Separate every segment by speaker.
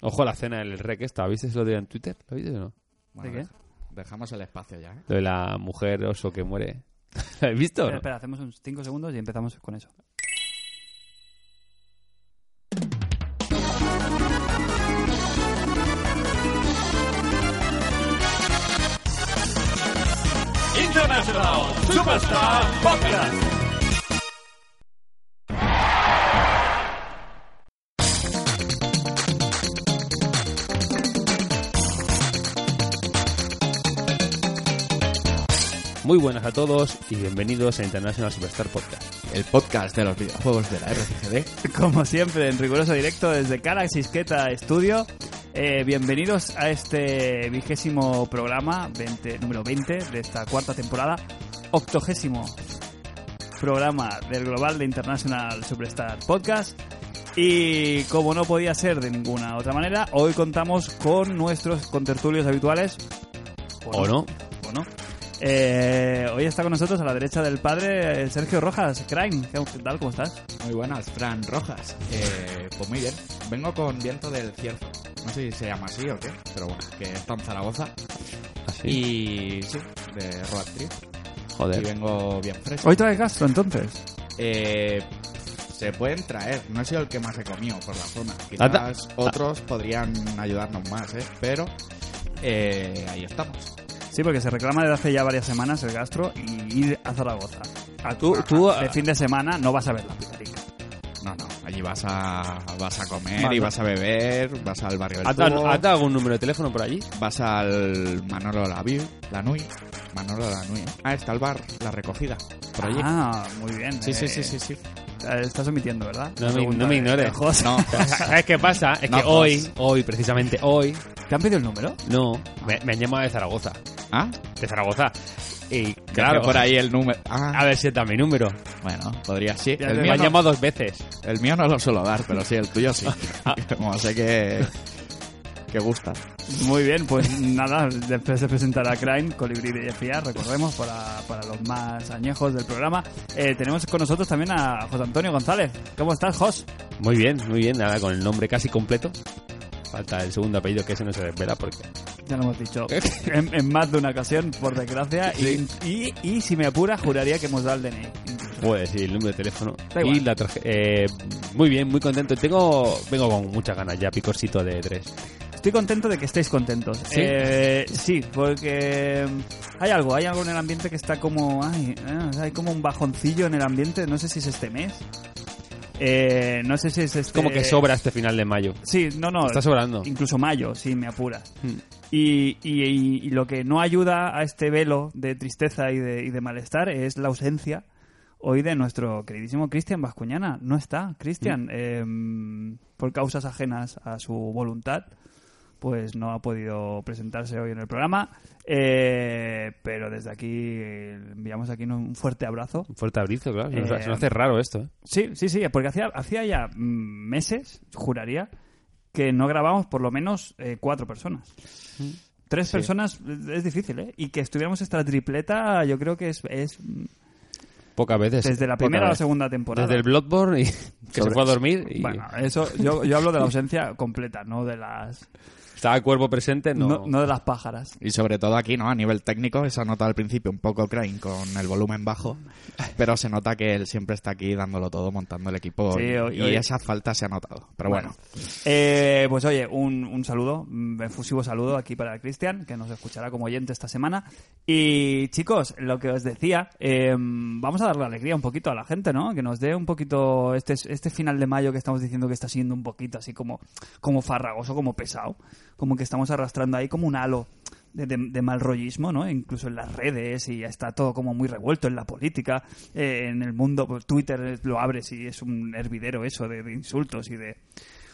Speaker 1: Ojo a la cena del rec esta. ¿Viste se lo dio en Twitter? ¿Lo viste o no?
Speaker 2: ¿De qué?
Speaker 3: deja- Dejamos el espacio ya. ¿eh?
Speaker 1: Lo de la mujer oso que muere. ¿Lo habéis visto? o
Speaker 2: Espera,
Speaker 1: no?
Speaker 2: espera, hacemos unos 5 segundos y empezamos con eso.
Speaker 4: International Superstar Podcast.
Speaker 1: Muy buenas a todos y bienvenidos a International Superstar Podcast.
Speaker 3: El podcast de los videojuegos de la RCGD.
Speaker 2: Como siempre, en riguroso directo desde Calaxisqueta Studio. Eh, bienvenidos a este vigésimo programa, 20 número 20 de esta cuarta temporada, octogésimo programa del Global de International Superstar Podcast. Y como no podía ser de ninguna otra manera, hoy contamos con nuestros contertulios habituales.
Speaker 1: ¿O no?
Speaker 2: ¿O no? Eh, hoy está con nosotros a la derecha del padre eh, Sergio Rojas, Crime. ¿Qué tal? ¿Cómo estás?
Speaker 3: Muy buenas, Fran Rojas. Eh, pues muy bien. Vengo con viento del cierzo. No sé si se llama así o qué, pero bueno, que está en Zaragoza.
Speaker 1: Así.
Speaker 3: Y sí, de Road Trip. Y
Speaker 1: Joder.
Speaker 3: vengo bien fresco.
Speaker 2: Hoy traes gastro entonces.
Speaker 3: Eh, se pueden traer. No he sido el que más he comido por la zona.
Speaker 1: Anda.
Speaker 3: Quizás otros podrían ayudarnos más, ¿eh? Pero eh, ahí estamos.
Speaker 2: Sí, porque se reclama desde hace ya varias semanas el gastro y ir a Zaragoza. A
Speaker 1: Tú-
Speaker 2: tú,
Speaker 1: tú,
Speaker 2: de
Speaker 1: ah.
Speaker 2: fin de semana no vas a ver la pizarrica.
Speaker 3: No, no. Allí vas a, vas a comer
Speaker 2: Vale.
Speaker 3: y vas a beber, vas al barrio del
Speaker 1: ¿Has dado
Speaker 3: Tubo,
Speaker 1: has dado algún número de teléfono por allí?
Speaker 3: vas al Manolo Laviu, la Nui. Manolo la Nui. Ah, está el bar, la recogida. Por allí.
Speaker 2: Ah, muy bien.
Speaker 3: sí, sí,
Speaker 2: eh,
Speaker 3: sí, sí, sí.
Speaker 2: eh, Estás omitiendo, ¿verdad?
Speaker 1: No
Speaker 2: La
Speaker 1: me-
Speaker 2: pregunta
Speaker 1: no me
Speaker 2: de-
Speaker 1: ignores.
Speaker 2: de Jos.
Speaker 3: No,
Speaker 1: ¿Sabes qué pasa? Es
Speaker 3: No,
Speaker 1: que
Speaker 3: pues.
Speaker 1: hoy, hoy, precisamente hoy,
Speaker 2: ¿Te han pedido el número?
Speaker 1: no, me, me han llamado de Zaragoza.
Speaker 3: ah,
Speaker 1: De Zaragoza. Y claro,
Speaker 3: claro, Ah. por ahí el número. Ah,
Speaker 1: a ver si da mi número.
Speaker 3: bueno, podría sí.
Speaker 2: Ya
Speaker 3: El
Speaker 2: te-
Speaker 1: Me
Speaker 3: mío
Speaker 1: han
Speaker 3: no-
Speaker 1: llamado dos veces.
Speaker 3: El mío no lo suelo dar, pero sí, el tuyo sí. Como sé que. que gusta.
Speaker 2: Muy bien, pues nada, después se presentará Crime, Colibrí de FIA, recordemos, para, para los más añejos del programa. Eh, tenemos con nosotros también a José Antonio González. ¿Cómo estás, Jos?
Speaker 1: Muy bien, muy bien. Nada, con el nombre casi completo. Falta el segundo apellido que ese no se desvela porque...
Speaker 2: Ya lo hemos dicho en, en más de una ocasión, por desgracia. y- Y, y, si me apura, juraría que hemos dado el DNI. incluso.
Speaker 1: Puede decir Pues, el número de teléfono.
Speaker 2: Da
Speaker 1: y
Speaker 2: igual.
Speaker 1: la traje- eh, muy bien, muy contento. Tengo, vengo con muchas ganas ya, picorcito de tres.
Speaker 2: Estoy contento de que estéis contentos.
Speaker 1: ¿Sí?
Speaker 2: Eh, sí, porque mm, hay algo, hay algo en el ambiente que está como... ay, eh, hay como un bajoncillo en el ambiente, no sé si es este mes. Eh, no sé si es este...
Speaker 1: Como que sobra este final de mayo.
Speaker 2: Sí, no, no.
Speaker 1: Está sobrando.
Speaker 2: Incluso mayo, sí, me apuras.
Speaker 1: Hmm.
Speaker 2: Y, y- y- y lo que no ayuda a este velo de tristeza y de, y de malestar es la ausencia hoy de nuestro queridísimo Cristian Bascuñana. No está, Cristian, em, por causas ajenas a su voluntad, pues no ha podido presentarse hoy en el programa. Eh, pero desde aquí eh, le enviamos aquí un fuerte abrazo.
Speaker 1: Un fuerte abrizo, claro. Se nos-
Speaker 2: Eh,
Speaker 1: se nos hace raro esto, ¿eh?
Speaker 2: Sí, sí, sí, porque hacía, hacía ya mm, meses, juraría, que no grabamos por lo menos eh, cuatro personas.
Speaker 1: Mm.
Speaker 2: Tres personas eh, es difícil, ¿eh? Y que estuviéramos esta tripleta, yo creo que es, es mm,
Speaker 1: Pocas veces.
Speaker 2: desde la
Speaker 1: Pocas
Speaker 2: primera a la
Speaker 1: veces.
Speaker 2: segunda temporada.
Speaker 1: Desde el Bloodborne y que se
Speaker 3: Sobre-
Speaker 1: fue a dormir y
Speaker 2: Bueno, eso, yo, yo hablo de la ausencia completa, no de las,
Speaker 1: estaba cuervo presente, no.
Speaker 2: no. no de las pájaras.
Speaker 3: Y sobre todo aquí, ¿no? A nivel técnico, esa nota al principio un poco crane con el volumen bajo, pero se nota que él siempre está aquí dándolo todo, montando el equipo.
Speaker 2: Sí,
Speaker 3: y-
Speaker 2: hoy-
Speaker 3: y
Speaker 2: hoy-
Speaker 3: esa falta se ha notado. Pero bueno,
Speaker 2: Eh, pues oye, un, un saludo, un efusivo saludo aquí para Cristian, que nos escuchará como oyente esta semana. Y chicos, lo que os decía, eh, vamos a darle alegría un poquito a la gente, ¿no? Que nos dé un poquito este, este final de mayo que estamos diciendo que está siendo un poquito así como, como farragoso, como pesado, como que estamos arrastrando ahí como un halo. De, de- de mal rollismo, ¿no? Incluso en las redes y ya está todo como muy revuelto en la política, eh, en el mundo, pues, Twitter lo abres y es un hervidero eso de- de insultos y de,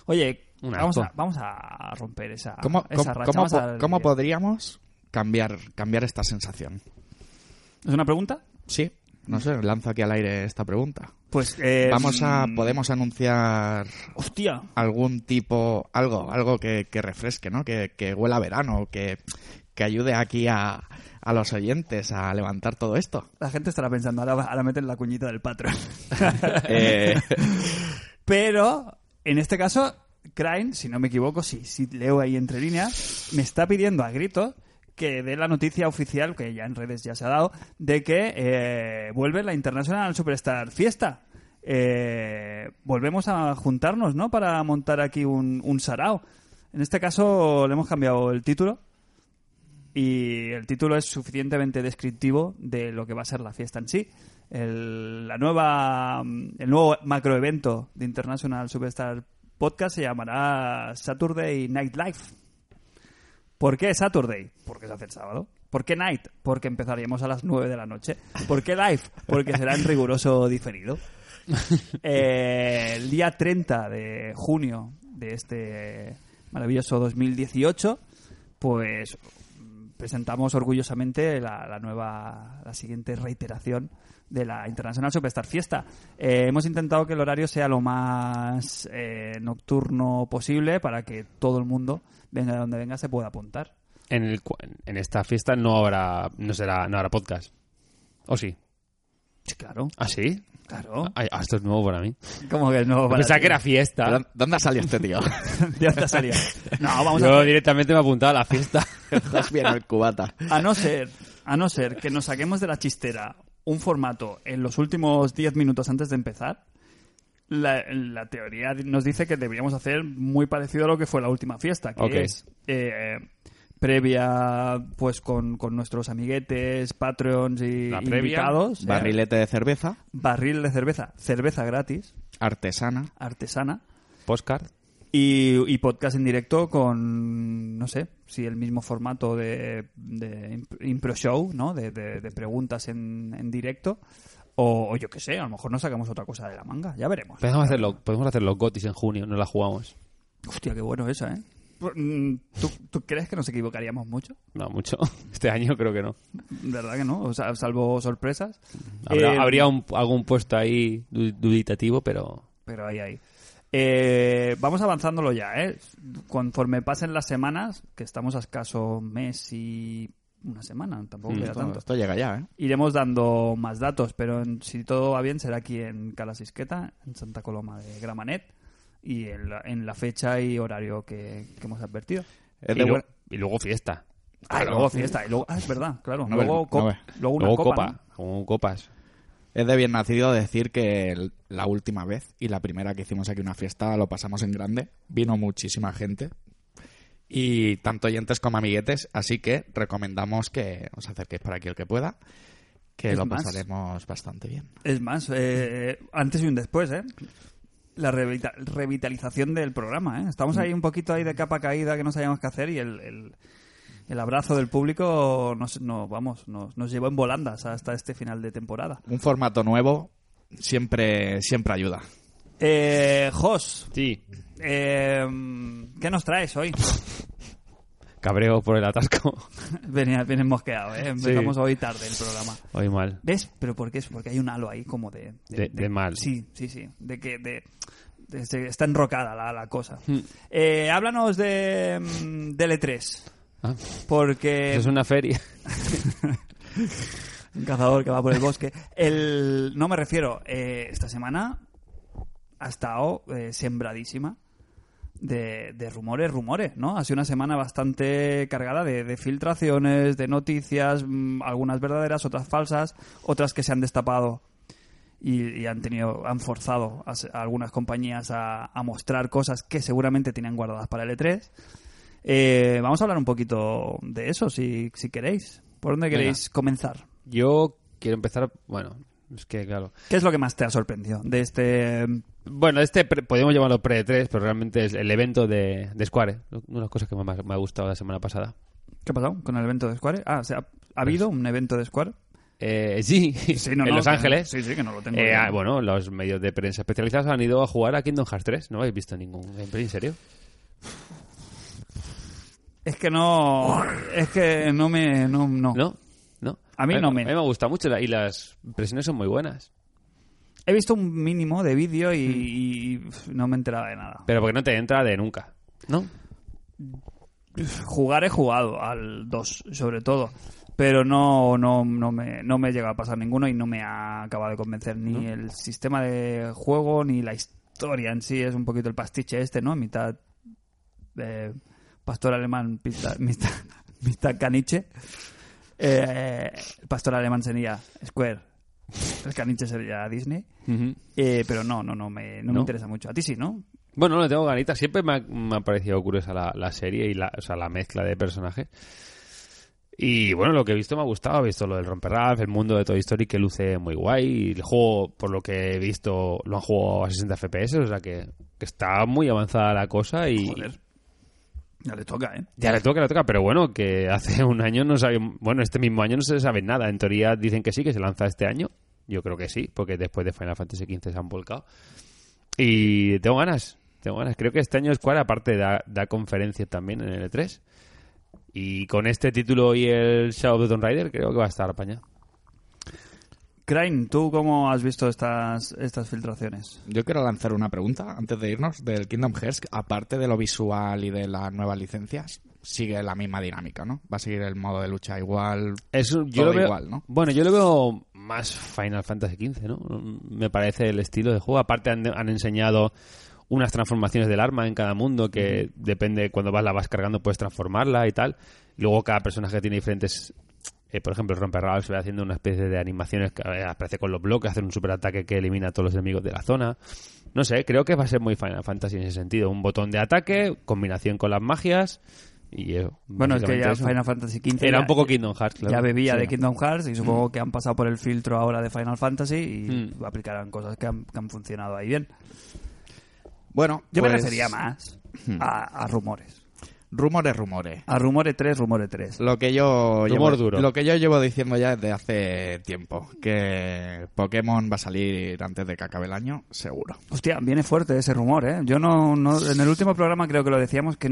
Speaker 2: Oye,
Speaker 1: Un
Speaker 2: vamos
Speaker 1: asco.
Speaker 2: a, vamos a romper esa,
Speaker 3: ¿cómo,
Speaker 2: ah, esa
Speaker 3: cómo-
Speaker 2: racha.
Speaker 3: cómo
Speaker 2: vamos a
Speaker 3: po-
Speaker 2: darle-
Speaker 3: cómo podríamos cambiar, cambiar esta sensación?
Speaker 2: ¿Es una pregunta?
Speaker 3: Sí, no sé, lanzo aquí al aire esta pregunta.
Speaker 2: Pues eh,
Speaker 3: Vamos a, podemos anunciar
Speaker 2: Hostia.
Speaker 3: algún tipo, algo, algo que, que refresque, ¿no? Que, que huela a verano, que, que ayude aquí a, a los oyentes a levantar todo esto.
Speaker 2: La gente estará pensando, ahora, ahora meten la cuñita del patrón.
Speaker 3: Eh,
Speaker 2: Pero, en este caso, Crane, si no me equivoco, si, si leo ahí entre líneas, me está pidiendo a gritos que dé la noticia oficial, que ya en redes ya se ha dado, de que eh, vuelve la International Superstar Fiesta. Eh, volvemos a juntarnos, ¿no? Para montar aquí un, un sarao. En este caso le hemos cambiado el título y el título es suficientemente descriptivo de lo que va a ser la fiesta en sí. El, la nueva, mm, el nuevo macroevento de International Superstar Podcast se llamará Saturday Night Live. ¿Por qué Saturday? Porque se hace el sábado. ¿Por qué Night? Porque empezaríamos a las 9 de la noche. ¿Por qué Live? Porque será en riguroso diferido. Eh, el día 30 de junio de este maravilloso 2018, pues mm, presentamos orgullosamente la, la nueva, la siguiente reiteración de la Internacional Superstar Fiesta. Eh, hemos intentado que el horario sea lo más eh, nocturno posible para que todo el mundo, venga de donde venga, se pueda apuntar.
Speaker 1: En, el, cu- en esta fiesta no habrá, no será, no habrá podcast. ¿O sí?
Speaker 2: Sí, Claro,
Speaker 1: ¿Ah, sí?
Speaker 2: claro.
Speaker 1: Ay, ah, esto es nuevo para mí.
Speaker 2: Como que no. para
Speaker 1: Pensaba
Speaker 2: ti.
Speaker 1: que era fiesta.
Speaker 3: ¿De dónde ha salido este tío?
Speaker 2: Ya está salido. No, vamos a
Speaker 1: Yo directamente me apuntaba a la fiesta.
Speaker 3: Estás bien el cubata.
Speaker 2: A no ser, a no ser que nos saquemos de la chistera un formato en los últimos 10 minutos antes de empezar, la, la teoría nos dice que deberíamos hacer muy parecido a lo que fue la última fiesta, que
Speaker 1: Ok.
Speaker 2: es eh, previa pues con, con nuestros amiguetes, patreons y
Speaker 1: La previa,
Speaker 2: invitados. eh,
Speaker 3: Barrilete de cerveza,
Speaker 2: barril de cerveza, cerveza gratis,
Speaker 3: artesana.
Speaker 2: artesana.
Speaker 1: Postcard.
Speaker 2: Y, y podcast en directo con, no sé, si el mismo formato de, de imp- impro show, ¿no? De, de- de preguntas en, en directo. O, o yo qué sé, a lo mejor nos sacamos otra cosa de la manga, ya veremos.
Speaker 1: Podemos hacer, los- podemos hacer los gotis en junio, no la jugamos.
Speaker 2: Hostia, qué bueno eso, ¿eh? Por- mm, ¿Tú, tú crees que nos equivocaríamos mucho?
Speaker 1: No, mucho. Este año creo que no.
Speaker 2: ¿Verdad que no? O sea, salvo sorpresas.
Speaker 1: Habrá,
Speaker 2: Eh,
Speaker 1: habría un- algún puesto ahí du- duditativo, pero
Speaker 2: Pero ahí, ahí. Eh, vamos avanzándolo ya, ¿eh? Conforme pasen las semanas, que estamos a escaso mes y una semana, tampoco
Speaker 1: Mm,
Speaker 2: queda
Speaker 3: Esto,
Speaker 2: tanto.
Speaker 3: esto llega ya, ¿eh?
Speaker 2: Iremos dando más datos, pero en- si todo va bien será aquí en Calasisqueta, en Santa Coloma de Gramanet, y en la, en la fecha y horario que, que hemos advertido.
Speaker 3: Es
Speaker 1: y,
Speaker 3: de
Speaker 1: lu-
Speaker 3: buena-
Speaker 1: y luego fiesta.
Speaker 2: Ah, y
Speaker 1: Claro.
Speaker 2: luego fiesta, y luego, ah, es verdad, claro,
Speaker 3: No
Speaker 2: luego,
Speaker 3: ver-
Speaker 2: cop-
Speaker 3: no ver.
Speaker 2: luego una
Speaker 1: luego
Speaker 2: copa.
Speaker 1: copa. luego copas.
Speaker 3: Es de bien nacido decir que el- la última vez y la primera que hicimos aquí una fiesta lo pasamos en grande. Vino muchísima gente. Y tanto oyentes como amiguetes. Así que recomendamos que os acerquéis por aquí el que pueda. Que
Speaker 2: Es
Speaker 3: lo
Speaker 2: más.
Speaker 3: pasaremos bastante bien.
Speaker 2: ¿no? Es más, eh, antes y un después, ¿eh? La revita- revitalización del programa, ¿eh? Estamos ahí un poquito ahí de capa caída que no sabíamos qué hacer y el... el- el abrazo del público nos, no, vamos, nos, nos llevó en volandas hasta este final de temporada.
Speaker 3: Un formato nuevo siempre, siempre ayuda.
Speaker 2: Eh, Jos,
Speaker 1: Sí.
Speaker 2: Eh, ¿Qué nos traes hoy?
Speaker 1: Cabreo por el atasco.
Speaker 2: Venía, vienes mosqueado, ¿eh? Empezamos hoy tarde el programa.
Speaker 1: Hoy mal.
Speaker 2: ¿Ves? Pero ¿por qué es? Porque hay un halo ahí como de...
Speaker 1: De, de mal.
Speaker 2: Sí, sí, sí. De que... De, de- se- está enrocada la, la cosa.
Speaker 1: Hmm.
Speaker 2: Eh, háblanos de, mm, del E3.
Speaker 1: Ah,
Speaker 2: Porque...
Speaker 1: eso es una feria.
Speaker 2: un cazador que va por el bosque. El, no me refiero, eh, esta semana ha estado eh, sembradísima de, de rumores, rumores, ¿no? Ha sido una semana bastante cargada de, de filtraciones, de noticias, mm, algunas verdaderas, otras falsas, otras que se han destapado y, y han tenido, han forzado a, se- a algunas compañías a, a mostrar cosas que seguramente tenían guardadas para el E3. Eh, vamos a hablar un poquito de eso, si, si queréis. ¿Por dónde
Speaker 1: Venga.
Speaker 2: queréis comenzar?
Speaker 1: Yo quiero empezar. Bueno, es que claro.
Speaker 2: ¿Qué es lo que más te ha sorprendido de este
Speaker 1: Bueno, este pre- podemos llamarlo pre-3, pero realmente es el evento de, de Square. ¿eh? Una de las cosas que más me ha gustado la semana pasada.
Speaker 2: ¿Qué ha pasado con el evento de Square? Ah, o sea, ¿ha habido un evento de Square?
Speaker 1: Eh, sí,
Speaker 2: no,
Speaker 1: en
Speaker 2: no,
Speaker 1: Los
Speaker 2: que-
Speaker 1: Ángeles.
Speaker 2: Sí, sí, que no lo tengo.
Speaker 1: Eh,
Speaker 2: yo.
Speaker 1: ah, bueno, los medios de prensa especializados han ido a jugar a Kingdom Hearts 3. No habéis visto ningún gameplay, ¿en serio?
Speaker 2: Es que no. Es que no me. No. no.
Speaker 1: No, no.
Speaker 2: A mí no me-
Speaker 1: A mí me gusta mucho la- y las impresiones son muy buenas.
Speaker 2: He visto un mínimo de vídeo y, y pf, no me enteraba de nada.
Speaker 1: Pero porque no te entra de nunca, ¿no?
Speaker 2: Jugar he jugado al 2, sobre todo. Pero no, no, no, me, no me llega a pasar ninguno y no me ha acabado de convencer ni el sistema de juego ni la historia. historia en sí es un poquito el pastiche este, ¿no? Mitad eh, pastor alemán, mitad, mitad, mitad caniche. Eh, el pastor alemán sería Square, el caniche sería Disney.
Speaker 1: Ujú.
Speaker 2: Eh, pero no, no, no me, no me
Speaker 1: ¿No?
Speaker 2: interesa mucho. A ti sí, ¿no?
Speaker 1: Bueno, no le tengo ganitas. Siempre me ha, me ha parecido curiosa la, la serie y la, o sea, la mezcla de personajes. Y bueno, lo que he visto me ha gustado. He visto lo del romperraf, el mundo de Toy Story que luce muy guay. Y el juego, por lo que he visto, lo han jugado a 60 FPS. O sea que, que está muy avanzada la cosa. Y
Speaker 2: Joder. Ya le toca, ¿eh?
Speaker 1: ya le toca, le toca. Pero bueno, que hace un año no sabe. Bueno, este mismo año no se sabe nada. En teoría dicen que sí, que se lanza este año. Yo creo que sí, porque después de Final Fantasy XV se han volcado. Y tengo ganas, tengo ganas. Creo que este año Square, aparte, da, da conferencias también en el E3. Y con este título y el Shadow of the Tomb Raider, creo que va a estar apañado.
Speaker 2: Crane, ¿tú cómo has visto estas, estas filtraciones?
Speaker 3: Yo quiero lanzar una pregunta antes de irnos del Kingdom Hearts. Aparte de lo visual y de las nuevas licencias, sigue la misma dinámica, ¿no? Va a seguir el modo de lucha igual.
Speaker 1: Es un- yo
Speaker 3: Todo
Speaker 1: lo veo,
Speaker 3: igual, ¿no?
Speaker 1: Bueno, yo lo veo más Final Fantasy XV, ¿no? Me parece el estilo de juego. Aparte han, han enseñado unas transformaciones del arma en cada mundo que depende cuando vas la vas cargando puedes transformarla y tal. Luego cada personaje tiene diferentes eh, por ejemplo, el romperrabos se va haciendo una especie de animaciones que eh, aparece con los bloques, hacer un superataque que elimina a todos los enemigos de la zona. No sé, creo que va a ser muy Final Fantasy en ese sentido. Un botón de ataque, combinación con las magias y eso.
Speaker 2: Bueno, es que ya
Speaker 1: Básicamente eso.
Speaker 2: Final Fantasy XV
Speaker 1: Era
Speaker 2: ya-
Speaker 1: un poco Kingdom Hearts, claro.
Speaker 2: ya bebía
Speaker 1: Sí.
Speaker 2: de Kingdom Hearts y supongo que han pasado por el filtro ahora de Final Fantasy y
Speaker 1: Mm.
Speaker 2: aplicarán cosas que han, que han funcionado ahí bien.
Speaker 3: Bueno,
Speaker 2: Yo me
Speaker 3: pues,
Speaker 2: refería más
Speaker 1: Hmm.
Speaker 2: a, a rumores.
Speaker 3: Rumores, rumores.
Speaker 2: A rumore 3, rumore 3.
Speaker 3: Lo que yo
Speaker 1: Rumor
Speaker 3: llevo,
Speaker 1: duro.
Speaker 3: lo que yo llevo diciendo ya desde hace tiempo que Pokémon va a salir antes de que acabe el año, seguro.
Speaker 2: Hostia, viene fuerte ese rumor, ¿eh? Yo no, no... En el último programa creo que lo decíamos que...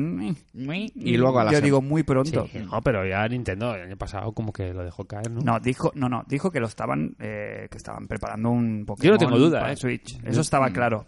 Speaker 3: Y luego a la
Speaker 2: Yo
Speaker 3: sem-
Speaker 2: digo muy pronto.
Speaker 1: Sí, no, pero ya Nintendo el año pasado como que lo dejó caer, ¿no?
Speaker 2: No, dijo, no, no, dijo que lo estaban, eh, que estaban preparando un Pokémon
Speaker 1: Yo no tengo duda,
Speaker 2: para
Speaker 1: eh.
Speaker 2: Switch. Eso estaba claro.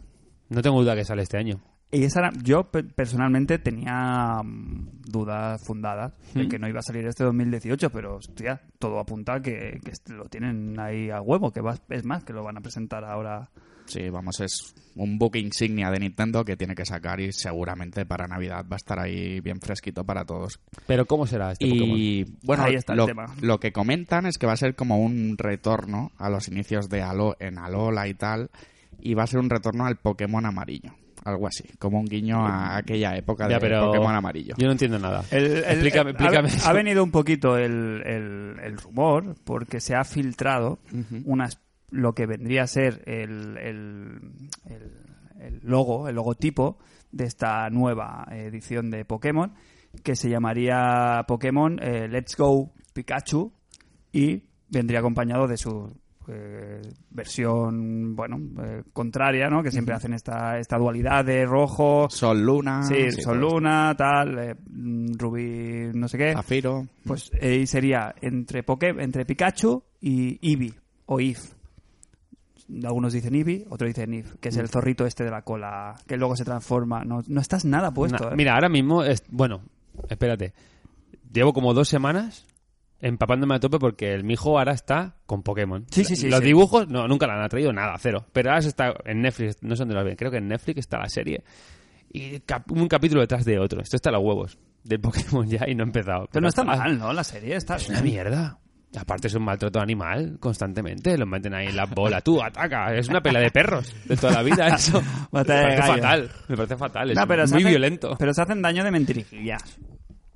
Speaker 1: No tengo duda que sale este año.
Speaker 2: Y esa era- yo pe- personalmente tenía mm, dudas fundadas de que no iba a salir este 2018, pero hostia, todo apunta a que, que est- lo tienen ahí a huevo, que va, es más, que lo van a presentar ahora.
Speaker 3: Sí, vamos, es un book insignia de Nintendo que tiene que sacar y seguramente para Navidad va a estar ahí bien fresquito para todos.
Speaker 1: Pero ¿cómo será este Pokémon?
Speaker 3: Y bueno,
Speaker 2: Ahí está el
Speaker 3: lo,
Speaker 2: tema.
Speaker 3: lo que comentan es que va a ser como un retorno a los inicios de Alo en Alola y tal, y va a ser un retorno al Pokémon amarillo, algo así, como un guiño a aquella época
Speaker 1: Ya,
Speaker 3: de
Speaker 1: pero
Speaker 3: Pokémon amarillo.
Speaker 1: Yo no entiendo nada.
Speaker 2: ha-
Speaker 1: explícame, explícame.
Speaker 2: Ha, venido un poquito el, el- el rumor porque se ha filtrado unas, lo que vendría a ser el, el- el- el logo, el logotipo de esta nueva edición de Pokémon que se llamaría Pokémon eh, Let's Go Pikachu y vendría acompañado de su eh, versión, bueno, eh, contraria, ¿no? Que siempre hacen esta, esta dualidad de rojo,
Speaker 3: Sol Luna,
Speaker 1: Ah,
Speaker 2: Sí,
Speaker 3: sí,
Speaker 2: Sol
Speaker 3: todo
Speaker 2: Luna, tal, eh, mm, Rubí, no sé qué.
Speaker 3: esto.
Speaker 1: Ah.
Speaker 3: Zafiro.
Speaker 2: Pues ahí sería entre, Poké, entre Pikachu y Eevee, o If. Algunos dicen Eevee, otros dicen If, que es
Speaker 1: Mm.
Speaker 2: el zorrito este de la cola, que luego se transforma. No, no estás nada puesto,
Speaker 1: Na-
Speaker 2: ¿eh?
Speaker 1: Mira, ahora mismo, es, bueno, espérate. Llevo como dos semanas empapándome a tope porque el mijo ahora está con Pokémon.
Speaker 2: Sí, sí, sí,
Speaker 1: Los
Speaker 2: sí.
Speaker 1: dibujos, no, nunca le han atraído nada, cero. Pero ahora se está en Netflix, no sé dónde lo ven, creo que en Netflix está la serie. Y cap- un capítulo detrás de otro. Esto está a los huevos del Pokémon ya y no he empezado. Ah,
Speaker 2: Pero no está
Speaker 1: mal
Speaker 2: mal, ¿no? La serie está
Speaker 1: Es una
Speaker 2: bien.
Speaker 1: mierda. Aparte es un maltrato animal constantemente. Los meten ahí en la bola. Tú, ataca. Es una pelea de perros de toda la vida eso. Me
Speaker 2: Batalla de
Speaker 1: parece
Speaker 2: gallos.
Speaker 1: fatal. Me parece fatal. Es
Speaker 2: No, pero se
Speaker 1: muy
Speaker 2: hacen-
Speaker 1: violento.
Speaker 2: Pero se hacen daño de mentirijillas.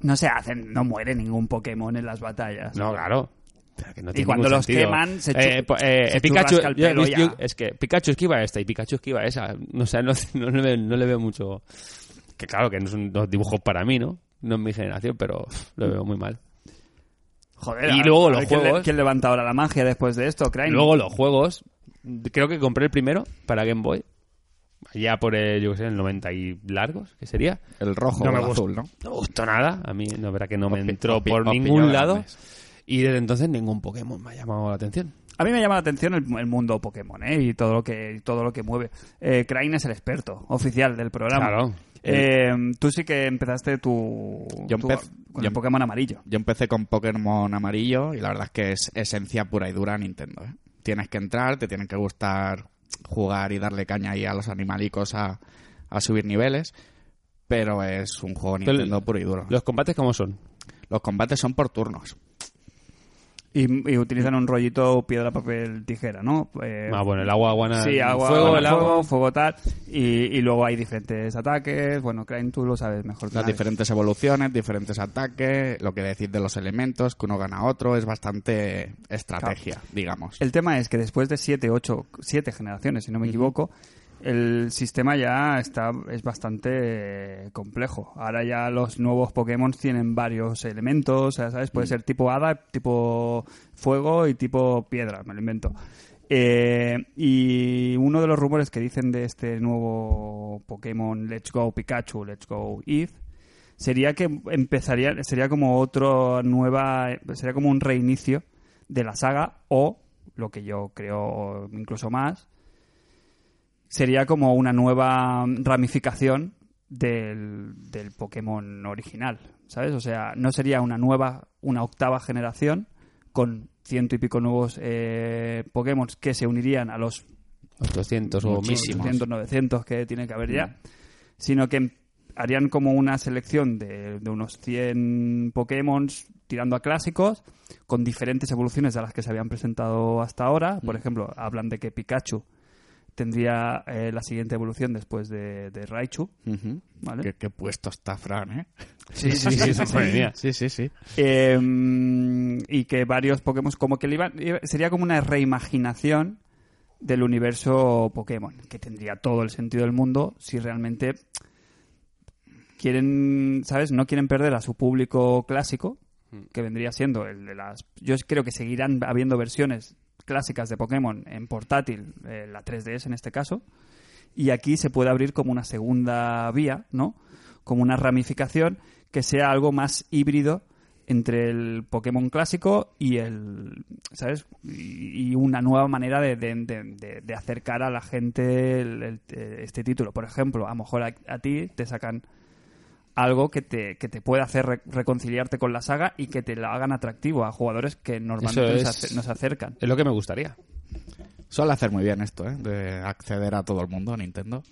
Speaker 2: No se hacen, no muere ningún Pokémon en las batallas.
Speaker 1: No, claro. Pero que no
Speaker 2: Y
Speaker 1: tiene
Speaker 2: cuando
Speaker 1: ningún
Speaker 2: los
Speaker 1: sentido.
Speaker 2: queman, se chu-
Speaker 1: eh, po- eh,
Speaker 2: se
Speaker 1: Pikachu,
Speaker 2: churrasca el
Speaker 1: yo-
Speaker 2: pelo
Speaker 1: yo-
Speaker 2: ya.
Speaker 1: Es que Pikachu esquiva esta y Pikachu esquiva esa. O sea, no, no le, veo, no le veo mucho... Que claro, que no son dos dibujos para mí, ¿no? No es mi generación, pero uf, lo veo muy mal.
Speaker 2: Joder,
Speaker 1: Y
Speaker 2: a-
Speaker 1: luego
Speaker 2: a
Speaker 1: los
Speaker 2: ver quién le-
Speaker 1: juegos.
Speaker 2: ¿Quién levanta ahora la magia después de esto? Crane.
Speaker 1: Luego los juegos, creo que compré el primero para Game Boy, ya por el, yo qué sé, el 90 y largos, que sería.
Speaker 3: El rojo
Speaker 1: No
Speaker 3: o
Speaker 1: me
Speaker 3: el
Speaker 1: gusta.
Speaker 3: azul, ¿no?
Speaker 1: No me gustó nada, a mí la verdad que no me
Speaker 3: Os pi-
Speaker 1: entró
Speaker 3: os pi-
Speaker 1: por
Speaker 3: os
Speaker 1: ningún
Speaker 3: pilló
Speaker 1: lado.
Speaker 3: grandes.
Speaker 1: Y desde entonces ningún Pokémon me ha llamado la atención.
Speaker 2: A mí me llama la atención el, el mundo Pokémon, ¿eh? Y todo lo que, y todo lo que mueve. Eh, Crane es el experto oficial del programa.
Speaker 1: Claro.
Speaker 2: Eh, tú sí que empezaste tu...
Speaker 3: Yo
Speaker 2: tu-
Speaker 3: empecé-
Speaker 2: con
Speaker 3: yo
Speaker 2: el
Speaker 3: em-
Speaker 2: Pokémon amarillo.
Speaker 3: Yo empecé con Pokémon amarillo y la verdad es que es esencia pura y dura Nintendo. ¿eh? Tienes que entrar, te tienen que gustar jugar y darle caña ahí a los animalicos a, a subir niveles, pero es un juego
Speaker 1: Pero
Speaker 3: Nintendo puro y duro.
Speaker 1: ¿Los combates cómo son?
Speaker 3: Los combates son por turnos.
Speaker 2: Y, y utilizan un rollito piedra, papel, tijera, ¿no? Eh,
Speaker 1: Ah, bueno, el agua, guana,
Speaker 2: Sí, agua,
Speaker 1: fuego,
Speaker 2: fuego,
Speaker 1: el agua.
Speaker 2: fuego, tal. Y, y luego hay diferentes ataques. Bueno, Crane, tú lo sabes mejor que
Speaker 3: Las
Speaker 2: nadie.
Speaker 3: diferentes evoluciones, diferentes ataques, lo que decís de los elementos, que uno gana otro, es bastante estrategia, digamos.
Speaker 2: El tema es que después de siete, ocho, siete generaciones, si no me equivoco, el sistema ya está es bastante eh, complejo. Ahora ya los nuevos Pokémon tienen varios elementos, o sea, ¿sabes? Puede ser tipo hada, tipo fuego y tipo piedra, me lo invento. Eh, y uno de los rumores que dicen de este nuevo Pokémon Let's Go Pikachu, Let's Go Eve, sería que empezaría sería como otro nueva sería como un reinicio de la saga o lo que yo creo incluso más sería como una nueva ramificación del, del Pokémon original, ¿sabes? O sea, no sería una nueva, una octava generación con ciento y pico nuevos eh, Pokémon que se unirían a los
Speaker 1: 800 o mil.
Speaker 2: 800, 900 que tiene que haber
Speaker 1: Mm.
Speaker 2: ya, sino que em, harían como una selección de, de unos 100 Pokémon tirando a clásicos con diferentes evoluciones a las que se habían presentado hasta ahora.
Speaker 1: Mm.
Speaker 2: Por ejemplo, hablan de que Pikachu tendría eh, la siguiente evolución después de, de Raichu,
Speaker 3: Ujú.
Speaker 2: ¿vale?
Speaker 3: Qué, qué puesto está Fran, ¿eh?
Speaker 1: Sí, sí, sí, eso fue mía.
Speaker 3: Sí, sí, sí.
Speaker 2: Eh, y que varios Pokémon, como que le iban, iba- sería como una reimaginación del universo Pokémon, que tendría todo el sentido del mundo si realmente quieren, ¿sabes? No quieren perder a su público clásico, que vendría siendo el de las... Yo creo que seguirán habiendo versiones clásicas de Pokémon en portátil, eh, la 3DS en este caso, y aquí se puede abrir como una segunda vía, ¿no? Como una ramificación que sea algo más híbrido entre el Pokémon clásico y el, ¿sabes? Y y una nueva manera de, de- de- de- de acercar a la gente el- el- este título. Por ejemplo, a lo mejor a, a ti te sacan algo que te, que te pueda hacer re- reconciliarte con la saga y que te la hagan atractivo a jugadores que normalmente
Speaker 1: Eso
Speaker 2: nos
Speaker 1: es-
Speaker 2: ace- nos acercan.
Speaker 1: Es lo que me gustaría.
Speaker 3: Suele hacer muy bien esto, ¿eh? De acceder a todo el mundo, Nintendo.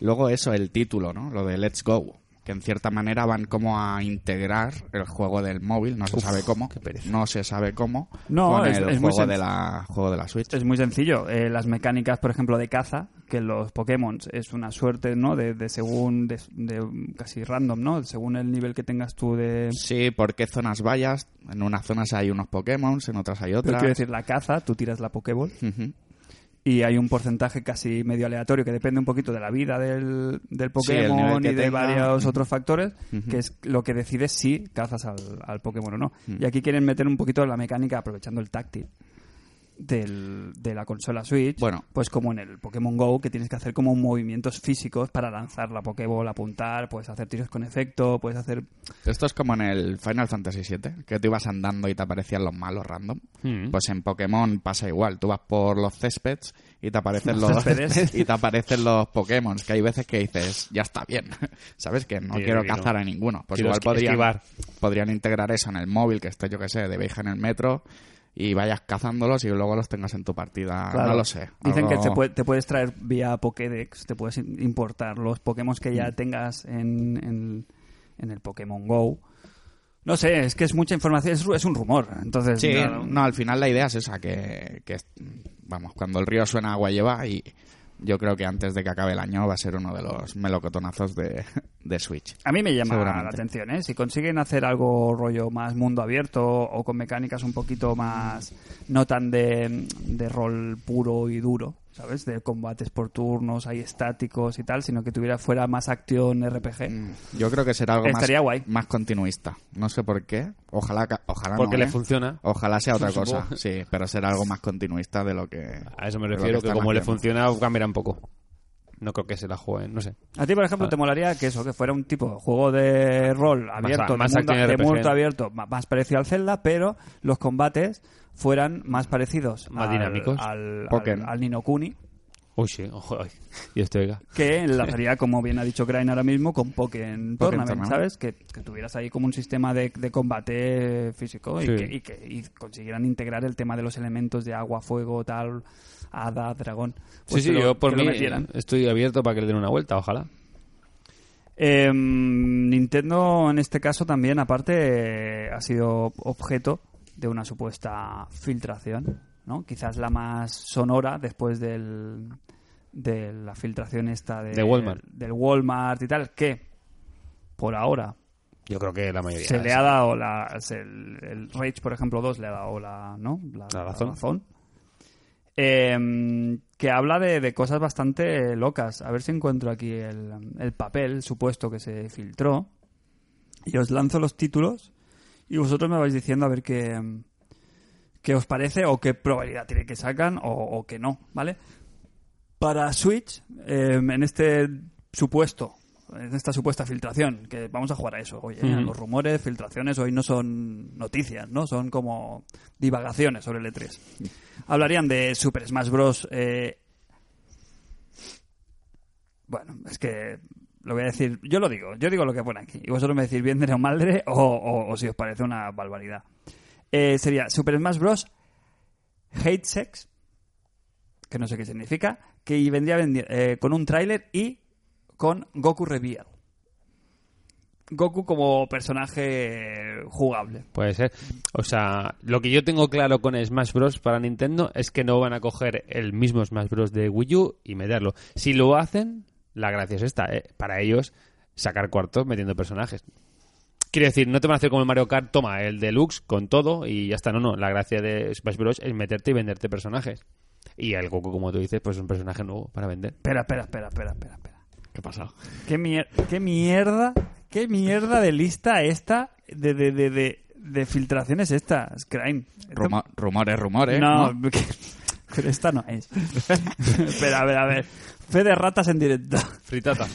Speaker 3: Luego eso, el título, ¿no? Lo de Let's Go, que en cierta manera van como a integrar el juego del móvil, no se sabe cómo. No se sabe cómo.
Speaker 2: No,
Speaker 3: con
Speaker 2: es-
Speaker 3: el
Speaker 2: es muy
Speaker 3: juego, de
Speaker 2: senc-
Speaker 3: la, juego de la Switch.
Speaker 2: Es muy sencillo. Eh, las mecánicas, por ejemplo, de caza, que los Pokémon es una suerte, ¿no? De, de según, de, de casi random, ¿no? Según el nivel que tengas tú de...
Speaker 3: Sí, por qué zonas vayas. En unas zonas hay unos Pokémon, en otras hay
Speaker 2: Pero
Speaker 3: otras.
Speaker 2: quiero decir, la caza, tú tiras la Pokéball
Speaker 3: Ujú.
Speaker 2: y hay un porcentaje casi medio aleatorio que depende un poquito de la vida del, del
Speaker 3: Sí, el nivel
Speaker 2: Pokémon
Speaker 3: que
Speaker 2: y de
Speaker 3: tenga.
Speaker 2: varios otros factores,
Speaker 3: Ujú.
Speaker 2: que es lo que decide si cazas al, al Pokémon o no.
Speaker 3: Mm.
Speaker 2: Y aquí quieren meter un poquito la mecánica aprovechando el táctil. Del, de la consola Switch,
Speaker 3: Bueno.
Speaker 2: pues como en el Pokémon Go, que tienes que hacer como movimientos físicos para lanzar la Pokéball, apuntar, puedes hacer tiros con efecto, puedes hacer
Speaker 3: Esto es como en el Final Fantasy VII, que tú ibas andando y te aparecían los malos random.
Speaker 1: Mm.
Speaker 3: Pues en Pokémon pasa igual, tú vas por los céspedes y te aparecen los,
Speaker 2: céspedes.
Speaker 3: y te aparecen los Pokémon, que hay veces que dices, ya está bien, ¿sabes? Que no
Speaker 1: Sí,
Speaker 3: quiero
Speaker 1: que no.
Speaker 3: cazar a ninguno. Pues
Speaker 1: Quiero
Speaker 3: igual
Speaker 1: esqui-
Speaker 3: podrían,
Speaker 1: esquivar.
Speaker 3: podrían integrar eso en el móvil, que esté, yo que sé, de veja en el metro, y vayas cazándolos y luego los tengas en tu partida.
Speaker 2: Claro.
Speaker 3: Ah, No lo sé.
Speaker 2: Dicen
Speaker 3: algo-
Speaker 2: que te, puede- te puedes traer vía Pokédex, te puedes in- importar los Pokémon que
Speaker 3: Mm.
Speaker 2: ya tengas en, en- en el Pokémon Go. No sé, es que es mucha información, es, ru- es un rumor. Entonces,
Speaker 3: Sí,
Speaker 2: claro,
Speaker 3: no, al final la idea es esa, que, que es- vamos, cuando el río suena agua lleva y yo creo que antes de que acabe el año va a ser uno de los melocotonazos de, de Switch.
Speaker 2: a mí me llama la
Speaker 3: Seguramente.
Speaker 2: atención, ¿eh? Si consiguen hacer algo rollo más mundo abierto o con mecánicas un poquito más, no tan de, de rol puro y duro, ¿sabes? De combates por turnos, hay estáticos y tal, sino que tuviera fuera más acción RPG.
Speaker 3: Yo creo que será algo Mm, más,
Speaker 2: Estaría guay.
Speaker 3: más continuista. No sé por qué. Ojalá, ca- ojalá
Speaker 1: Porque le
Speaker 3: no, ¿eh?
Speaker 1: funciona.
Speaker 3: Ojalá sea otra cosa,
Speaker 1: Supongo.
Speaker 3: sí, pero será algo más continuista de lo que...
Speaker 1: A eso me
Speaker 3: de lo
Speaker 1: refiero, que,
Speaker 3: están
Speaker 1: como le
Speaker 3: haciendo.
Speaker 1: funciona, cambiará un poco. No creo que se la jueguen, no sé.
Speaker 2: A ti, por ejemplo, te molaría que eso, que fuera un tipo de juego de rol abierto,
Speaker 1: Ah. más
Speaker 2: de, mundo,
Speaker 1: acción
Speaker 2: de
Speaker 1: RPG.
Speaker 2: mundo abierto, ma- más parecido al Zelda, pero los combates fueran más parecidos
Speaker 1: Más
Speaker 2: al,
Speaker 1: dinámicos.
Speaker 2: al, al,
Speaker 3: Pokémon.
Speaker 2: al Ni no Kuni,
Speaker 1: Uy, sí, ojo, ay, Dios te oiga.
Speaker 2: que lanzaría, como bien ha dicho Crane ahora mismo, con Pokémon Tournament,
Speaker 3: Tournament.
Speaker 2: ¿sabes? Que, que tuvieras ahí como un sistema de, de combate físico y
Speaker 1: Sí.
Speaker 2: que, y que y consiguieran integrar el tema de los elementos de agua, fuego, tal, hada, dragón.
Speaker 1: Sí,
Speaker 2: Pues
Speaker 1: sí,
Speaker 2: que lo-
Speaker 1: yo por
Speaker 2: que lo
Speaker 1: mí
Speaker 2: metieran.
Speaker 1: estoy abierto para que le den una vuelta, ojalá.
Speaker 2: Eh, Nintendo en este caso también, aparte, eh, ha sido objeto de una supuesta filtración, ¿no? Quizás la más sonora después del de la filtración esta de,
Speaker 1: De Walmart.
Speaker 2: del Walmart y tal, que por ahora
Speaker 1: Yo creo que la mayoría. ¿eh?
Speaker 2: se
Speaker 1: sí.
Speaker 2: le ha dado la se- el, el Rage por ejemplo 2 le ha dado la no la,
Speaker 1: La razón.
Speaker 2: Eh, que habla de, de cosas bastante locas a ver si encuentro aquí el, el papel supuesto que se filtró y os lanzo los títulos y vosotros me vais diciendo a ver qué qué os parece o qué probabilidad tiene que sacan o, o que no vale para Switch eh, en este supuesto en esta supuesta filtración que vamos a jugar a eso hoy ¿eh?
Speaker 1: Ujú.
Speaker 2: los rumores filtraciones hoy no son noticias no son como divagaciones sobre el E3 hablarían de Super Smash Bros eh, bueno es que lo voy a decir yo lo digo yo digo lo que pone aquí y vosotros me decís bien de o mal de o, o- o si os parece una barbaridad Eh, sería Super Smash Bros Hate Sex que no sé qué significa, que y vendría vendi- eh, con un tráiler y con Goku Reveal. Goku como personaje jugable.
Speaker 1: Puede ser. O sea, lo que yo tengo claro con Smash Bros. para Nintendo es que no van a coger el mismo Smash Bros. de Wii U y meterlo. Si lo hacen, la gracia es esta. ¿eh? Para ellos, sacar cuartos metiendo personajes. Quiero decir, no te van a hacer como el Mario Kart, toma el deluxe con todo y ya está. No, no. La gracia de Smash Bros. es meterte y venderte personajes. Y el Goku, como tú dices, pues es un personaje nuevo para vender.
Speaker 2: Espera, espera, espera, espera, espera, espera.
Speaker 3: ¿Qué ha pasado?
Speaker 2: ¿Qué, mier- qué mierda, qué mierda de lista esta de, de, de, de, de filtraciones esta, Crime.
Speaker 3: Rumo- rumores,
Speaker 1: ¿eh?
Speaker 3: rumores.
Speaker 2: no,
Speaker 3: ¿no?
Speaker 2: que- pero esta no es. Espera, a ver, a ver. Fe de ratas en directo.
Speaker 1: Fritata.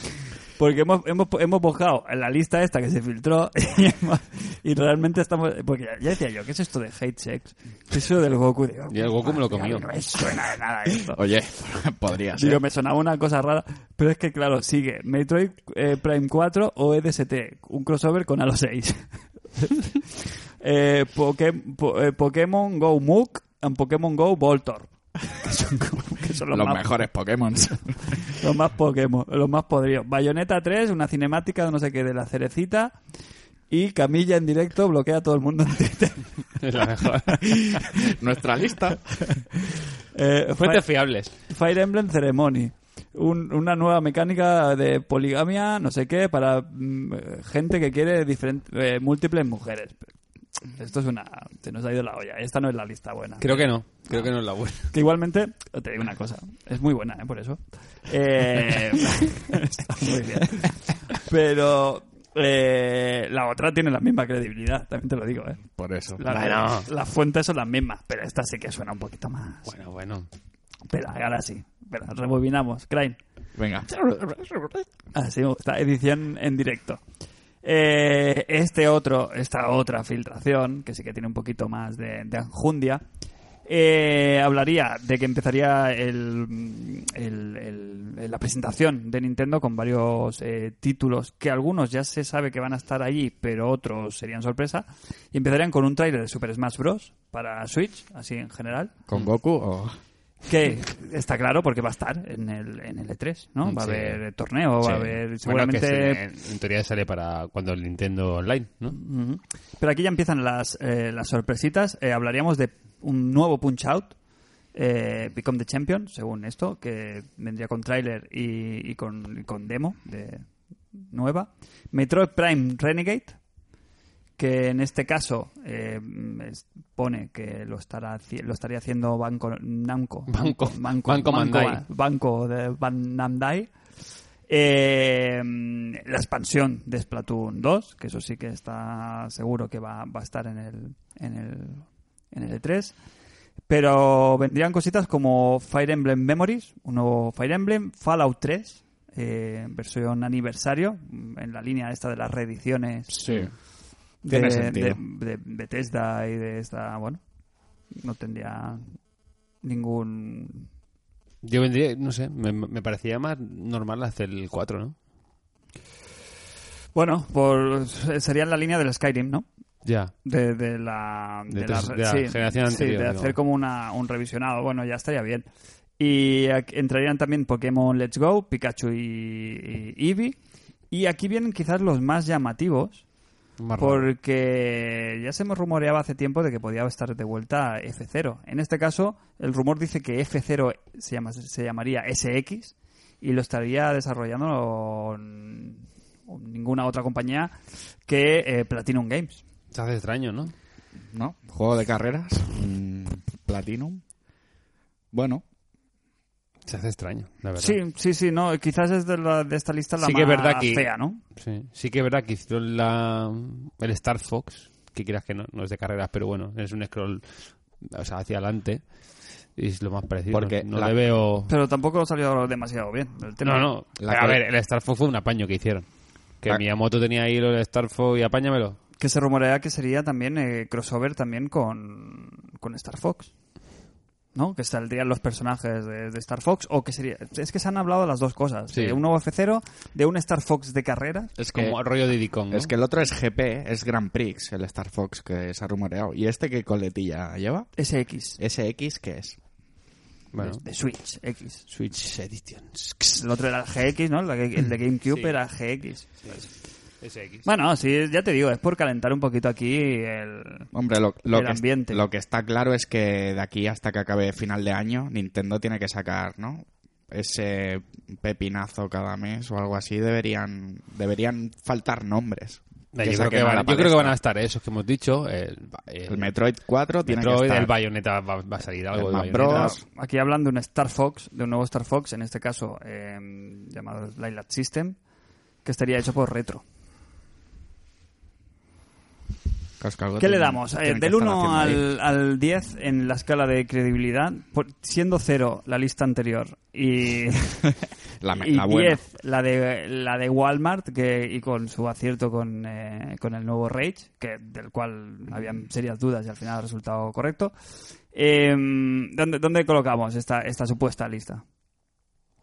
Speaker 2: Porque hemos, hemos, hemos buscado en la lista esta que se filtró y, hemos- y realmente estamos... Porque ya decía yo, ¿qué es esto de hate sex? ¿Qué es eso del Goku? Digo,
Speaker 1: Y el Goku me lo comió.
Speaker 2: No me suena de nada esto.
Speaker 3: Oye, podría
Speaker 2: Digo,
Speaker 3: ser.
Speaker 2: me sonaba una cosa rara, pero es que claro, sigue Metroid eh, Prime 4 o EDST, un crossover con Halo 6. Eh, Poké- po- eh, Pokémon Go Mook and Pokémon Go Voltor. Que son, como- que son los,
Speaker 3: Los,
Speaker 2: más,
Speaker 3: mejores Pokémon.
Speaker 2: los más Pokémon, los más podridos. Bayonetta 3, una cinemática de no sé qué de la cerecita. Y Camilla en directo bloquea a todo el mundo en Twitter.
Speaker 1: Es la mejor.
Speaker 3: Nuestra lista.
Speaker 2: Eh,
Speaker 1: Fuentes
Speaker 2: Fi-
Speaker 1: fiables.
Speaker 2: Fire Emblem Ceremony. Un- una nueva mecánica de poligamia, no sé qué, para mm, eh, gente que quiere diferent- eh, múltiples mujeres. Esto es una... Se nos ha ido la olla. Esta no es la lista buena.
Speaker 1: Creo que no. Creo que no es la buena.
Speaker 2: Que igualmente, te digo una cosa, es muy buena, ¿eh? Por eso. Eh, está muy bien. Pero eh, la otra tiene la misma credibilidad, también te lo digo, ¿eh?
Speaker 3: Por eso.
Speaker 2: La- Las fuentes son las mismas, pero esta sí que suena un poquito más.
Speaker 1: Bueno, bueno.
Speaker 2: Pero ahora sí. Pero rebobinamos, Crane.
Speaker 3: Venga.
Speaker 2: Así me gusta, edición en directo. Eh, este otro, esta otra filtración, que sí que tiene un poquito más de, de anjundia, eh, hablaría de que empezaría el- el- el- la presentación de Nintendo con varios eh, títulos, que algunos ya se sabe que van a estar allí, pero otros serían sorpresa, y empezarían con un tráiler de Super Smash Bros. para Switch, así en general,
Speaker 3: ¿Con Goku o.?
Speaker 2: que está claro porque va a estar en el, en el E3, ¿no? Va
Speaker 1: Sí.
Speaker 2: a haber eh, torneo, va a haber
Speaker 1: Bueno, que
Speaker 2: seguramente...
Speaker 1: sí, eh. en, en teoría sale para cuando el Nintendo Online, ¿no?
Speaker 2: Ujú. Pero aquí ya empiezan las, eh, las sorpresitas. Eh, hablaríamos de un nuevo Punch Out, eh, Become the Champion, según esto, que vendría con tráiler y, y con, y con demo de nueva. Metroid Prime Renegade, que en este caso eh, es- pone que lo estará haci- lo estaría haciendo Banco Namco.
Speaker 1: Banco-
Speaker 2: Banco,
Speaker 1: Banco Bandai.
Speaker 2: Banco de Ban- Namdai. Eh, la expansión de Splatoon 2, que eso sí que está seguro que va, va a estar en el, en el, en el E E3. Pero vendrían cositas como Fire Emblem Memories, un nuevo Fire Emblem, Fallout 3, eh, versión aniversario, mm, en la línea esta de las reediciones
Speaker 3: Sí.
Speaker 2: de,
Speaker 3: Tiene
Speaker 2: de,
Speaker 3: sentido.
Speaker 2: de Bethesda y de esta, bueno, no tendría ningún...
Speaker 1: Yo vendría, no sé, me, me parecía más normal hacer el 4, ¿no?
Speaker 2: Bueno, por, sería en la línea del Skyrim, ¿no?
Speaker 1: Ya.
Speaker 2: De, de la,
Speaker 1: De
Speaker 2: la,
Speaker 1: tres- de la generación
Speaker 2: sí,
Speaker 1: anterior,
Speaker 2: de
Speaker 1: digo.
Speaker 2: hacer como una, un revisionado. Bueno, ya estaría bien. Y ac- entrarían también Pokémon Let's Go, Pikachu y, y Eevee. Y aquí vienen quizás los más llamativos,
Speaker 1: Más raro.
Speaker 2: porque ya se me rumoreaba hace tiempo de que podía estar de vuelta F0. En este caso, el rumor dice que F0 se, llama, se llamaría SX y lo estaría desarrollando mm, ninguna otra compañía que eh, Platinum Games.
Speaker 1: Se hace extraño, ¿no?
Speaker 3: ¿no? Juego de carreras, mm, Platinum. Bueno,
Speaker 1: Se hace extraño, la verdad.
Speaker 2: Sí, sí, sí, no, quizás es de, la- de esta lista la
Speaker 1: Sí
Speaker 2: más
Speaker 1: que es verdad que-
Speaker 2: fea, ¿no?
Speaker 1: Sí, sí que es verdad que hicieron la, el Star Fox, que quieras que no, no es de carreras, pero bueno, es un scroll o sea, hacia adelante. Y es lo más parecido.
Speaker 3: Porque
Speaker 1: no
Speaker 3: la-
Speaker 1: le veo...
Speaker 2: Pero tampoco salió demasiado bien. El
Speaker 1: No,
Speaker 2: tema.
Speaker 1: no. pero
Speaker 3: La que- Ah.
Speaker 1: A ver, el Star Fox fue un apaño que hicieron. Que
Speaker 3: La-
Speaker 1: Miyamoto tenía ahí el Star Fox y apáñamelo.
Speaker 2: Que se rumorea que sería también eh, crossover también con, con Star Fox. ¿No? Que saldrían los personajes de, de Star Fox o que sería... Es que se han hablado las dos cosas.
Speaker 1: Sí.
Speaker 2: De un nuevo F0, de un Star Fox de carreras.
Speaker 3: es que,
Speaker 1: Como el rollo de Diddy Kong, ¿no?
Speaker 3: es que el otro es GP, es Grand Prix, el Star Fox que se ha rumoreado. ¿Y este qué coletilla lleva?
Speaker 2: SX.
Speaker 3: ¿SX qué es?
Speaker 1: Bueno,
Speaker 2: De Switch, X.
Speaker 1: Switch Editions.
Speaker 2: El otro era el GX, ¿no? El de- el de GameCube
Speaker 1: Sí.
Speaker 2: era GX.
Speaker 1: SX.
Speaker 2: Bueno, sí, ya te digo, es por calentar un poquito aquí el...
Speaker 3: Hombre, lo, lo
Speaker 2: El
Speaker 3: que es-
Speaker 2: ambiente.
Speaker 3: lo que está claro es que de aquí hasta que acabe final de año, Nintendo tiene que sacar, ¿no? Ese pepinazo cada mes o algo así deberían deberían faltar nombres.
Speaker 1: Yo,
Speaker 3: Que
Speaker 1: creo
Speaker 3: saquen
Speaker 1: que
Speaker 3: a
Speaker 1: van,
Speaker 3: la
Speaker 1: yo creo que
Speaker 3: palestra.
Speaker 1: van a estar esos que hemos dicho. El,
Speaker 3: El Metroid 4 tiene
Speaker 1: Metroid,
Speaker 3: que estar.
Speaker 1: el Bayonetta va, va a salir algo
Speaker 3: El
Speaker 1: de
Speaker 3: Mac
Speaker 1: Bayonetta.
Speaker 3: Pro.
Speaker 2: Claro,
Speaker 3: Pues-
Speaker 2: aquí hablan de un Star Fox, de un nuevo Star Fox, en este caso eh, llamado Lilac System, que estaría hecho por Retro.
Speaker 3: Casco, algo
Speaker 2: ¿Qué le
Speaker 3: tienen-
Speaker 2: damos? Eh,
Speaker 3: tienen que
Speaker 2: del
Speaker 3: estar
Speaker 2: 1
Speaker 3: haciendo ahí.
Speaker 2: al, al 10 en la escala de credibilidad, por- siendo 0 la lista anterior y,
Speaker 3: La, me-
Speaker 2: y
Speaker 3: la buena.
Speaker 2: 10 la de, la de Walmart que, y con su acierto con, eh, con el nuevo Rage, que, del cual habían serias dudas y al final ha resultado correcto. Eh, ¿dónde, ¿Dónde colocamos esta, esta supuesta lista?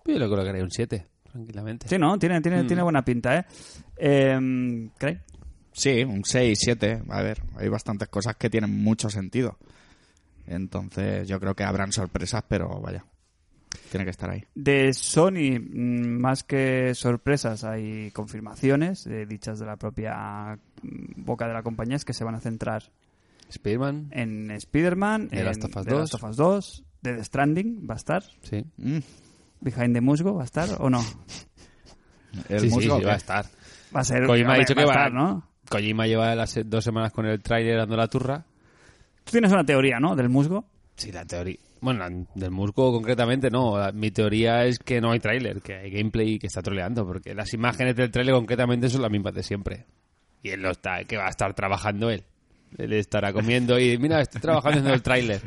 Speaker 1: Yo le colocaría un 7, tranquilamente.
Speaker 2: Sí, ¿no? Tiene, tiene,
Speaker 1: Mm.
Speaker 2: tiene buena pinta, ¿eh? eh ¿Cray?
Speaker 3: Sí, un 6, 7. A ver, hay bastantes cosas que tienen mucho sentido. Entonces, yo creo que habrán sorpresas, pero vaya. Tiene que estar ahí.
Speaker 2: De Sony, mm, más que sorpresas, hay confirmaciones eh, dichas de la propia mm, boca de la compañía, es que se van a centrar
Speaker 1: Spiderman,
Speaker 2: en Spider-Man,
Speaker 1: The
Speaker 2: en
Speaker 1: Last of Us
Speaker 2: The
Speaker 1: 2.
Speaker 2: Last of Us 2, de The Stranding, ¿va a estar?
Speaker 1: sí.
Speaker 3: Mm.
Speaker 2: ¿Behind the Musgo va a estar o no?
Speaker 3: El
Speaker 1: sí, sí,
Speaker 3: musgo,
Speaker 1: sí, va a
Speaker 3: ¿qué?
Speaker 1: estar.
Speaker 2: Va a ser...
Speaker 1: Kojima Pues ha
Speaker 2: hombre,
Speaker 1: dicho que
Speaker 2: a
Speaker 1: va-
Speaker 2: estar, ¿no?
Speaker 1: Kojima lleva las eh, dos semanas con el tráiler dando la turra.
Speaker 2: Tú tienes una teoría, ¿no? Del musgo.
Speaker 1: Sí, la teoría. Bueno, la- del Musco concretamente no. La- Mi teoría es que no hay tráiler, que hay gameplay que está troleando, porque las imágenes del tráiler concretamente son las mismas de siempre. Y él lo está, que va a estar trabajando él. Él estará comiendo y mira, estoy trabajando en el tráiler.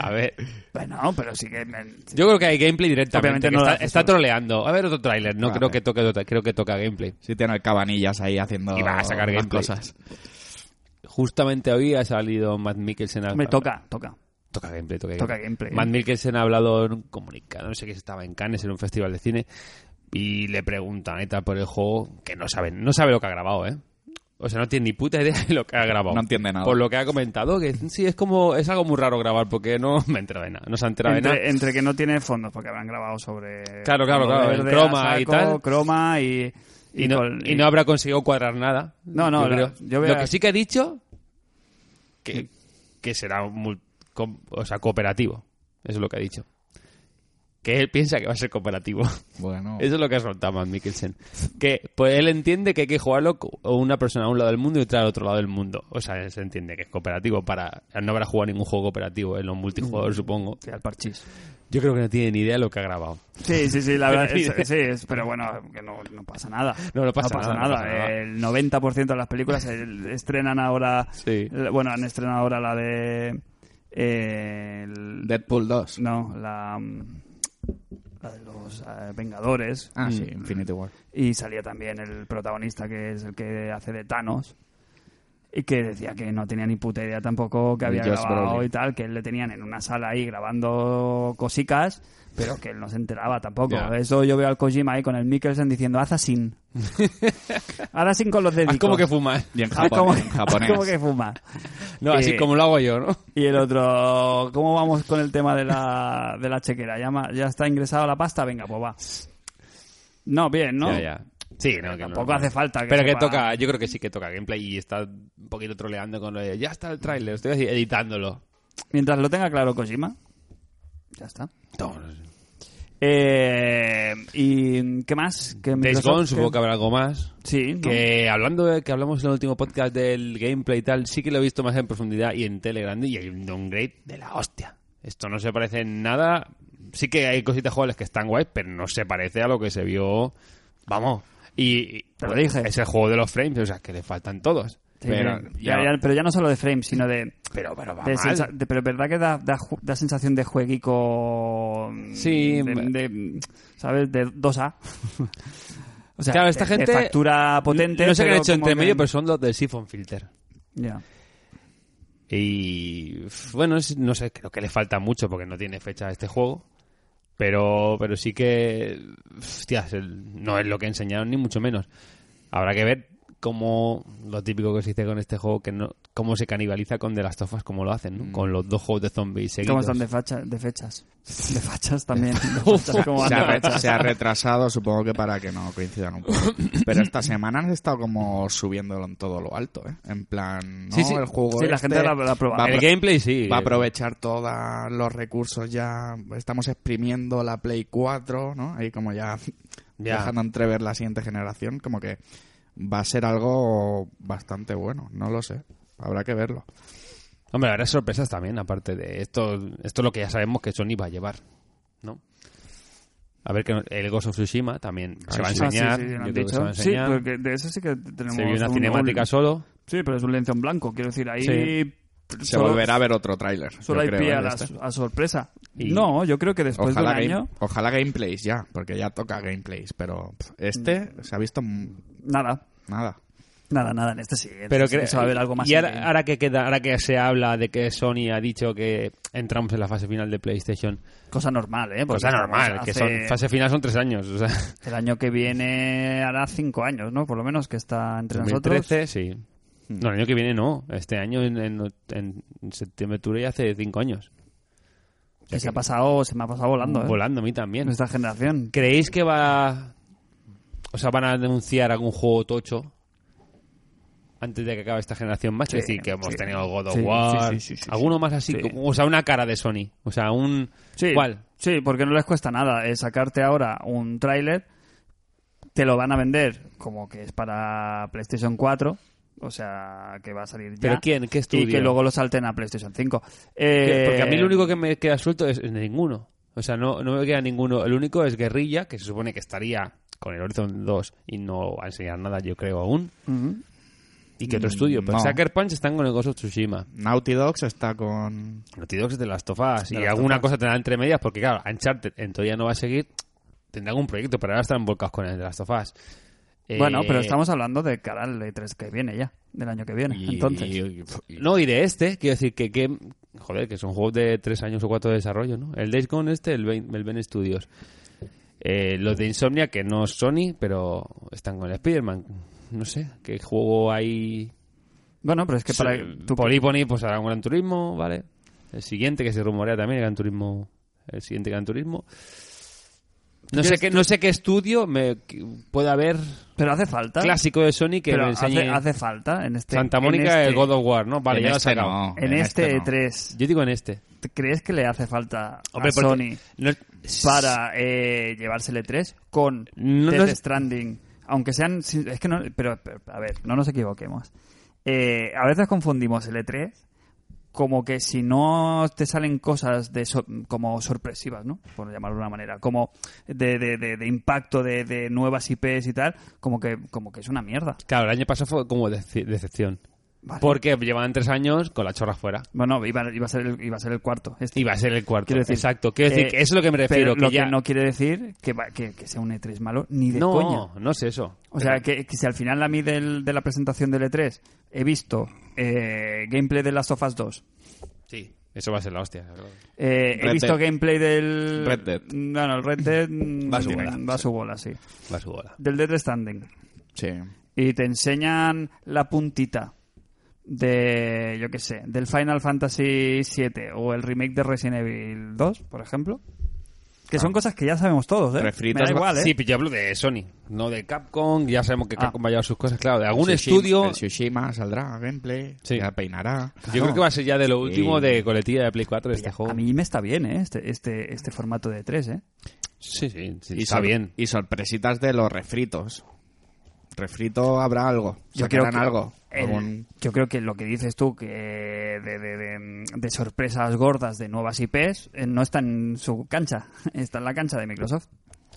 Speaker 1: A ver,
Speaker 2: Bueno, pero sí que... me- sí.
Speaker 1: yo creo que hay gameplay directamente.
Speaker 2: Obviamente
Speaker 1: que
Speaker 2: no lo
Speaker 1: está,
Speaker 2: hace
Speaker 1: está
Speaker 2: solo.
Speaker 1: troleando. A ver otro tráiler. No
Speaker 3: Vale.
Speaker 1: creo que toque, otro- creo que toca gameplay.
Speaker 3: Sí, tiene el cabanillas ahí haciendo
Speaker 1: Y va a sacar
Speaker 3: más
Speaker 1: gameplay.
Speaker 3: cosas.
Speaker 1: Justamente hoy ha salido Matt Mikkelsen. a-
Speaker 2: Hombre, toca, toca.
Speaker 1: Toca gameplay, toca,
Speaker 2: Toca gameplay.
Speaker 1: Matt Mikkelsen ha hablado en un comunicado, no sé qué estaba en Cannes, en un festival de cine, y le preguntan y tal por el juego, que no saben, no sabe lo que ha grabado, ¿eh? O sea, no tiene ni puta idea de lo que ha grabado.
Speaker 3: No entiende nada.
Speaker 1: Por lo que ha comentado, que sí, es como, es algo muy raro grabar, porque no me entera de nada, no se ha enterado de nada.
Speaker 2: Entre, entre que no tiene fondos, porque habrán grabado sobre.
Speaker 1: Claro, claro,
Speaker 2: fondo
Speaker 1: claro, el
Speaker 2: verde,
Speaker 1: croma
Speaker 2: a
Speaker 1: y tal.
Speaker 2: Croma y.
Speaker 1: Y no,
Speaker 2: col-
Speaker 1: y no habrá conseguido cuadrar nada.
Speaker 2: No, no,
Speaker 1: yo creo.
Speaker 2: no, yo veo- Mm.
Speaker 1: Lo que sí que ha dicho, que, que será un mul- com- o sea, cooperativo. Eso es lo que ha dicho. Que él piensa que va a ser cooperativo.
Speaker 3: Bueno,
Speaker 1: Eso es lo que ha soltado Matt Mikkelsen. Que pues él entiende que hay que jugarlo co- una persona a un lado del mundo y otra al otro lado del mundo. O sea, él se entiende que es cooperativo para... No habrá jugado ningún juego cooperativo en los multijugadores, supongo.
Speaker 2: Sí, al parchís.
Speaker 1: Yo creo que no tiene ni idea de lo que ha grabado.
Speaker 2: Sí, sí, sí, la verdad.
Speaker 1: Ni
Speaker 2: es-
Speaker 1: idea.
Speaker 2: sí, es- pero bueno, que no, no pasa nada.
Speaker 1: No, no pasa nada, no pasa nada.
Speaker 2: El 90% de las películas el- estrenan ahora.
Speaker 1: Sí.
Speaker 2: el- Bueno, han estrenado ahora la de. eh, el-
Speaker 3: Deadpool 2.
Speaker 2: no, la. mm, La de los eh, Vengadores.
Speaker 3: Ah, sí, Infinity War.
Speaker 2: Y salía también el protagonista que es el que hace de Thanos. y que decía que no tenía ni puta idea tampoco que
Speaker 3: De
Speaker 2: había
Speaker 3: Josh
Speaker 2: grabado
Speaker 3: Brolin.
Speaker 2: y tal, que él le tenían en una sala ahí grabando cositas, pero que él no se enteraba tampoco.
Speaker 1: Ya.
Speaker 2: Eso yo veo al Kojima ahí con el Mikkelsen diciendo Assassin. Assassin con los deditos.
Speaker 1: Haz como que fumas.
Speaker 3: Y en,
Speaker 2: Haz como-
Speaker 3: japonés, en japonés.
Speaker 2: como que fuma.
Speaker 1: No, así
Speaker 2: Eh,
Speaker 1: como lo hago yo, ¿no?
Speaker 2: Y el otro, ¿cómo vamos con el tema de la, de la chequera? ¿Ya, ma- ¿Ya está ingresada la pasta? Venga, pues va. No, bien, ¿no?
Speaker 1: Ya, ya. Sí, no, que no,
Speaker 2: Tampoco
Speaker 1: no.
Speaker 2: hace falta que
Speaker 1: Pero que
Speaker 2: sepa-
Speaker 1: toca, yo creo que sí que toca gameplay y está un poquito troleando con lo de ya está el tráiler, estoy así editándolo.
Speaker 2: Mientras lo tenga claro Kojima, ya está.
Speaker 1: No, no sé.
Speaker 2: Eh, ¿Y qué más? ¿Qué
Speaker 1: Days
Speaker 2: Microsoft?
Speaker 1: Gone,
Speaker 2: ¿Qué?
Speaker 1: supongo que habrá algo más.
Speaker 2: Sí, ¿no?
Speaker 1: Que hablando de que hablamos en el último podcast del gameplay y tal, sí que lo he visto más en profundidad y en Telegram y hay un downgrade de la hostia. Esto no se parece en nada. Sí que hay cositas jugables que están guays, pero no se parece a lo que se vio. Vamos. Y, y-
Speaker 2: Te lo dije.
Speaker 1: Es el juego de los frames, o sea, que le faltan todos.
Speaker 2: Sí,
Speaker 1: pero,
Speaker 2: ya-
Speaker 1: ya-
Speaker 2: ya- pero ya no solo de frame, sino de...
Speaker 1: pero, pero va
Speaker 2: de
Speaker 1: mal.
Speaker 2: sensa- de- pero verdad que da, da, ju- da sensación de jueguico...
Speaker 1: Sí,
Speaker 2: de- de- ¿Sabes? De 2A. O sea,
Speaker 1: Claro, esta
Speaker 2: de- de
Speaker 1: gente-
Speaker 2: factura potente.
Speaker 1: No sé qué han
Speaker 2: pero
Speaker 1: hecho
Speaker 2: como
Speaker 1: entre
Speaker 2: que-
Speaker 1: medio, pero son los del Siphon Filter.
Speaker 2: Ya.
Speaker 1: Y f- bueno, es- no sé, creo que le falta mucho porque no tiene fecha a este juego. Pero, pero sí que, hostias, el- no es lo que enseñaron ni mucho menos. Habrá que ver cómo, lo típico que se dice con este juego, que no, cómo se canibaliza con The Last of Us, como lo hacen, ¿no?
Speaker 2: Mm.
Speaker 1: Con los dos juegos de zombies seguidos.
Speaker 2: ¿Cómo están de, facha- de fechas? De fachas también. De fachas, ¿cómo van
Speaker 3: se,
Speaker 2: de
Speaker 3: ha re-
Speaker 2: fachas?
Speaker 3: se ha retrasado, supongo que para que no coincidan un poco. Pero esta semana han estado como subiéndolo en todo lo alto, ¿eh? En plan, ¿no?
Speaker 1: Sí, sí.
Speaker 3: el juego
Speaker 2: Sí, la
Speaker 3: este
Speaker 2: gente la- la ha probado.
Speaker 3: va a
Speaker 1: El
Speaker 3: pro-
Speaker 1: gameplay sí.
Speaker 3: va a aprovechar todos los recursos ya. Estamos exprimiendo la Play 4, ¿no? Ahí como ya,
Speaker 1: Ya.
Speaker 3: dejando entrever la siguiente generación, como que va a ser algo bastante bueno, no lo sé. Habrá que verlo.
Speaker 1: Hombre, habrá sorpresas también, aparte de esto. Esto es lo que ya sabemos que Sony va a llevar, ¿no? A ver, que no- el Ghost of Tsushima también se va a
Speaker 2: Ah, sí,
Speaker 1: enseñar.
Speaker 2: sí, sí, lo
Speaker 1: yo
Speaker 2: han
Speaker 1: creo que se va a
Speaker 2: dicho. Sí,
Speaker 1: enseñar.
Speaker 2: porque de eso sí que tenemos.
Speaker 1: se vio una
Speaker 2: un-
Speaker 1: cinemática
Speaker 2: un-
Speaker 1: solo.
Speaker 2: Sí, pero es un lienzo en blanco. Quiero decir, ahí.
Speaker 1: Sí.
Speaker 3: Se
Speaker 2: solo-
Speaker 3: volverá a ver otro tráiler. yo
Speaker 2: Solo hay
Speaker 3: creo,
Speaker 2: pie a,
Speaker 3: ¿eh?
Speaker 2: la-
Speaker 3: Este.
Speaker 2: a sorpresa.
Speaker 1: Y-
Speaker 2: No, yo creo que después
Speaker 3: ojalá,
Speaker 2: de un
Speaker 3: game-
Speaker 2: año.
Speaker 3: ojalá gameplays ya, porque ya toca gameplays, pero pff, este se ha visto m-
Speaker 2: Nada.
Speaker 3: nada.
Speaker 2: Nada, nada. En este sí. en
Speaker 1: Pero
Speaker 2: este sí
Speaker 1: que,
Speaker 2: se va a ver algo más.
Speaker 1: Y
Speaker 2: en-
Speaker 1: ahora, ahora que queda, ahora que se habla de que Sony ha dicho que entramos en la fase final de PlayStation,
Speaker 2: Cosa normal, ¿eh? Porque
Speaker 1: cosa normal,
Speaker 2: hace-
Speaker 1: que son fase final son tres años, o sea,
Speaker 2: El año que viene hará cinco años, ¿no? Por lo menos que está entre nosotros.
Speaker 1: 2013, sí.
Speaker 2: Hmm.
Speaker 1: No, el año que viene no, este año en, en- en septiembre octubre ya hace cinco años.
Speaker 2: Que se ha pasado, se me ha pasado volando, ¿eh?
Speaker 1: Volando a mí
Speaker 2: En
Speaker 1: también.
Speaker 2: esta generación.
Speaker 1: ¿Creéis que va, o sea, van a denunciar algún juego tocho? Antes de que acabe esta generación más,
Speaker 2: Sí,
Speaker 1: es decir, que hemos
Speaker 2: sí.
Speaker 1: tenido God of
Speaker 2: Sí, sí,
Speaker 1: War,
Speaker 2: sí, sí, sí, sí.
Speaker 1: alguno más así,
Speaker 2: Sí.
Speaker 1: como- o sea, una cara de Sony, o sea, un...
Speaker 2: Sí,
Speaker 1: ¿Cuál?
Speaker 2: Sí, porque no les cuesta nada eh, sacarte ahora un tráiler, te lo van a vender como que es para PlayStation 4, o sea, que va a salir ya.
Speaker 1: ¿Pero quién? ¿Qué estudio?
Speaker 2: Y que luego lo salten a PlayStation 5. Eh,
Speaker 1: Porque a mí lo único que me queda suelto es ninguno. O sea, no, no me queda ninguno. El único es Guerrilla, que se supone que estaría con el Horizon 2 y no va a enseñar nada, yo creo, aún.
Speaker 2: Ujú.
Speaker 1: Y
Speaker 2: Mm,
Speaker 1: que otro estudio. Pero
Speaker 3: no.
Speaker 1: Sucker Punch están con el Ghost of Tsushima.
Speaker 3: Naughty Dogs está con
Speaker 1: Naughty Dogs de las tofas.
Speaker 3: De
Speaker 1: Y
Speaker 3: Last of
Speaker 1: alguna
Speaker 3: Us.
Speaker 1: cosa tendrán entre medias, porque claro, Uncharted en teoría no va a seguir. Tendrán un proyecto, pero ahora están volcados con el de las tofas. Eh,
Speaker 2: Bueno, pero estamos hablando de cara al E3 que viene ya, del año que viene. Entonces,
Speaker 1: No, y de este, quiero decir que, que- Joder, que son juegos de tres años o cuatro de desarrollo, ¿no? El Days Gone este, el Ben, el Ben Studios. Eh, los de Insomnia, que no es Sony, pero están con el Spider-Man. No sé, ¿qué juego hay?
Speaker 2: bueno, pero es que para. tú-
Speaker 1: Polypony, pues hará un Gran Turismo, ¿vale? El siguiente que se rumorea también, el Gran Turismo... El siguiente Gran Turismo. No sé, qué, no sé qué estudio me que puede haber
Speaker 2: pero hace falta.
Speaker 1: clásico de Sony que
Speaker 2: pero
Speaker 1: me enseñe
Speaker 2: hace, hace falta en este.
Speaker 1: Santa
Speaker 2: en
Speaker 1: Mónica
Speaker 2: este-
Speaker 1: el God of War, ¿no? Vale,
Speaker 3: en
Speaker 1: ya lo he
Speaker 3: este
Speaker 1: sacado.
Speaker 3: no,
Speaker 2: En, este,
Speaker 3: no.
Speaker 2: E3,
Speaker 1: Yo digo en este.
Speaker 2: ¿te ¿crees que le hace falta
Speaker 1: Hombre, pues,
Speaker 2: a
Speaker 1: porque-
Speaker 2: Sony?
Speaker 1: no-
Speaker 2: para eh, llevársele tres con
Speaker 1: No,
Speaker 2: Death
Speaker 1: no es-
Speaker 2: Stranding. Aunque sean. sin- Es que no. Pero, pero, a ver, no nos equivoquemos. Eh, a veces confundimos el E3 como que si no te salen cosas de so- como sorpresivas, ¿no? Por llamarlo de una manera, como de, de- de- de impacto de, de nuevas IPs y tal, como que como que es una mierda.
Speaker 1: Claro, el año pasado fue como dece- decepción.
Speaker 2: Vale.
Speaker 1: Porque llevan tres años con la chorra fuera.
Speaker 2: Bueno, iba, iba a ser el, iba a ser el cuarto. Este.
Speaker 1: Y va a ser el cuarto.
Speaker 2: Quiero decir,
Speaker 1: Exacto. Quiero decir,
Speaker 2: eh,
Speaker 1: que eso es lo que me refiero.
Speaker 2: Pero lo
Speaker 1: que
Speaker 2: que
Speaker 1: ya...
Speaker 2: no quiere decir que, va- que, que sea un E3 malo, ni de
Speaker 1: no,
Speaker 2: coña.
Speaker 1: no es eso.
Speaker 2: O sea, que, que si al final a mí del- de la presentación del E3 he visto eh, gameplay de Last of Us 2,
Speaker 1: Sí. Eso va a ser la hostia. la verdad.
Speaker 2: eh, he
Speaker 3: Red
Speaker 2: visto
Speaker 3: Dead.
Speaker 2: gameplay del...
Speaker 3: Red Dead.
Speaker 2: No, no, el Red Dead... mm,
Speaker 1: Va a su
Speaker 2: tiene-
Speaker 1: bola,
Speaker 2: Va a su bola, sí.
Speaker 1: Va a su bola.
Speaker 2: Del Dead Standing.
Speaker 3: Sí.
Speaker 2: Y te enseñan la puntita de, yo qué sé, del Final Fantasy VII o el remake de Resident Evil 2, por ejemplo. Que son cosas que ya sabemos todos, ¿eh?
Speaker 3: Refritos
Speaker 2: Me da
Speaker 3: va-
Speaker 2: igual, ¿eh?
Speaker 1: Sí, pero yo hablo de Sony, no de Capcom. Ya sabemos que
Speaker 2: Ah.
Speaker 1: Capcom va a llevar sus cosas, claro. De algún
Speaker 3: El Tsushima-
Speaker 1: estudio.
Speaker 3: El Tsushima saldrá, gameplay,
Speaker 1: Sí.
Speaker 3: ya peinará.
Speaker 1: Yo creo que va a ser ya de lo último
Speaker 3: Sí.
Speaker 1: de coletilla de Play 4 de este juego.
Speaker 2: A mí me está bien, ¿eh? Este, este, este formato de 3, ¿eh?
Speaker 1: Sí, sí, sí,
Speaker 3: Y
Speaker 1: está
Speaker 3: sor-
Speaker 1: bien.
Speaker 3: Y sorpresitas de los refritos. Refrito habrá algo. Sacarán algo.
Speaker 2: el-
Speaker 3: Algún-
Speaker 2: yo creo que lo que dices tú, que de, de- de- de sorpresas gordas de nuevas IPs, eh, no está en su cancha, está en la cancha de Microsoft.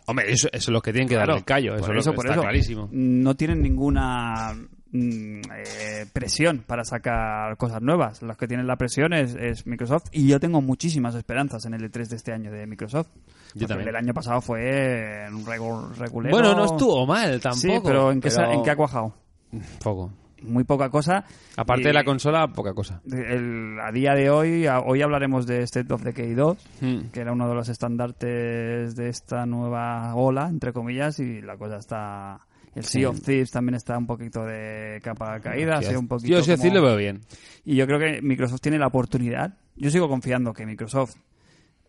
Speaker 1: Hombre, eso, eso es lo que tienen que darle el callo. Eso,
Speaker 2: por
Speaker 1: es lo
Speaker 2: eso,
Speaker 1: que
Speaker 2: por
Speaker 1: está
Speaker 2: eso. Mm,
Speaker 1: clarísimo.
Speaker 2: No tienen ninguna mm, eh, presión para sacar cosas nuevas. Los que tienen la presión es, es Microsoft y yo tengo muchísimas esperanzas en el E3 de este año de Microsoft. Porque
Speaker 1: también.
Speaker 2: El del año pasado fue un regu- regulero.
Speaker 1: Bueno, no estuvo mal tampoco.
Speaker 2: Sí, pero ¿en qué, sa- ¿en qué ha cuajado?
Speaker 1: Poco.
Speaker 2: Muy poca cosa.
Speaker 1: Aparte
Speaker 2: Y-
Speaker 1: de la consola, poca cosa.
Speaker 2: el- a día de hoy, a- hoy hablaremos de State of Decay 2,
Speaker 1: Hmm.
Speaker 2: que era uno de los estandartes de esta nueva ola, entre comillas, y la cosa está... El Sea of Thieves también está un poquito de capa caída, ha
Speaker 1: Sí,
Speaker 2: sido un poquito
Speaker 1: Yo sí
Speaker 2: como-
Speaker 1: decir lo veo bien.
Speaker 2: Y yo creo que Microsoft tiene la oportunidad. Yo sigo confiando que Microsoft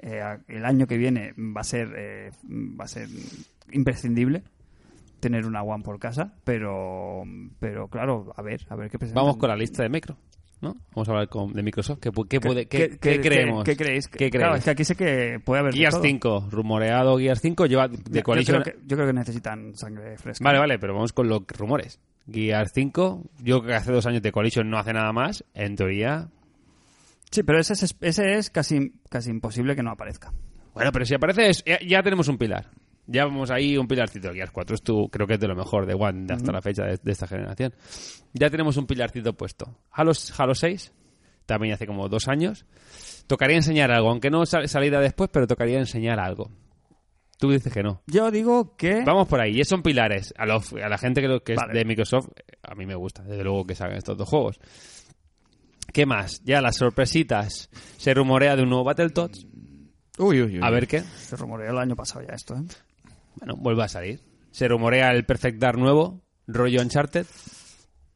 Speaker 2: eh, a- el año que viene va a ser eh, va a ser imprescindible tener una One por casa, pero pero claro, a ver, a ver qué presentan.
Speaker 1: Vamos con la lista de micro, ¿no? Vamos a hablar con, de Microsoft. ¿Qué, pu- qué puede- qué-
Speaker 2: Mm. ¿Qué-
Speaker 1: qué
Speaker 2: qué-
Speaker 1: creemos?
Speaker 2: ¿Qué, qué creéis?
Speaker 1: ¿Qué
Speaker 2: Claro,
Speaker 1: creéis?
Speaker 2: es que aquí sé que puede haber de
Speaker 1: Gears
Speaker 2: todo.
Speaker 1: 5, rumoreado Gears 5, lleva de
Speaker 2: Yo- yo, creo
Speaker 1: coalición...
Speaker 2: que, yo creo que necesitan sangre fresca.
Speaker 1: Vale, vale, pero vamos con los rumores. Gears 5, yo creo que hace dos años de Collision no hace nada más, en teoría...
Speaker 2: Sí, pero ese es, ese es casi, casi imposible que no aparezca.
Speaker 1: Bueno, pero si aparece, es- ya, ya tenemos un pilar. Ya vamos ahí, un pilarcito. Gears 4 es tu- creo que es de lo mejor de One de hasta la fecha de, de esta generación. Ya tenemos un pilarcito puesto. Halo, Halo 6, también hace como dos años. Tocaría enseñar algo, aunque no sal- salida después, pero tocaría enseñar algo. Tú dices que no.
Speaker 2: Yo digo que...
Speaker 1: Vamos por ahí, y son pilares. A, los- a la gente que, lo- que es
Speaker 2: Vale.
Speaker 1: de Microsoft, eh, a mí me gusta, desde luego que salgan estos dos juegos. ¿Qué más? Ya las sorpresitas. Se rumorea de un nuevo Battletoads.
Speaker 3: Uy, uy, uy.
Speaker 1: A ver qué.
Speaker 2: Se rumoreó el año pasado ya esto, ¿eh?
Speaker 1: Bueno, vuelve a salir. Se rumorea el Perfect Dark nuevo, rollo Uncharted.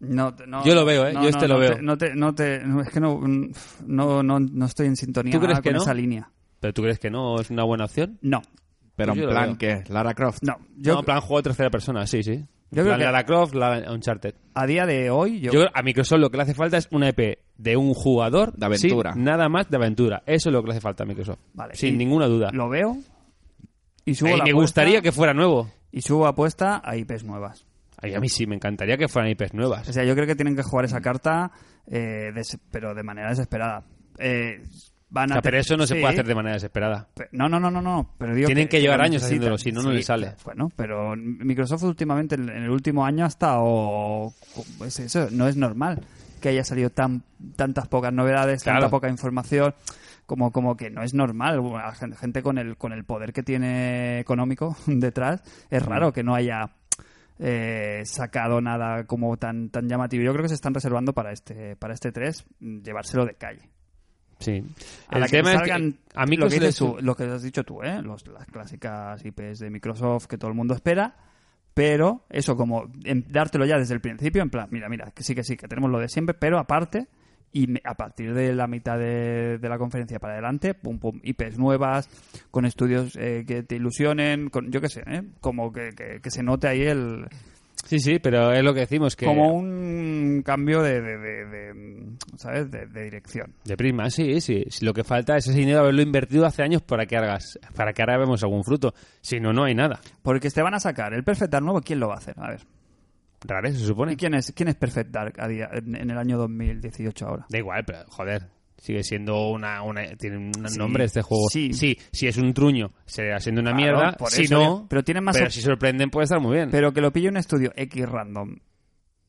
Speaker 2: No, te- no-
Speaker 1: Yo lo veo, ¿eh?
Speaker 2: no,
Speaker 1: Yo
Speaker 2: no,
Speaker 1: este lo
Speaker 2: no
Speaker 1: veo.
Speaker 2: te- no te, no te, no, es que no, mm, no, no, no estoy en sintonía
Speaker 1: ¿Tú crees
Speaker 2: con
Speaker 1: que no?
Speaker 2: esa línea.
Speaker 1: ¿Pero tú crees que no es una buena opción?
Speaker 2: No,
Speaker 3: Pero en
Speaker 1: Yo lo
Speaker 3: plan,
Speaker 1: veo.
Speaker 3: ¿qué? Lara Croft.
Speaker 2: no. Yo
Speaker 1: no, en plan juego de tercera persona, sí, sí.
Speaker 2: Yo
Speaker 1: En
Speaker 2: creo
Speaker 1: plan
Speaker 2: que-
Speaker 1: Lara Croft, la Uncharted.
Speaker 2: a día de hoy, yo,
Speaker 1: Yo creo que a Microsoft lo que le hace falta es una EP de un jugador.
Speaker 3: De aventura.
Speaker 1: sin nada más de aventura. Eso es lo que le hace falta a Microsoft.
Speaker 2: Vale,
Speaker 1: Sin
Speaker 2: y
Speaker 1: ninguna duda.
Speaker 2: lo veo y subo
Speaker 1: Y
Speaker 2: la
Speaker 1: me
Speaker 2: apuesta-
Speaker 1: gustaría que fuera nuevo.
Speaker 2: y subo apuesta a IPs nuevas.
Speaker 1: Ay, a mí sí, me encantaría que fueran IPs nuevas.
Speaker 2: O sea, yo creo que tienen que jugar esa carta, eh, des- pero de manera desesperada. Eh, van a
Speaker 1: O sea, pero
Speaker 2: te-
Speaker 1: eso no se
Speaker 2: sí,
Speaker 1: puede hacer de manera desesperada.
Speaker 2: pe- No, no, no, no, no. Pero digo
Speaker 1: Tienen que llevar
Speaker 2: lo
Speaker 1: años
Speaker 2: necesitan.
Speaker 1: haciéndolo, si no, no
Speaker 2: Sí,
Speaker 1: les sale.
Speaker 2: Bueno, pero Microsoft últimamente, en en el último año, ha estado... pues eso no es normal que haya salido tan tantas pocas novedades, tanta
Speaker 1: Claro.
Speaker 2: poca información, como como que no es normal. La gen- gente con el con el poder que tiene económico detrás, es
Speaker 1: Mm.
Speaker 2: raro que no haya eh, sacado nada como tan tan llamativo. Yo creo que se están reservando para este para este 3 mm, llevárselo de calle.
Speaker 1: Sí.
Speaker 2: A
Speaker 1: el
Speaker 2: la que
Speaker 1: tema
Speaker 2: te
Speaker 1: es
Speaker 2: salgan
Speaker 1: que a mí
Speaker 2: lo que, dices tú- lo que has dicho tú, ¿eh? Los- las clásicas IPs de Microsoft que todo el mundo espera, pero eso como en- dártelo ya desde el principio, en plan, mira, mira, que sí, que sí, que tenemos lo de siempre, pero aparte, y me- a partir de la mitad de, de la conferencia para adelante, pum, pum, IPs nuevas, con estudios eh, que te ilusionen, con, yo qué sé, ¿eh? Como que, que- que se note ahí el...
Speaker 1: Sí, sí, pero es lo que decimos que...
Speaker 2: Como un cambio de, de- de- de, ¿sabes? De- de dirección.
Speaker 1: De prima, sí, sí. Si Lo que falta es ese dinero haberlo invertido hace años para que hagas, para que ahora vemos algún fruto. Si no, no hay nada.
Speaker 2: Porque te van a sacar el Perfect Dark nuevo, ¿quién lo va a hacer? A ver.
Speaker 1: Raro, se
Speaker 2: ¿Y
Speaker 1: supone.
Speaker 2: quién es, quién es Perfect Dark a día- en, en el año 2018 ahora?
Speaker 1: Da igual, pero joder, sigue siendo una, una- tiene un
Speaker 2: Sí,
Speaker 1: nombre este juego.
Speaker 2: sí.
Speaker 1: si es un truño, será siendo una
Speaker 2: Claro,
Speaker 1: mierda.
Speaker 2: por
Speaker 1: si
Speaker 2: eso,
Speaker 1: no,
Speaker 2: pero tiene más op-
Speaker 1: si sorprenden puede estar muy bien.
Speaker 2: Pero que lo pille un estudio X random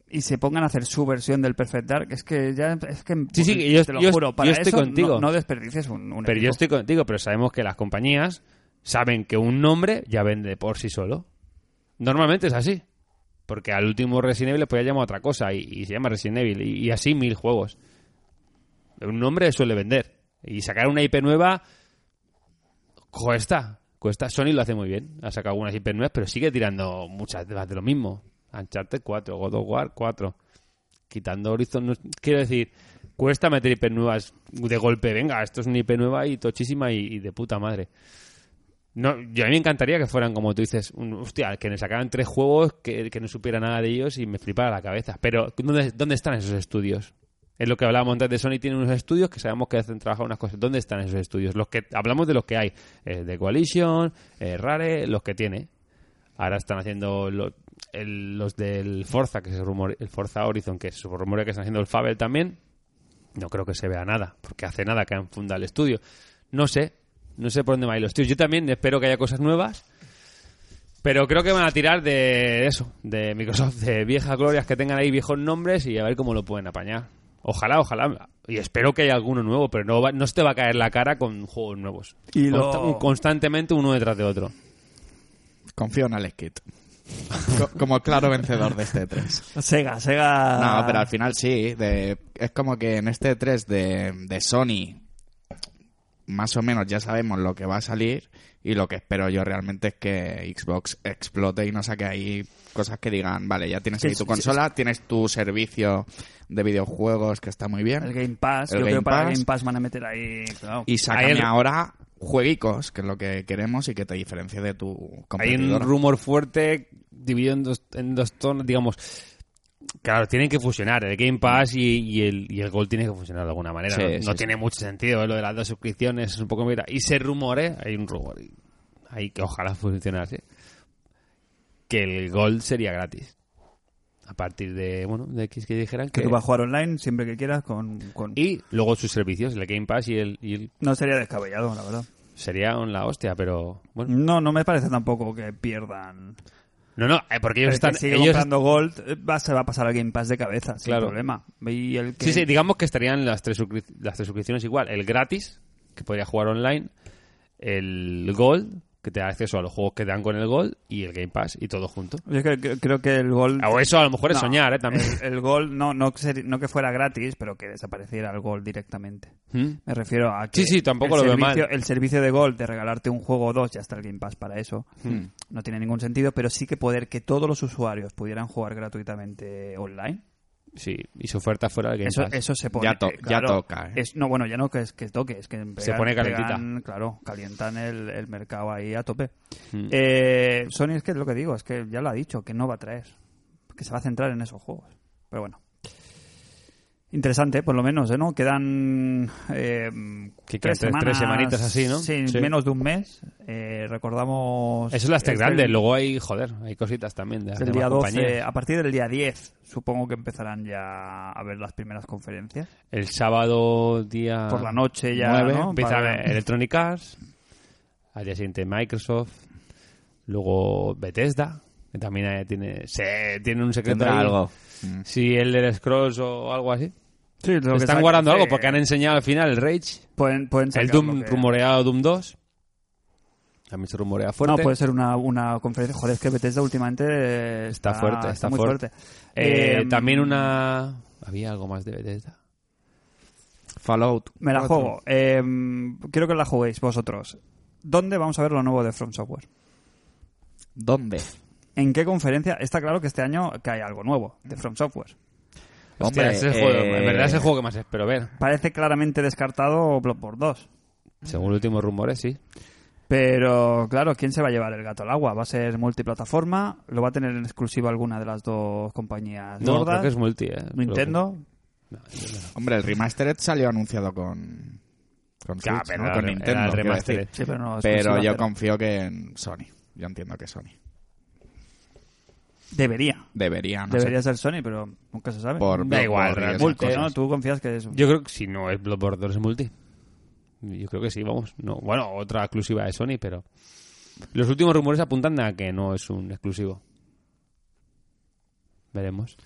Speaker 2: y se pongan a hacer su versión del Perfect Dark, es que ya es que pues,
Speaker 1: Sí, sí,
Speaker 2: te
Speaker 1: yo-
Speaker 2: lo
Speaker 1: yo-
Speaker 2: juro,
Speaker 1: yo
Speaker 2: para
Speaker 1: estoy
Speaker 2: eso
Speaker 1: contigo.
Speaker 2: No, no desperdicies un, un
Speaker 1: Pero
Speaker 2: equipo.
Speaker 1: yo estoy contigo, pero sabemos que las compañías saben que un nombre ya vende por sí solo. Normalmente es así. Porque al último Resident Evil le podía llamar otra cosa y, y se llama Resident Evil y, y así mil juegos. Un nombre suele vender. Y sacar una IP nueva cuesta. Cuesta. Sony lo hace muy bien. Ha sacado algunas IP nuevas, pero sigue tirando muchas más de lo mismo. Uncharted 4, God of War 4. Quitando Horizon. no- Quiero decir, cuesta meter IP nuevas de golpe. Venga, esto es una IP nueva y tochísima y, y de puta madre. No, yo a mí me encantaría que fueran, como tú dices, un, hostia, que nos sacaran tres juegos que, que no supiera nada de ellos y me flipara la cabeza. Pero, ¿dónde, dónde están esos estudios? Es lo que hablábamos antes de Sony, tiene unos estudios que sabemos que hacen trabajar unas cosas. ¿Dónde están esos estudios? Los que hablamos de los que hay, eh, de Coalition, eh, Rare, los que tiene. Ahora están haciendo lo- el- los del Forza, que se rumore- el Forza Horizon, que se rumorea que están haciendo el Fabel también. No creo que se vea nada, porque hace nada que han fundado el estudio. No sé, no sé por dónde van a ir los tíos. Yo también espero que haya cosas nuevas, pero creo que van a tirar de eso, de Microsoft, de viejas glorias que tengan ahí viejos nombres y a ver cómo lo pueden apañar. Ojalá, ojalá. Y espero que haya alguno nuevo, pero no, va- no se te va a caer la cara con juegos nuevos.
Speaker 2: Y lo-
Speaker 1: Consta- Constantemente uno detrás de otro.
Speaker 3: Confío en Alex Kidd. Co- Como claro vencedor de este 3.
Speaker 2: Sega, Sega.
Speaker 1: Ah.
Speaker 3: No, pero al final sí. de- es como que en este 3 de, de Sony, más o menos ya sabemos lo que va a salir. Y lo que espero yo realmente es que Xbox explote y no saque ahí cosas que digan, vale, ya tienes
Speaker 2: Que
Speaker 3: ahí
Speaker 2: es-
Speaker 3: tu consola, tienes tu servicio de videojuegos que está muy bien.
Speaker 2: el Game Pass,
Speaker 3: El
Speaker 2: yo creo
Speaker 3: Game
Speaker 2: que para el
Speaker 3: Pass.
Speaker 2: Game Pass van a meter ahí, claro.
Speaker 3: Y sácame
Speaker 1: Ahí el-
Speaker 3: ahora jueguicos, que es lo que queremos y que te diferencie de tu
Speaker 1: Hay un
Speaker 3: competidor.
Speaker 1: rumor fuerte dividido en dos, en dos tonos, digamos. Claro, tienen que fusionar el Game Pass y, y el, y el Gold tiene que funcionar de alguna manera.
Speaker 3: Sí,
Speaker 1: no
Speaker 3: sí,
Speaker 1: no
Speaker 3: sí.
Speaker 1: tiene mucho sentido ¿eh? lo de las dos suscripciones, es un poco mira. Y se rumore, hay un rumor y- ahí que ojalá funcionase, que el Gold sería gratis. A partir de, bueno, de X que dijeran
Speaker 2: que
Speaker 1: que...
Speaker 2: tú vas a jugar online siempre que quieras con, con-
Speaker 1: Y luego sus servicios, el Game Pass y el... y el-
Speaker 2: no sería descabellado, la verdad.
Speaker 1: sería la hostia, pero...
Speaker 3: Mm.
Speaker 1: Bueno,
Speaker 2: No, no me parece tampoco que pierdan.
Speaker 1: no, no, eh, porque
Speaker 2: El
Speaker 1: ellos
Speaker 2: que
Speaker 1: están...
Speaker 2: sigue
Speaker 1: ellos
Speaker 2: comprando Gold eh, va, se va a pasar al Game Pass de cabeza, sin
Speaker 1: Claro.
Speaker 2: problema. Y el que
Speaker 1: Sí, sí, digamos que estarían las tres, suscri- las tres suscripciones igual. El gratis, que podría jugar online. El Gold, que te da acceso a los juegos que te dan con el Gold. Y el Game Pass, y todo junto.
Speaker 2: Yo creo, que- creo que el Gold
Speaker 1: O eso a lo mejor es
Speaker 2: No,
Speaker 1: Ah, soñar, ¿eh? También.
Speaker 2: El, el Gold no, no, que ser- no que fuera gratis, pero que desapareciera el Gold directamente.
Speaker 1: ¿Mm?
Speaker 2: Me refiero a que
Speaker 1: Sí, sí, tampoco
Speaker 2: el
Speaker 1: lo veo
Speaker 2: servicio,
Speaker 1: mal.
Speaker 2: El servicio de Gold de regalarte un juego o dos, ya está el Game Pass para eso,
Speaker 1: Hmm.
Speaker 2: no tiene ningún sentido, pero sí que poder que todos los usuarios pudieran jugar gratuitamente online,
Speaker 1: Sí, y su oferta fuera del Game
Speaker 2: eso,
Speaker 1: Pass.
Speaker 2: eso se pone...
Speaker 3: Ya to-
Speaker 2: eh,
Speaker 3: ya toca, eh.
Speaker 2: es- no, bueno, ya no que, es, que toque, es que pegan-
Speaker 1: Se pone calentita.
Speaker 2: pegan, claro, calientan el, el mercado ahí a tope.
Speaker 1: Mm.
Speaker 2: Eh, Sony es que es lo que digo, es que ya lo ha dicho, que no va a traer, que se va a centrar en esos juegos. Pero bueno. Interesante, por lo menos, ¿eh? ¿no? Quedan eh,
Speaker 1: Que quedan tres- tres semanitas así, ¿no?
Speaker 2: Sí,
Speaker 1: Sí.
Speaker 2: menos de un mes. Eh, recordamos...
Speaker 1: Eso es las tres
Speaker 2: el-
Speaker 1: grandes.
Speaker 2: el-
Speaker 1: Luego hay, joder, hay cositas también de las
Speaker 2: el
Speaker 1: demás
Speaker 2: día 12,
Speaker 1: compañías.
Speaker 2: a partir del día 10, supongo que empezarán ya a ver las primeras conferencias.
Speaker 1: El sábado día...
Speaker 2: Por la noche ya,
Speaker 1: nueve,
Speaker 2: ¿no?
Speaker 1: empieza
Speaker 2: Para-
Speaker 1: Electronic Arts. Al día siguiente Microsoft. Luego Bethesda. Que también eh, tiene, se, tiene un secreto
Speaker 3: Tendrá
Speaker 1: ahí.
Speaker 3: algo.
Speaker 1: Si el del Scrolls o algo así.
Speaker 2: Sí, Mm. lo que
Speaker 1: Están
Speaker 2: saque-
Speaker 1: guardando algo
Speaker 2: sí,
Speaker 1: porque han enseñado al final el Rage,
Speaker 2: Pueden, pueden
Speaker 1: el
Speaker 2: sacar
Speaker 1: Doom
Speaker 2: lo que-
Speaker 1: rumoreado Doom Ah, pues, 2. También se rumorea fuerte.
Speaker 2: No, puede ser una, una conferencia. Joder, es que Bethesda últimamente eh,
Speaker 1: Está
Speaker 2: está,
Speaker 1: fuerte, está
Speaker 2: muy
Speaker 1: fuerte.
Speaker 2: fuerte.
Speaker 1: Eh,
Speaker 2: Eh,
Speaker 1: también una... Había algo más de Bethesda.
Speaker 3: Fallout.
Speaker 2: Me la
Speaker 3: Otro.
Speaker 2: juego. Eh, quiero que la juguéis vosotros. ¿Dónde vamos a ver lo nuevo de From Software?
Speaker 3: ¿Dónde?
Speaker 2: ¿En qué conferencia? Está claro que este año que hay algo nuevo de From Software.
Speaker 1: Hostia,
Speaker 3: Hombre,
Speaker 1: ese es el juego-
Speaker 3: eh,
Speaker 1: en verdad es el juego que más espero ver.
Speaker 2: Parece claramente descartado Bloodborne 2.
Speaker 1: Según los últimos rumores, sí.
Speaker 2: Pero claro, ¿quién se va a llevar el gato al agua? ¿Va a ser multiplataforma? ¿Lo va a tener en exclusiva alguna de las dos compañías
Speaker 1: No,
Speaker 2: gordas?
Speaker 1: creo que es multi, eh.
Speaker 2: Nintendo.
Speaker 1: No, Nintendo no.
Speaker 3: Hombre, el remastered salió anunciado con. Con,
Speaker 1: Ya,
Speaker 3: Switch,
Speaker 1: pero
Speaker 3: ¿no?
Speaker 1: era-
Speaker 3: con
Speaker 1: era
Speaker 3: Nintendo.
Speaker 1: el
Speaker 3: quiero
Speaker 1: remastered.
Speaker 3: decir.
Speaker 2: Sí, pero no
Speaker 3: Pero
Speaker 2: exclusiva,
Speaker 3: yo confío que en Sony. Yo entiendo que Sony.
Speaker 2: Debería.
Speaker 3: Debería, no
Speaker 2: Debería
Speaker 3: sé.
Speaker 2: ser Sony, pero nunca se sabe.
Speaker 3: Por
Speaker 1: Da igual,
Speaker 3: por-
Speaker 1: realmente.
Speaker 2: Multi,
Speaker 1: cosas.
Speaker 2: ¿no? Tú confías que es...
Speaker 1: Yo creo que si no es Bloodborne 2 es multi. Yo creo que sí, vamos. No, bueno, otra exclusiva de Sony, pero... Los últimos rumores apuntan a que no es un exclusivo. Veremos.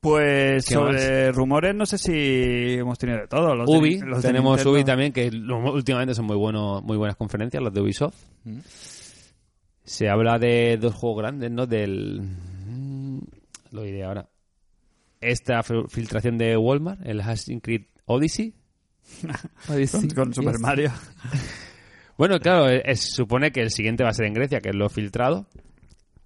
Speaker 2: Pues
Speaker 1: ¿Qué
Speaker 2: sobre rumores no sé si hemos tenido de todo. Los de-
Speaker 1: Ubi,
Speaker 2: los de
Speaker 1: tenemos
Speaker 2: Nintendo.
Speaker 1: Ubi también, que lo- últimamente son muy, bueno, muy buenas conferencias, las de Ubisoft. Se habla de dos juegos grandes, ¿no? Del... mm, Lo diré ahora. Esta fil- filtración de Walmart, el Assassin's Creed Odyssey.
Speaker 2: Con, con Super Mario.
Speaker 1: Bueno, claro, es- es- supone que el siguiente va a ser en Grecia, que es lo filtrado,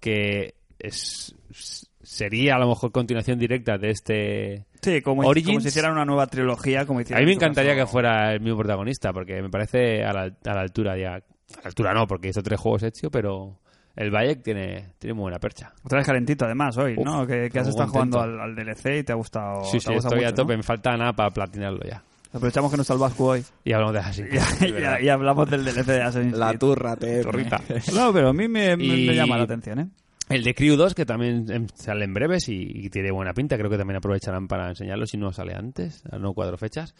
Speaker 1: que es, s- sería a lo mejor continuación directa de este...
Speaker 2: Sí, como,
Speaker 1: Origins.
Speaker 2: como si hicieran una nueva trilogía. Como
Speaker 1: A mí me encantaría que fuera el mismo protagonista, porque me parece a la, a la altura ya... A la altura no, porque hizo tres juegos hecho, pero el Bayek tiene, tiene muy buena percha.
Speaker 2: Otra vez calentito, además, hoy,
Speaker 1: Uf,
Speaker 2: ¿no? Que, que has
Speaker 1: muy
Speaker 2: estado
Speaker 1: contento.
Speaker 2: jugando al, al DLC y te ha gustado.
Speaker 1: Sí,
Speaker 2: Oh, te
Speaker 1: sí,
Speaker 2: ha gustado
Speaker 1: estoy a
Speaker 2: mucho, ¿no?
Speaker 1: tope. Me falta nada para platinarlo ya.
Speaker 2: Aprovechamos que no está el Vasco hoy.
Speaker 1: Y hablamos de Assassin's
Speaker 2: Y,
Speaker 1: Creed. de
Speaker 2: y-
Speaker 1: verdad.
Speaker 2: y hablamos del DLC de Assassin's
Speaker 3: La
Speaker 2: Creed.
Speaker 3: turra, te.
Speaker 1: Torrita.
Speaker 2: No, pero a mí me, me-
Speaker 1: Y-
Speaker 2: me llama la atención, ¿eh?
Speaker 1: El de Crew 2, que también em, sale en breves y, y tiene buena pinta, creo que también aprovecharán para enseñarlo si no sale antes, a no cuatro fechas.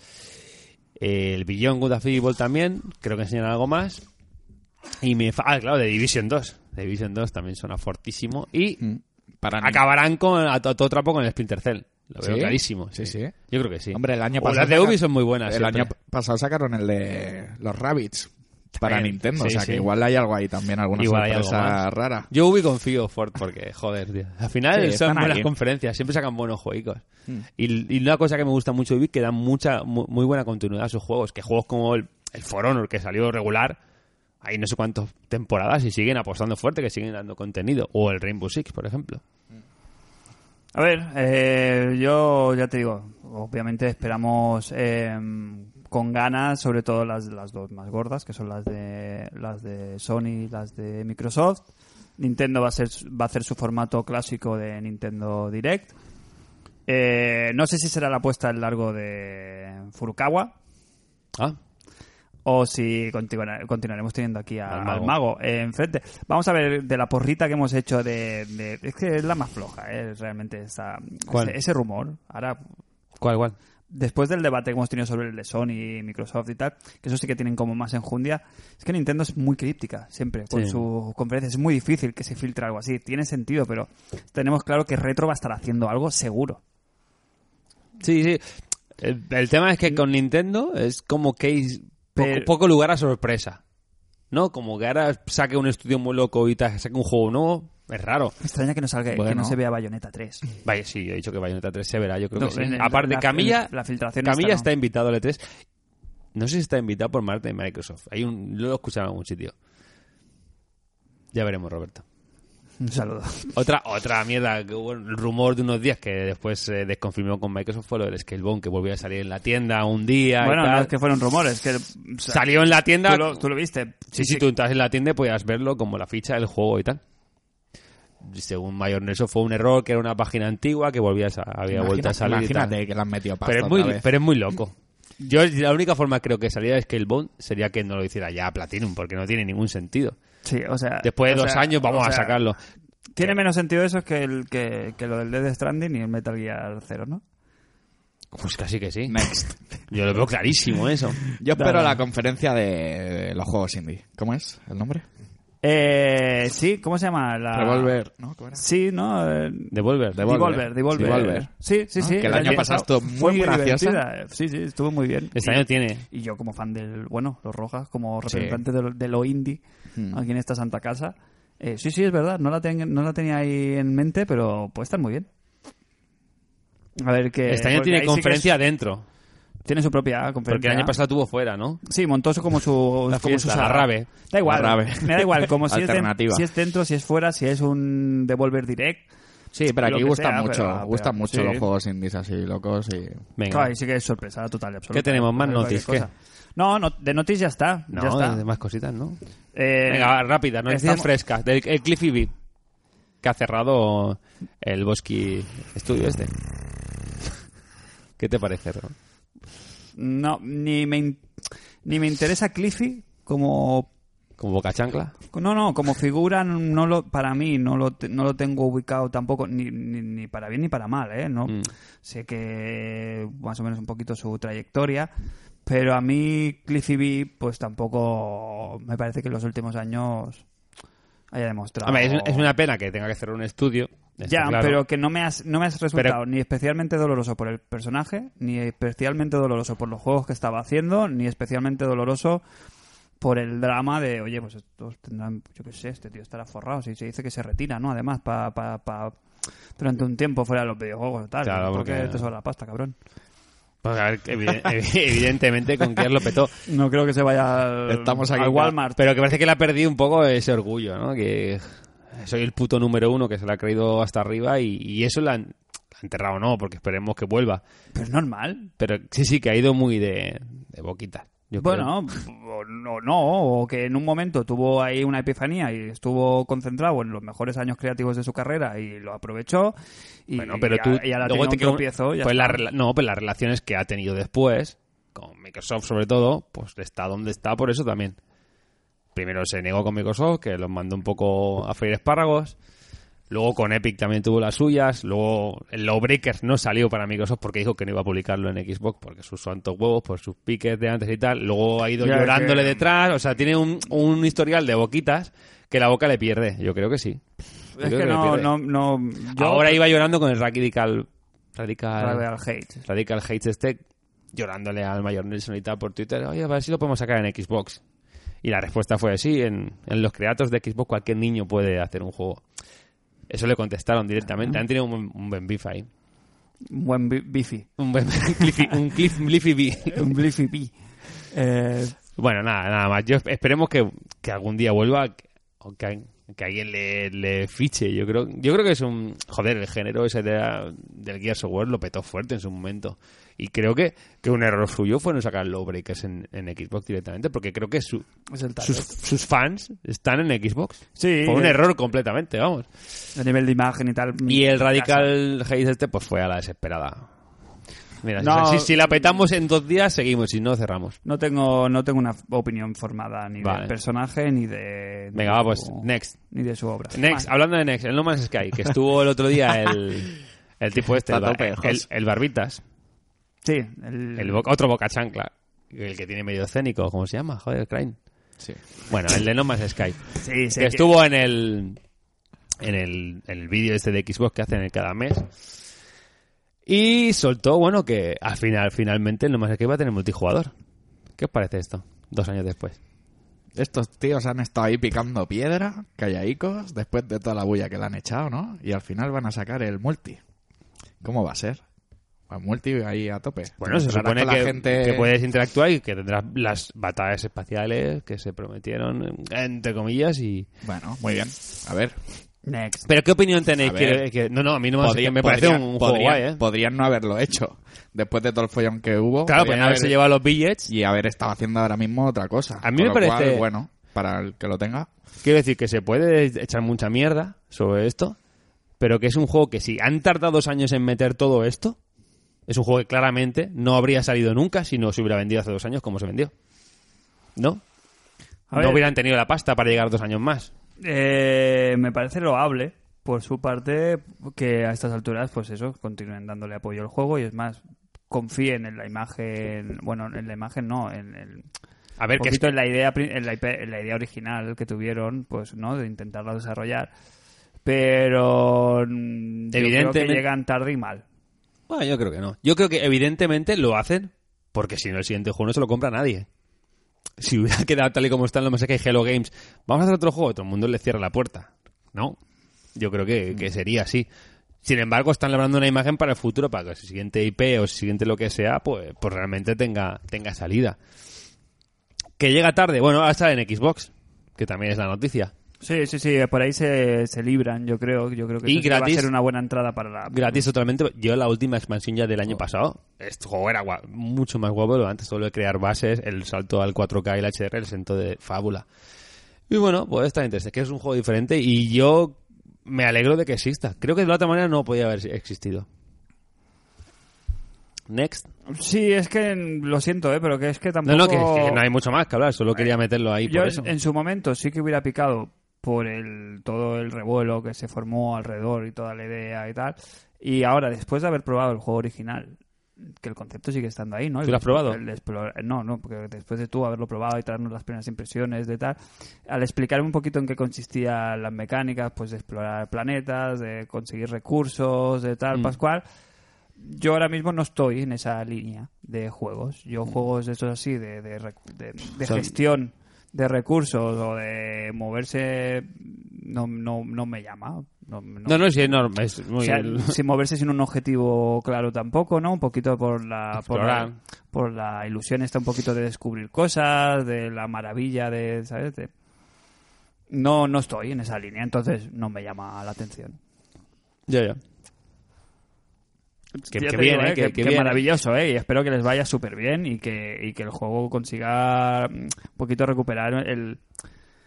Speaker 1: El Beyond Good and Evil también, creo que enseñan algo más. Y me fa- ah, claro, de Division 2. The Division 2 también suena fortísimo. Y
Speaker 3: Mm, Para mí.
Speaker 1: acabarán con, a, to- todo trapo con el Splinter Cell. Lo veo
Speaker 3: ¿Sí?
Speaker 1: clarísimo.
Speaker 3: Sí, sí.
Speaker 1: Yo creo que sí.
Speaker 3: Hombre, el año
Speaker 1: O
Speaker 3: pasado.
Speaker 1: Las de
Speaker 3: saca-
Speaker 1: Ubi son muy buenas.
Speaker 3: El
Speaker 1: siempre.
Speaker 3: año pasado sacaron el de los Rabbits para
Speaker 1: También.
Speaker 3: Nintendo.
Speaker 1: Sí,
Speaker 3: o sea
Speaker 1: sí.
Speaker 3: que igual hay algo ahí también, alguna
Speaker 1: Igual hay algo
Speaker 3: sorpresa
Speaker 1: más.
Speaker 3: rara.
Speaker 1: Yo Ubi confío Ford porque, joder, tío. Al final
Speaker 3: Sí, Mm.
Speaker 1: son
Speaker 3: están
Speaker 1: buenas
Speaker 3: ahí.
Speaker 1: conferencias, siempre sacan buenos juegos. Y, y una cosa que me gusta mucho de Ubi que dan mucha, mu- muy, buena continuidad a sus juegos. Que juegos como el, el For Honor, que salió regular, hay no sé cuántas temporadas y siguen apostando fuerte, que siguen dando contenido. O el Rainbow Six, por ejemplo.
Speaker 2: A ver, eh, yo ya te digo, obviamente esperamos eh, con ganas, sobre todo las, las dos más gordas, que son las de las de Sony y las de Microsoft. Nintendo va a ser va a hacer su formato clásico de Nintendo Direct. Eh, no sé si será la apuesta en largo de Furukawa,
Speaker 1: Ah,
Speaker 2: o si continua- continuaremos teniendo aquí a-
Speaker 1: Al
Speaker 2: al
Speaker 1: mago.
Speaker 2: mago, eh, enfrente. Vamos a ver de la porrita que hemos hecho de... de- es que es la más floja, eh, realmente, esa-
Speaker 1: ¿Cuál?
Speaker 2: Ese, ese rumor. Ahora,
Speaker 1: ¿cuál, cuál?
Speaker 2: después del debate que hemos tenido sobre el de Sony y Microsoft y tal, que eso sí que tienen como más enjundia, es que Nintendo es muy críptica siempre con
Speaker 1: Sí.
Speaker 2: sus conferencias. Es muy difícil que se filtre algo así. Tiene sentido, pero tenemos claro que Retro va a estar haciendo algo seguro.
Speaker 1: Sí, sí. El, el tema es que con Nintendo es como que hay poco,
Speaker 2: Pero-
Speaker 1: poco lugar a sorpresa. ¿No? Como que ahora saque un estudio muy loco y tal, saque un juego nuevo, es raro.
Speaker 2: Me extraña que no salga, que
Speaker 3: Bueno.
Speaker 2: no se vea Bayonetta 3.
Speaker 1: Vaya, sí, yo he dicho que Bayonetta 3 se verá, yo creo
Speaker 2: No,
Speaker 1: que sí.
Speaker 2: en el-
Speaker 1: Aparte,
Speaker 2: la-
Speaker 1: Camilla,
Speaker 2: la filtración
Speaker 1: Camilla
Speaker 2: esta no.
Speaker 1: está invitado al E3. No sé si está invitado por Marte de Microsoft. Hay un, yo lo he escuchado en algún sitio. Ya veremos, Roberto.
Speaker 2: Un saludo.
Speaker 1: Otra, otra mierda, que hubo el rumor de unos días que después se desconfirmó con Microsoft fue lo del Scalebone, que volvía a salir en la tienda un día. y
Speaker 2: Bueno,
Speaker 1: tal.
Speaker 2: no es que fueron rumores, que o sea,
Speaker 1: Salió en la tienda.
Speaker 2: Tú lo, tú lo viste.
Speaker 1: Sí, sí, tú entras en la tienda y podías verlo como la ficha del juego y tal. Y Según Mayor Nelson fue un error, que era una página antigua, que volvía a, había
Speaker 3: Imagina-
Speaker 1: vuelto a salir. y tal.
Speaker 3: Imagínate que le han metido pasta
Speaker 1: pero, es
Speaker 3: otra
Speaker 1: muy,
Speaker 3: vez.
Speaker 1: pero es muy loco. Yo la única forma creo que saliera de Scalebone sería que no lo hiciera ya Platinum, porque no tiene ningún sentido.
Speaker 2: Sí, o sea,
Speaker 1: Después de
Speaker 2: o
Speaker 1: dos
Speaker 2: sea,
Speaker 1: años vamos
Speaker 2: o
Speaker 1: a
Speaker 2: sea,
Speaker 1: sacarlo.
Speaker 2: Tiene menos sentido eso que, el, que, que lo del Dead Stranding y el Metal Gear 0, ¿no?
Speaker 1: Pues casi que sí.
Speaker 3: Next.
Speaker 1: Yo lo veo clarísimo eso.
Speaker 3: Yo espero
Speaker 2: Dale.
Speaker 3: la conferencia de los juegos indie. ¿Cómo es el nombre?
Speaker 2: Eh, sí, ¿cómo se llama?
Speaker 1: Ah.
Speaker 2: La...
Speaker 3: Revolver. ¿no? ¿Cómo era?
Speaker 2: Sí, ¿no? Eh,
Speaker 1: Devolver.
Speaker 2: Devolver, Devolver.
Speaker 3: Devolver.
Speaker 2: Sí, sí,
Speaker 3: ¿No?
Speaker 2: sí.
Speaker 3: Ah, Que el año pasado estuvo
Speaker 2: fue
Speaker 3: muy graciosa.
Speaker 2: divertida. eh, Sí, sí, estuvo muy bien.
Speaker 1: Este
Speaker 2: Y-
Speaker 1: año tiene.
Speaker 2: y yo como fan del, bueno, los Rojas, como
Speaker 3: Sí.
Speaker 2: representante de, lo, de lo indie
Speaker 3: Hmm.
Speaker 2: aquí en esta santa casa. Eh, sí, sí, es verdad, no la, ten- no la tenía ahí en mente, pero puede estar muy bien. A ver qué...
Speaker 1: Este año
Speaker 2: Eh, porque
Speaker 1: tiene
Speaker 2: ahí sí que
Speaker 1: conferencia adentro.
Speaker 2: es- tiene su propia conferencia.
Speaker 1: Porque el año pasado tuvo fuera, ¿no?
Speaker 2: Sí, montó eso como su...
Speaker 1: La
Speaker 2: como su
Speaker 1: fiesta, la
Speaker 2: sala.
Speaker 1: rave.
Speaker 2: Da igual,
Speaker 3: La rave.
Speaker 2: me da igual, como si es, de-
Speaker 3: Alternativa.
Speaker 2: si es dentro, si es fuera, si es un Devolver Direct.
Speaker 3: Sí, pero
Speaker 2: Lo
Speaker 3: aquí
Speaker 2: que
Speaker 3: gusta
Speaker 2: sea,
Speaker 3: mucho.
Speaker 2: pero-
Speaker 3: gusta
Speaker 2: pero-
Speaker 3: mucho
Speaker 2: sí.
Speaker 3: los juegos indies así locos y.
Speaker 1: Venga.
Speaker 2: Claro, ahí sí que es sorpresa total y absoluta. ¿eh?
Speaker 1: ¿Qué tenemos? ¿Más
Speaker 2: Cualquier
Speaker 1: notis?
Speaker 2: cosa. No, no, de notis ya está.
Speaker 1: No,
Speaker 2: ya está.
Speaker 1: demás cositas, ¿no?
Speaker 2: Eh,
Speaker 1: Venga, va, rápida, no necesitas
Speaker 2: estamos-
Speaker 1: frescas. Del el Cliffy B. Que ha cerrado el Bosky Studio este. ¿Qué te parece, Ro?
Speaker 2: No, ni me, in- ni me interesa Cliffy como...
Speaker 1: ¿Como boca chancla?
Speaker 2: No, no, como figura no lo, para mí no lo, te- no lo tengo ubicado tampoco, ni, ni, ni para bien ni para mal, ¿eh? No,
Speaker 1: Mm.
Speaker 2: Sé que más o menos un poquito su trayectoria, pero a mí Cliffy B pues tampoco me parece que en los últimos años haya demostrado.
Speaker 1: Hombre, es, es una pena que tenga que cerrar un estudio. está
Speaker 2: Ya,
Speaker 1: claro.
Speaker 2: pero que no me has, no me has resultado ni especialmente doloroso por el personaje, ni especialmente doloroso por los juegos que estaba haciendo, ni especialmente doloroso por el drama de, oye, pues estos tendrán, yo qué sé, este tío estará forrado. Si se dice que se retira, ¿no? Además, pa, pa, pa- durante un tiempo fuera de los videojuegos, tal.
Speaker 1: Claro,
Speaker 2: porque
Speaker 1: porque-
Speaker 2: te sobra la pasta, cabrón.
Speaker 1: Pues a ver, eviden- evidentemente con Kier lo petó.
Speaker 2: No creo que se vaya al,
Speaker 3: Estamos aquí,
Speaker 2: al
Speaker 3: claro.
Speaker 2: Walmart.
Speaker 1: Pero que parece que le ha perdido un poco ese orgullo, ¿no? Que soy el puto número uno que se lo ha creído hasta arriba y, y eso la han, la han enterrado, no, porque esperemos que vuelva.
Speaker 2: Pero es normal.
Speaker 1: Pero sí, sí, que ha ido muy de, de boquita. yo creo.
Speaker 2: Bueno, o no, no, o que en un momento tuvo ahí una epifanía y estuvo concentrado en los mejores años creativos de su carrera y lo aprovechó. Y,
Speaker 1: Bueno, pero
Speaker 2: y
Speaker 1: tú
Speaker 2: a- y ahora
Speaker 1: luego
Speaker 2: tiene
Speaker 1: te
Speaker 2: un
Speaker 1: queda un-
Speaker 2: tropiezo, ya
Speaker 1: pues
Speaker 2: está.
Speaker 1: la rela- no, pues las relaciones que ha tenido después con Microsoft sobre todo, pues está donde está por eso también. Primero se negó con Microsoft, que los mandó un poco a freír espárragos. Luego con Epic también tuvo las suyas. Luego el Lawbreakers no salió para Microsoft porque dijo que no iba a publicarlo en Xbox porque sus santos huevos, por sus piques de antes y tal. Luego ha ido
Speaker 2: Ya,
Speaker 1: llorándole
Speaker 2: que-
Speaker 1: detrás. O sea, tiene un, un historial de boquitas que la boca le pierde. Yo creo que sí. Yo
Speaker 2: es
Speaker 1: creo
Speaker 2: que
Speaker 1: le
Speaker 2: no,
Speaker 1: pierde.
Speaker 2: no, no. yo- pues
Speaker 1: Ahora iba llorando con el Radical.
Speaker 2: Trae
Speaker 1: Radical.
Speaker 2: al hate.
Speaker 1: Radical Hates este. Llorándole al mayor Nelson y tal por Twitter. Oye, a ver si lo podemos sacar en Xbox. Y la respuesta fue: sí, en, en los creatos de Xbox cualquier niño puede hacer un juego. Eso le contestaron directamente. Han tenido un, un buen beef ahí.
Speaker 2: Un buen bi- bifi.
Speaker 1: Un buen cliffy, un cliff, cliffy beef.
Speaker 2: un bifi pi. Eh,
Speaker 1: Bueno, nada, nada más. Yo esperemos que, que algún día vuelva que- o que, a- que alguien le, le fiche. Yo creo, yo creo que es un. Joder, el género ese de- del Gears of War lo petó fuerte en su momento. Y creo que, que un error suyo fue no sacar Lawbreakers en, en Xbox directamente, porque creo que su-
Speaker 2: es el target.
Speaker 1: sus, sus fans están en Xbox.
Speaker 2: Sí,
Speaker 1: Fue un
Speaker 2: eh,
Speaker 1: error completamente, vamos.
Speaker 2: a nivel de imagen y tal.
Speaker 1: Y el Radical Hate este, pues fue a la desesperada. Mira, si-
Speaker 2: No.
Speaker 1: si, si la petamos en dos días, seguimos. Si no, cerramos.
Speaker 2: No tengo, no tengo una opinión formada ni
Speaker 1: Vale.
Speaker 2: del personaje ni de.
Speaker 1: Venga,
Speaker 2: ni de
Speaker 1: va, pues,
Speaker 2: su-
Speaker 1: next.
Speaker 2: Ni de su obra.
Speaker 1: Next, hablando de Next, el No Man's Sky, que estuvo el otro día el, el tipo este,
Speaker 3: Está
Speaker 1: el, bar-
Speaker 3: a tope,
Speaker 1: el-
Speaker 3: Jos.
Speaker 1: el Barbitas,
Speaker 2: Sí, el,
Speaker 1: el bo- otro boca chancla, el que tiene medio escénico, ¿cómo se llama? Joder, Crane.
Speaker 3: Sí.
Speaker 1: Bueno, el de No Man's Sky,
Speaker 2: sí, sí,
Speaker 1: que estuvo en el en el, en el vídeo este de Xbox que hacen el cada mes. Y soltó, bueno, que al final, finalmente el No Man's Sky va a tener multijugador. ¿Qué os parece esto? Dos años después.
Speaker 3: Estos tíos han estado ahí picando piedra, callaicos, después de toda la bulla que le han echado, ¿no? Y al final van a sacar el multi. ¿Cómo va a ser? El multi ahí a tope.
Speaker 1: Bueno, se
Speaker 3: Sacarás
Speaker 1: supone
Speaker 3: con la
Speaker 1: que,
Speaker 3: gente-
Speaker 1: que puedes interactuar y que tendrás las batallas espaciales que se prometieron, entre comillas, y...
Speaker 3: Bueno, muy bien. A ver,
Speaker 2: Next.
Speaker 1: ¿Pero qué opinión tenéis?
Speaker 3: A
Speaker 1: Que,
Speaker 3: ver.
Speaker 1: que- no, no, a mí no me,
Speaker 3: Podría-
Speaker 1: me parece
Speaker 3: podrían-
Speaker 1: un juego
Speaker 3: podrían-
Speaker 1: guay, ¿eh?
Speaker 3: Podrían no haberlo hecho. Después de todo el follón que hubo.
Speaker 1: Claro,
Speaker 3: podrían
Speaker 1: podrían haberse llevado los billets.
Speaker 3: Y haber estado haciendo ahora mismo otra cosa.
Speaker 1: A mí me
Speaker 3: Con lo
Speaker 1: parece-
Speaker 3: cual, bueno, para el que lo tenga.
Speaker 1: Quiero decir que se puede echar mucha mierda sobre esto, pero que es un juego que si han tardado dos años en meter todo esto, es un juego que claramente no habría salido nunca si no se hubiera vendido hace dos años como se vendió. ¿No?
Speaker 2: A
Speaker 1: No
Speaker 2: ver.
Speaker 1: hubieran tenido la pasta para llegar dos años más.
Speaker 2: Eh, me parece loable por su parte que a estas alturas, pues eso, continúen dándole apoyo al juego y es más, confíen en la imagen, bueno, en la imagen no, en el
Speaker 1: A ver, que esto-
Speaker 2: poquito en la idea, pri- en la, IP en la idea original que tuvieron, pues, ¿no? De intentarla desarrollar. Pero mm, yo creo
Speaker 1: Evidentemente-
Speaker 2: que llegan tarde y mal.
Speaker 1: Bueno, yo creo que no. Yo creo que evidentemente lo hacen porque si no el siguiente juego no se lo compra nadie. Si hubiera quedado tal y como están los mensajes que Hello Games, vamos a hacer otro juego, todo el mundo le cierra la puerta. No, yo creo que, que sería así. Sin embargo, están labrando una imagen para el futuro, para que el siguiente IP o el siguiente lo que sea, pues, pues realmente tenga, tenga salida. Que llega tarde, bueno, ahora está en Xbox, que también es la noticia.
Speaker 2: Sí, sí, sí, por ahí se, se libran, yo creo. Yo creo que
Speaker 1: Y
Speaker 2: eso sí que va a
Speaker 1: gratis.
Speaker 2: ser una buena entrada para la...
Speaker 1: gratis totalmente. Yo la última expansión ya del año pasado, este juego era gua- mucho más guapo lo de antes, solo de crear bases, el salto al 4K y el HDR, el sento de fábula. Y bueno, pues está interesante, que es un juego diferente y yo me alegro de que exista. Creo que de la otra manera no podía haber existido. Next.
Speaker 2: Sí, es que mm, lo siento, ¿eh? Pero que es que
Speaker 1: No,
Speaker 2: tampoco...
Speaker 1: no, que, que no hay mucho más que hablar, solo quería meterlo ahí
Speaker 2: Yo
Speaker 1: por
Speaker 2: en-
Speaker 1: eso.
Speaker 2: en su momento sí que hubiera picado por el todo el revuelo que se formó alrededor y toda la idea y tal. Y ahora, después de haber probado el juego original que el concepto sigue estando ahí, ¿no?
Speaker 1: ¿Tú
Speaker 2: El-
Speaker 1: lo has probado?
Speaker 2: el explora- no, no, porque después de tú haberlo probado y traernos las primeras impresiones de tal, al explicarme un poquito en qué consistían las mecánicas, pues de explorar planetas, de conseguir recursos, de tal,
Speaker 1: Mm.
Speaker 2: Pascual, yo ahora mismo no estoy en esa línea de juegos. Yo juegos de esos así, de, de recu- de-
Speaker 1: Mm.
Speaker 2: de
Speaker 1: Son-
Speaker 2: gestión de recursos o de moverse, no, no, no me llama. No, no-
Speaker 1: No, no, sí, es normal. Es muy
Speaker 2: o sea,
Speaker 1: el-
Speaker 2: sin moverse sin un objetivo claro tampoco, ¿no? Un poquito por la, por
Speaker 1: Explorar.
Speaker 2: la, por la ilusión está un poquito de descubrir cosas, de la maravilla de, ¿sabes? De- No, no estoy en esa línea, entonces no me llama la atención.
Speaker 1: Ya, ya. Que,
Speaker 2: Ya
Speaker 1: que
Speaker 2: te
Speaker 1: bien,
Speaker 2: digo,
Speaker 1: eh,
Speaker 2: ¿eh?
Speaker 1: que,
Speaker 2: Qué-
Speaker 1: que
Speaker 2: qué
Speaker 1: bien.
Speaker 2: maravilloso, ¿eh? Y espero que les vaya súper bien y que, y que el juego consiga mm, un poquito recuperar el,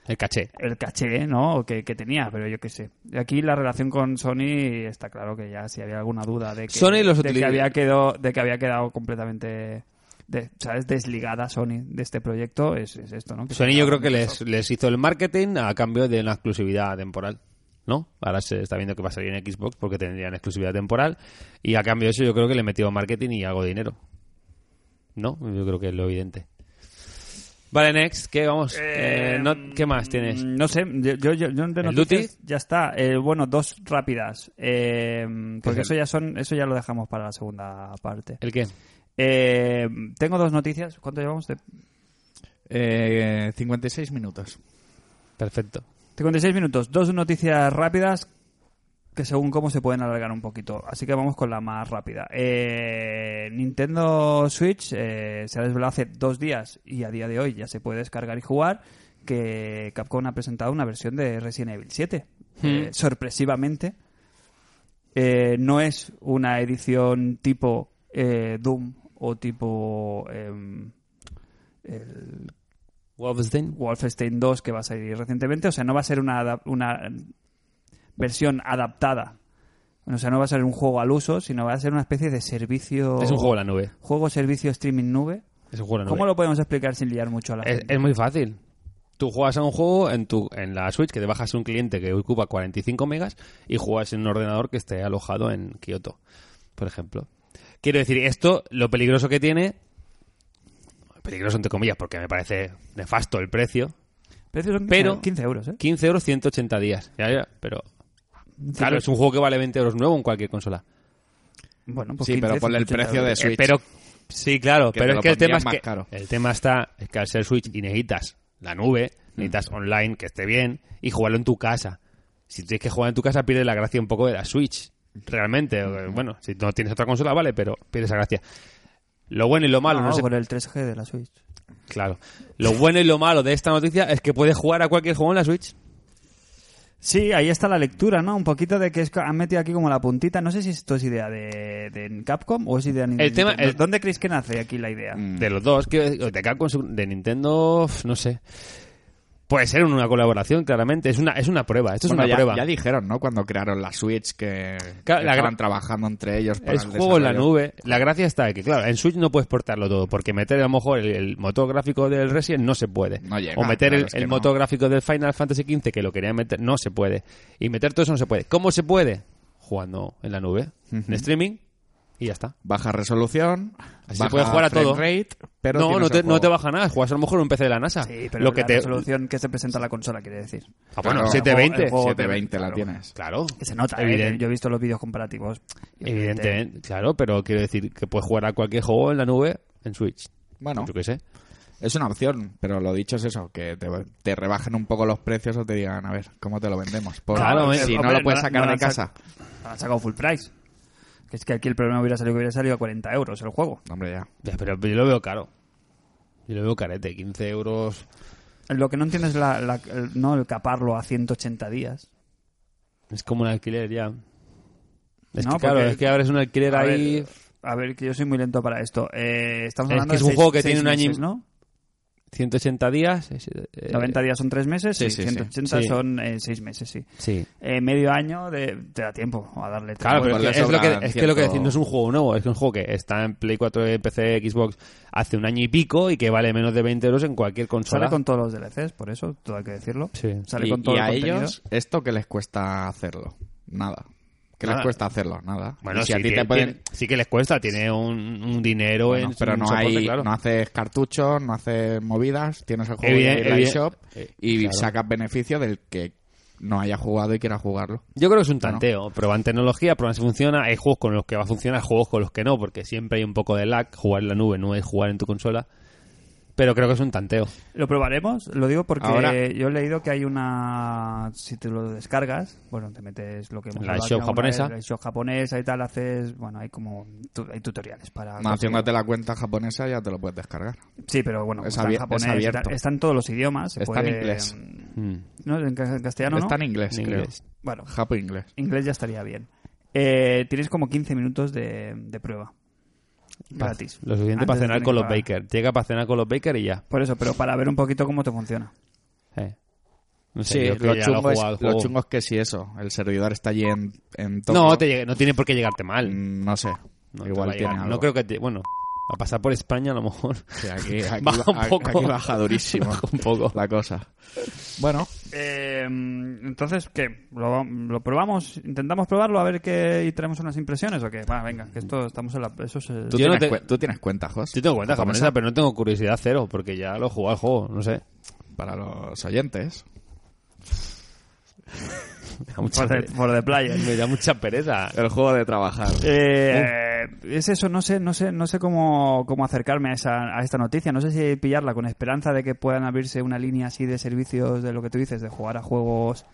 Speaker 1: El caché.
Speaker 2: el caché, ¿no? Que, que tenía, pero yo qué sé. Y Aquí la relación con Sony está claro que ya si había alguna duda de que,
Speaker 1: Sony los
Speaker 2: de que
Speaker 1: utiliza-
Speaker 2: había quedado, de que había quedado completamente de- ¿sabes? desligada Sony de este proyecto, es, es esto, ¿no? Que
Speaker 1: Sony
Speaker 2: se-
Speaker 1: yo creo que les, les hizo el marketing a cambio de una exclusividad temporal. ¿No? Ahora se está viendo que va a salir en Xbox porque tendrían exclusividad temporal. Y a cambio de eso yo creo que le metió marketing y algo de dinero. ¿No? Yo creo que es lo evidente. Vale, next, ¿qué vamos?
Speaker 2: Em,
Speaker 1: Eh, no- ¿Qué más tienes?
Speaker 2: Mm, No sé, yo, yo, yo- yo de
Speaker 1: ¿El
Speaker 2: noticias ya está. Eh, bueno, dos rápidas. Eh, porque eso ya son, eso ya lo dejamos para la segunda parte.
Speaker 1: ¿El qué?
Speaker 2: Eh, tengo dos noticias. ¿Cuánto llevamos? De,
Speaker 3: Eh, 56 minutos.
Speaker 1: Perfecto.
Speaker 2: 56 minutos, dos noticias rápidas que según cómo se pueden alargar un poquito. Así que vamos con la más rápida. Eh, Nintendo Switch eh, se ha desvelado hace dos días y a día de hoy ya se puede descargar y jugar que Capcom ha presentado una versión de Resident Evil 7. Eh, sorpresivamente, eh, no es una edición tipo eh, Doom o tipo... em, el-
Speaker 1: Wolfenstein.
Speaker 2: Wolfenstein 2 que va a salir recientemente. O sea, no va a ser una, adap- una versión adaptada. O sea, no va a ser un juego al uso, sino va a ser una especie de servicio.
Speaker 1: Es un juego en la nube.
Speaker 2: Juego, servicio, streaming nube.
Speaker 1: Es un juego en la nube.
Speaker 2: ¿Cómo lo podemos explicar sin liar mucho a la
Speaker 1: Es,
Speaker 2: gente?
Speaker 1: es muy fácil. Tú juegas a un juego en, tu, en la Switch que te bajas un cliente que ocupa 45 megas y juegas en un ordenador que esté alojado en Kioto, por ejemplo. Quiero decir, esto lo peligroso que tiene, peligroso entre comillas porque me parece nefasto el precio,
Speaker 2: Precios son 15
Speaker 1: pero-
Speaker 2: 15 euros, ¿eh?
Speaker 1: 15 euros 180 días. Ya, ya, pero claro, es un juego que vale 20 euros nuevo en cualquier consola.
Speaker 2: Bueno, pues
Speaker 3: sí,
Speaker 2: 15,
Speaker 3: pero ponle el
Speaker 2: 180
Speaker 3: precio de
Speaker 2: euros.
Speaker 1: Eh,
Speaker 3: Switch.
Speaker 1: pero sí, claro,
Speaker 3: Que te
Speaker 1: pero
Speaker 3: lo
Speaker 1: es que el tema
Speaker 3: pondrían
Speaker 1: es
Speaker 3: más
Speaker 1: que
Speaker 3: caro.
Speaker 1: el tema está es que al ser Switch y necesitas la nube,
Speaker 3: Mm.
Speaker 1: necesitas online que esté bien y jugarlo en tu casa. Si tienes que jugar en tu casa pierde la gracia un poco de la Switch, realmente. o- Bueno, si no tienes otra consola vale, pero pierdes la gracia. Lo bueno y lo malo,
Speaker 2: No,
Speaker 1: no sé-
Speaker 2: Ah, por el 3G de la Switch.
Speaker 1: claro. Lo bueno y lo malo de esta noticia es que puedes jugar a cualquier juego en la Switch.
Speaker 2: Sí, ahí está la lectura, ¿no? Un poquito de que es, han metido aquí como la puntita. No sé si esto es idea de, de Capcom o es idea de Nintendo.
Speaker 1: tema- Mm, el-
Speaker 2: ¿Dónde creéis que nace aquí la idea?
Speaker 3: Mm.
Speaker 1: De los dos, que de Capcom, de Nintendo, f- no sé. Puede ser una colaboración, claramente. Es una, es una prueba. Esto
Speaker 3: Bueno,
Speaker 1: es una
Speaker 3: ya,
Speaker 1: prueba.
Speaker 3: ya dijeron, ¿no? Cuando crearon la Switch que
Speaker 1: Claro, la
Speaker 3: estaban
Speaker 1: gra-
Speaker 3: trabajando entre ellos para
Speaker 1: Es
Speaker 3: el
Speaker 1: juego en la
Speaker 3: desarrollo.
Speaker 1: nube. La gracia está en que, claro, en Switch no puedes portarlo todo, porque meter a lo mejor el, el motor gráfico del Resident no se puede.
Speaker 3: No llega,
Speaker 1: o meter
Speaker 3: claro,
Speaker 1: el,
Speaker 3: es que
Speaker 1: el
Speaker 3: no.
Speaker 1: motor gráfico del Final Fantasy XV, que lo querían meter, no se puede. Y meter todo eso no se puede. ¿Cómo se puede? Jugando en la nube, en streaming, y ya está.
Speaker 3: Baja resolución,
Speaker 1: Así se
Speaker 3: baja
Speaker 1: puede jugar a
Speaker 3: frame
Speaker 1: todo.
Speaker 3: rate, pero
Speaker 1: no,
Speaker 3: tienes
Speaker 1: no
Speaker 3: el
Speaker 1: te, no
Speaker 3: juego.
Speaker 1: te baja nada. Juegas a lo mejor en un PC de la NASA.
Speaker 2: Sí, pero
Speaker 1: lo que
Speaker 2: la
Speaker 1: te...
Speaker 2: resolución que se presenta la consola, quiere decir.
Speaker 1: Ah, bueno,
Speaker 3: Claro,
Speaker 1: 720.
Speaker 2: el juego- el juego-
Speaker 3: 720 la
Speaker 2: Claro.
Speaker 3: tienes.
Speaker 1: Claro.
Speaker 2: Que se nota, ¿eh?
Speaker 1: Evidente.
Speaker 2: Yo he visto los vídeos comparativos.
Speaker 1: Evidentemente, claro, pero quiero decir que puedes jugar a cualquier juego en la nube en Switch.
Speaker 3: Bueno,
Speaker 1: Yo qué sé.
Speaker 3: es una opción, pero lo dicho es eso, que te, te rebajen un poco los precios o te digan, a ver, ¿cómo te lo vendemos? Por-
Speaker 1: Claro, eh,
Speaker 3: si no
Speaker 2: hombre,
Speaker 3: lo puedes
Speaker 2: no-
Speaker 3: sacar
Speaker 2: no
Speaker 3: de
Speaker 2: la sac-
Speaker 3: casa.
Speaker 2: Han sacado full price. Que es que aquí el problema hubiera salido que hubiera salido a 40 euros el juego.
Speaker 3: Hombre, ya.
Speaker 1: Ya, pero yo lo veo caro. Yo lo veo carete, 15 euros.
Speaker 2: Lo que no entiendo es la, la- el, no, el caparlo a 180 días.
Speaker 1: Es como un alquiler ya. Es
Speaker 2: No,
Speaker 1: que claro,
Speaker 2: porque-
Speaker 1: es que abres un alquiler
Speaker 2: A
Speaker 1: ahí.
Speaker 2: ver, a ver, que yo soy muy lento para esto. Eh, estamos
Speaker 1: Es
Speaker 2: hablando
Speaker 1: que es
Speaker 2: de
Speaker 1: un
Speaker 2: seis-
Speaker 1: juego que
Speaker 2: seis
Speaker 1: tiene un año y-
Speaker 2: meses, ¿no?
Speaker 1: 180 días. es, eh,
Speaker 2: 90 días son 3 meses
Speaker 3: sí,
Speaker 2: y
Speaker 3: sí, sí.
Speaker 2: 180
Speaker 1: Sí.
Speaker 2: son 6 meses, sí.
Speaker 1: Sí.
Speaker 2: Eh, medio año de, te da tiempo a darle tres
Speaker 1: Claro,
Speaker 3: Bueno,
Speaker 1: pero es,
Speaker 3: le
Speaker 1: que, es lo que,
Speaker 3: sobran
Speaker 1: es que lo que
Speaker 3: cierto-
Speaker 1: decís, no es un juego nuevo, es que es un juego que está en Play 4, de PC, Xbox hace un año y pico y que vale menos de 20 euros en cualquier
Speaker 2: Sale
Speaker 1: consola.
Speaker 2: con todos los DLCs, por eso, todo hay que decirlo.
Speaker 1: Sí.
Speaker 2: Sale
Speaker 3: y,
Speaker 2: con todo
Speaker 3: y
Speaker 2: el
Speaker 3: a
Speaker 2: contenido.
Speaker 3: ellos, ¿esto que les cuesta hacerlo? Nada. ¿Qué
Speaker 1: Nada.
Speaker 3: les cuesta hacerlo? Nada.
Speaker 1: Bueno,
Speaker 3: Y si a
Speaker 1: sí,
Speaker 3: ti
Speaker 1: tiene-
Speaker 3: te pueden...
Speaker 1: tiene- sí que les cuesta, tiene un, un dinero
Speaker 3: Bueno,
Speaker 1: en
Speaker 3: pero
Speaker 1: un
Speaker 3: no
Speaker 1: soporte,
Speaker 3: hay,
Speaker 1: claro.
Speaker 3: no haces cartuchos, no haces movidas, tienes el juego
Speaker 1: Eviden-
Speaker 3: en la
Speaker 1: eviden-
Speaker 3: eShop
Speaker 1: Eh,
Speaker 3: y
Speaker 1: claro.
Speaker 3: sacas beneficio del que no haya jugado y quiera jugarlo.
Speaker 1: Yo creo que es un tanteo. Prueban tecnología, prueban si funciona. Hay juegos con los que va a funcionar, juegos con los que no, porque siempre hay un poco de lag. Jugar en la nube no es jugar en tu consola. Pero creo que es un tanteo.
Speaker 2: Lo probaremos, lo digo porque
Speaker 3: Ahora-
Speaker 2: yo he leído que hay una. Si te lo descargas, bueno, te metes lo que hemos
Speaker 1: La
Speaker 2: hablado aquí
Speaker 1: show
Speaker 2: alguna
Speaker 1: japonesa.
Speaker 2: vez, La show japonesa y tal, haces. Bueno, hay como. tu- hay tutoriales para.
Speaker 3: No, haciéndote la cuenta japonesa ya te lo puedes descargar.
Speaker 2: Sí, pero bueno,
Speaker 3: Es
Speaker 2: está en
Speaker 3: abier-
Speaker 2: japonés,
Speaker 3: es abierto.
Speaker 2: está, está en todos los idiomas. se
Speaker 3: Está en
Speaker 2: puede-
Speaker 3: inglés.
Speaker 1: Mm.
Speaker 2: No, en ca- en castellano,
Speaker 3: Está
Speaker 2: ¿no?
Speaker 3: en inglés,
Speaker 1: En
Speaker 3: creo.
Speaker 1: inglés.
Speaker 2: Bueno,
Speaker 3: Japo inglés.
Speaker 2: inglés ya estaría bien. Eh, tienes como 15 minutos de, de prueba. Gratis.
Speaker 1: Lo suficiente
Speaker 2: Antes
Speaker 1: para
Speaker 2: de
Speaker 1: cenar
Speaker 2: tener
Speaker 1: con
Speaker 2: que
Speaker 1: los
Speaker 2: pagar.
Speaker 1: Baker. Llega para cenar con los Baker y ya.
Speaker 2: Por eso, pero para ver un poquito cómo te funciona.
Speaker 1: Eh. No sé,
Speaker 3: Sí,
Speaker 1: yo que
Speaker 3: lo
Speaker 1: ya
Speaker 3: chungo,
Speaker 1: he
Speaker 3: es,
Speaker 1: jugado al
Speaker 3: lo
Speaker 1: juego.
Speaker 3: chungo es que si eso, el servidor está allí en, en
Speaker 1: No,
Speaker 3: Tokio,
Speaker 1: te llegue- no tiene por qué llegarte mal.
Speaker 3: mm, No sé.
Speaker 1: No te va
Speaker 3: Igual
Speaker 1: a
Speaker 3: tiene
Speaker 1: llegar.
Speaker 3: algo.
Speaker 1: No creo que te- Bueno, a pasar por España a lo mejor.
Speaker 3: Sí, aquí, aquí-
Speaker 1: Baja un
Speaker 3: a-
Speaker 1: poco.
Speaker 3: aquí baja durísimo
Speaker 1: Baja un poco.
Speaker 3: la cosa. Bueno,
Speaker 2: Eh, entonces, ¿qué? ¿Lo, lo probamos? ¿Intentamos probarlo a ver qué y traemos unas impresiones o qué? Va, venga, que esto estamos en la... Eso es, eh,
Speaker 3: tú,
Speaker 1: Yo no
Speaker 3: tienes,
Speaker 1: te-
Speaker 3: cuen- tú tienes cuenta, Jos.
Speaker 1: Sí tengo cuenta japonesa, pero no tengo curiosidad cero, porque ya lo he jugado al juego, no sé.
Speaker 3: Para los oyentes.
Speaker 1: Me da mucha,
Speaker 2: for, the,
Speaker 1: pereza.
Speaker 2: for the player.
Speaker 1: Me da mucha pereza.
Speaker 3: El juego de trabajar.
Speaker 2: Eh, es eso, no sé, no sé, no sé cómo, cómo acercarme a, esa, a esta noticia, no sé si pillarla con esperanza de que puedan abrirse una línea así de servicios de lo que tú dices, de jugar a juegos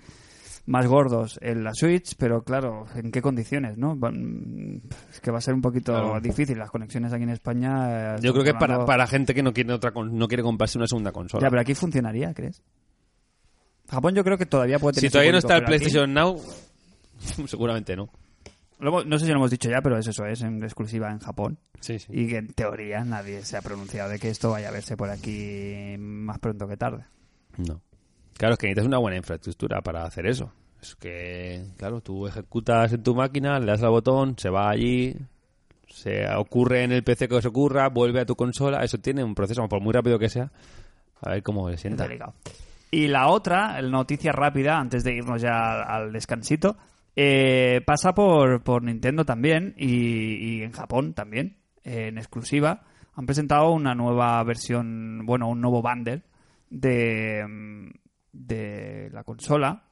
Speaker 2: más gordos en la Switch, pero claro, ¿en qué condiciones? no Va- mm, Es que va a ser un poquito
Speaker 1: Claro.
Speaker 2: difícil las conexiones aquí en España. eh,
Speaker 1: Yo creo que es para,
Speaker 2: hablando-
Speaker 1: para gente que no quiere otra con- no quiere comprarse una segunda consola.
Speaker 2: Ya, pero aquí funcionaría, ¿crees? Japón yo creo que todavía puede tener
Speaker 1: si
Speaker 2: su
Speaker 1: todavía no
Speaker 2: público,
Speaker 1: está el
Speaker 2: pero aquí-
Speaker 1: PlayStation Now, seguramente no.
Speaker 2: Lo hemos- no sé si lo hemos dicho ya, pero es eso, es en exclusiva en Japón.
Speaker 1: Sí, sí.
Speaker 2: Y que en teoría nadie se ha pronunciado de que esto vaya a verse por aquí más pronto que tarde.
Speaker 1: No. Claro, es que necesitas una buena infraestructura para hacer eso. Es que, claro, tú ejecutas en tu máquina, le das al botón, se va allí, se ocurre en el PC que os ocurra, vuelve a tu consola. Eso tiene un proceso, por muy rápido que sea. A ver cómo le sienta.
Speaker 2: Está ligado. Y la otra, el noticia rápida, antes de irnos ya al, al descansito, eh, pasa por, por Nintendo también y, y en Japón también, eh, en exclusiva. Han presentado una nueva versión, bueno, un nuevo bundle de, mm, de la consola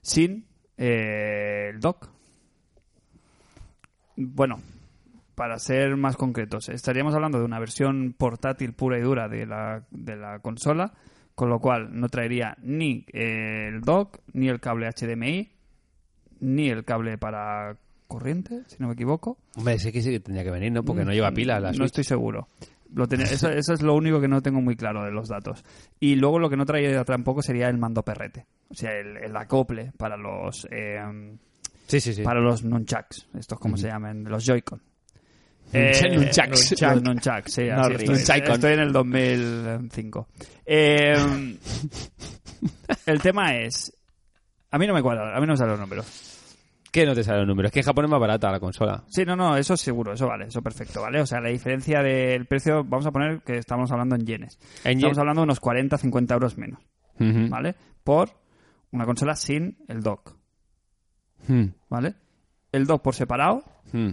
Speaker 2: sin eh, el dock. Bueno, para ser más concretos, estaríamos hablando de una versión portátil pura y dura de la, de la consola, con lo cual no traería ni eh, el dock, ni el cable HDMI, ni el cable para corriente, si no me equivoco.
Speaker 1: Hombre, sí que sí que tendría que venir, ¿no? Porque no lleva pila la
Speaker 2: Mm, No
Speaker 1: Switch.
Speaker 2: estoy seguro. Lo ten- eso, eso es lo único que no tengo muy claro de los datos. Y luego lo que no traía tampoco sería el mando perrete, o sea, el, el acople para los... eh,
Speaker 1: Sí, sí, sí.
Speaker 2: para los nunchucks, estos como se llaman, los Joy-Con. Eh,
Speaker 1: Nunchucks.
Speaker 2: Los nunchucks, sí, así
Speaker 1: Rick.
Speaker 2: estoy,
Speaker 1: Nunchaikon.
Speaker 2: estoy en el 2005. Eh, el tema es... A mí no me cuadra, a mí no me salen los números.
Speaker 1: Que no te salen los números. Es que en Japón es más barata la consola.
Speaker 2: Sí, no, no, eso seguro, eso vale, eso perfecto, ¿vale? O sea, la diferencia del precio, vamos a poner que estamos hablando en yenes.
Speaker 1: En
Speaker 2: Estamos
Speaker 1: yen-
Speaker 2: hablando de unos 40, 50 euros menos,
Speaker 1: Ujú.
Speaker 2: ¿vale? Por una consola sin el dock,
Speaker 1: Mm,
Speaker 2: ¿vale? El dock por separado
Speaker 1: mm.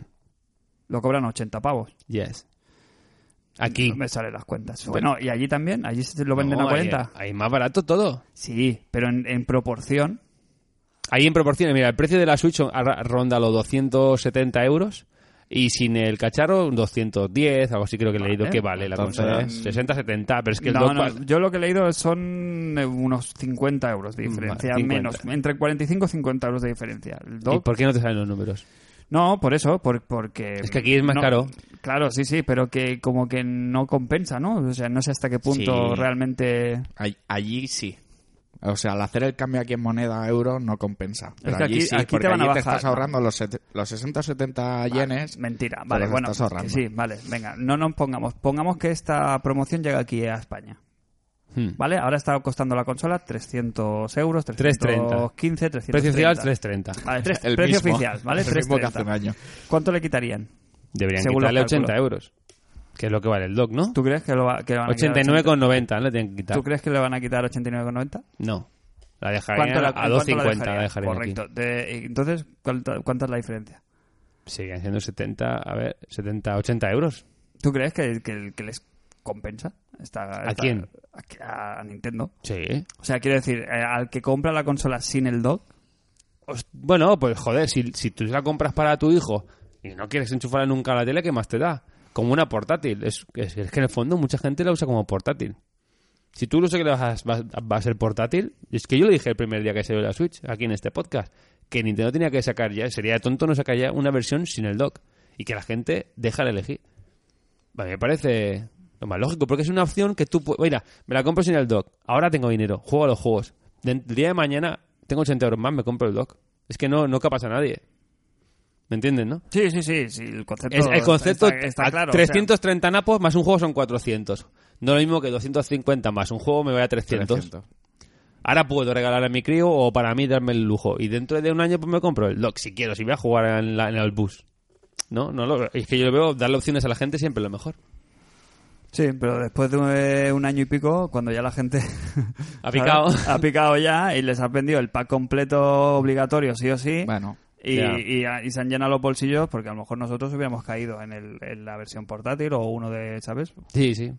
Speaker 2: lo cobran 80 pavos.
Speaker 1: Yes. Aquí.
Speaker 2: No me salen las cuentas. Bueno, y allí también, allí se lo venden
Speaker 1: No,
Speaker 2: a
Speaker 1: ahí-
Speaker 2: 40.
Speaker 1: Ahí, más barato todo.
Speaker 2: Sí, pero en, en proporción.
Speaker 1: Ahí en proporciones, mira, el precio de la Switch ar- ronda los 270 euros y sin el cacharro 210, algo así creo que he leído
Speaker 2: Vale. eh,
Speaker 1: que vale la
Speaker 3: Entonces-
Speaker 1: consola. 60, 70, pero es que el
Speaker 2: No,
Speaker 1: dock
Speaker 2: no,
Speaker 1: va-
Speaker 2: yo lo que he leído son eh, unos 50 euros de
Speaker 1: Mm, Vale,
Speaker 2: diferencia,
Speaker 1: 50.
Speaker 2: menos, entre 45 y 50 euros de diferencia. El
Speaker 1: ¿Y
Speaker 2: dock-
Speaker 1: por qué no te salen los números?
Speaker 2: No, por eso, por- porque...
Speaker 1: Es que aquí es más
Speaker 2: no-
Speaker 1: caro.
Speaker 2: Claro, sí, sí, pero que como que no compensa, ¿no? O sea, no sé hasta qué punto
Speaker 3: Sí.
Speaker 2: realmente...
Speaker 3: All- Allí sí. O sea, al hacer el cambio aquí en moneda a euro no compensa. Pero
Speaker 2: que
Speaker 3: allí
Speaker 2: aquí-
Speaker 3: sí,
Speaker 2: aquí te
Speaker 3: porque
Speaker 2: van a
Speaker 3: allí
Speaker 2: bajar,
Speaker 3: estás
Speaker 2: ¿no?
Speaker 3: ahorrando los, set- los 60 o 70 yenes.
Speaker 2: Mentira,
Speaker 3: Te
Speaker 2: vale,
Speaker 3: los
Speaker 2: bueno,
Speaker 3: estás ahorrando.
Speaker 2: sí, vale, venga, no nos pongamos, pongamos que esta promoción llega aquí a España,
Speaker 1: Hmm.
Speaker 2: ¿vale? Ahora está costando la consola 300 euros,
Speaker 1: 330.
Speaker 2: 315, 330.
Speaker 1: Precio oficial 330.
Speaker 2: Vale, tres-
Speaker 3: El
Speaker 2: precio
Speaker 3: mismo.
Speaker 2: oficial, ¿vale?
Speaker 3: El mismo que hace un
Speaker 2: 330.
Speaker 3: año.
Speaker 2: ¿Cuánto le quitarían?
Speaker 1: Deberían
Speaker 2: Según
Speaker 1: quitarle
Speaker 2: los
Speaker 1: 80
Speaker 2: cálculos.
Speaker 1: euros, que es lo que vale el dock, ¿no?
Speaker 2: ¿Tú crees que lo, va- que le van a quitar
Speaker 1: 89,90 no le tienen que
Speaker 2: 80?
Speaker 1: quitar.
Speaker 2: ¿Tú crees que le van a quitar 89,90?
Speaker 1: No. La dejaré
Speaker 2: ¿Cuánto
Speaker 1: a,
Speaker 2: la-
Speaker 1: a
Speaker 2: en cuánto la
Speaker 1: 2.50 la
Speaker 2: dejaría?
Speaker 1: dejaré aquí.
Speaker 2: Correcto. De- entonces, ¿cuánta, cuánta es la diferencia?
Speaker 1: Siguen siendo 70, a ver, 70, 80 euros.
Speaker 2: ¿Tú crees que, que- que les compensa? Esta-
Speaker 1: ¿A
Speaker 2: esta-
Speaker 1: quién?
Speaker 2: A, a Nintendo.
Speaker 1: Sí.
Speaker 2: O sea, quiero decir, eh, al que compra la consola sin el dock,
Speaker 1: Bueno, pues joder, si, si tú la compras para tu hijo y no quieres enchufarla nunca a la tele, ¿qué más te da? Como una portátil. Es, es, es que en el fondo mucha gente la usa como portátil. Si tú lo sé que le vas a, va, va a ser portátil, es que yo le dije el primer día que salió la Switch aquí en este podcast, que Nintendo tenía que sacar ya, sería tonto no sacar ya una versión sin el dock y que la gente deja de elegir. A mí me parece lo más lógico, porque es una opción que tú puedes... Mira, me la compro sin el dock, ahora tengo dinero, juego a los juegos. De- El día de mañana tengo 80 euros más, me compro el dock. Es que no, no capas a nadie. ¿Me entienden, no?
Speaker 2: Sí, sí, sí, sí, el concepto
Speaker 1: Es- el concepto
Speaker 2: está, está
Speaker 1: a
Speaker 2: claro. o sea,
Speaker 1: 330 napos más un juego son 400. No lo mismo que 250 más un juego me voy a 300.
Speaker 3: 300.
Speaker 1: Ahora puedo regalar a mi crío o para mí darme el lujo. Y dentro de un año pues me compro el dock si quiero, si voy a jugar en, la- en el bus. No, no lo- es que yo lo veo, darle opciones a la gente siempre es lo mejor.
Speaker 2: sí, pero después de eh, un año y pico, cuando ya la gente
Speaker 1: Ha picado.
Speaker 2: ¿sabes? ha picado ya y les ha vendido el pack completo obligatorio sí o sí,
Speaker 3: Bueno,
Speaker 2: y,
Speaker 1: ya.
Speaker 2: y ha- y se han llenado los bolsillos porque a lo mejor nosotros hubiéramos caído en, el- en la versión portátil o uno de, ¿sabes?
Speaker 1: Sí, sí.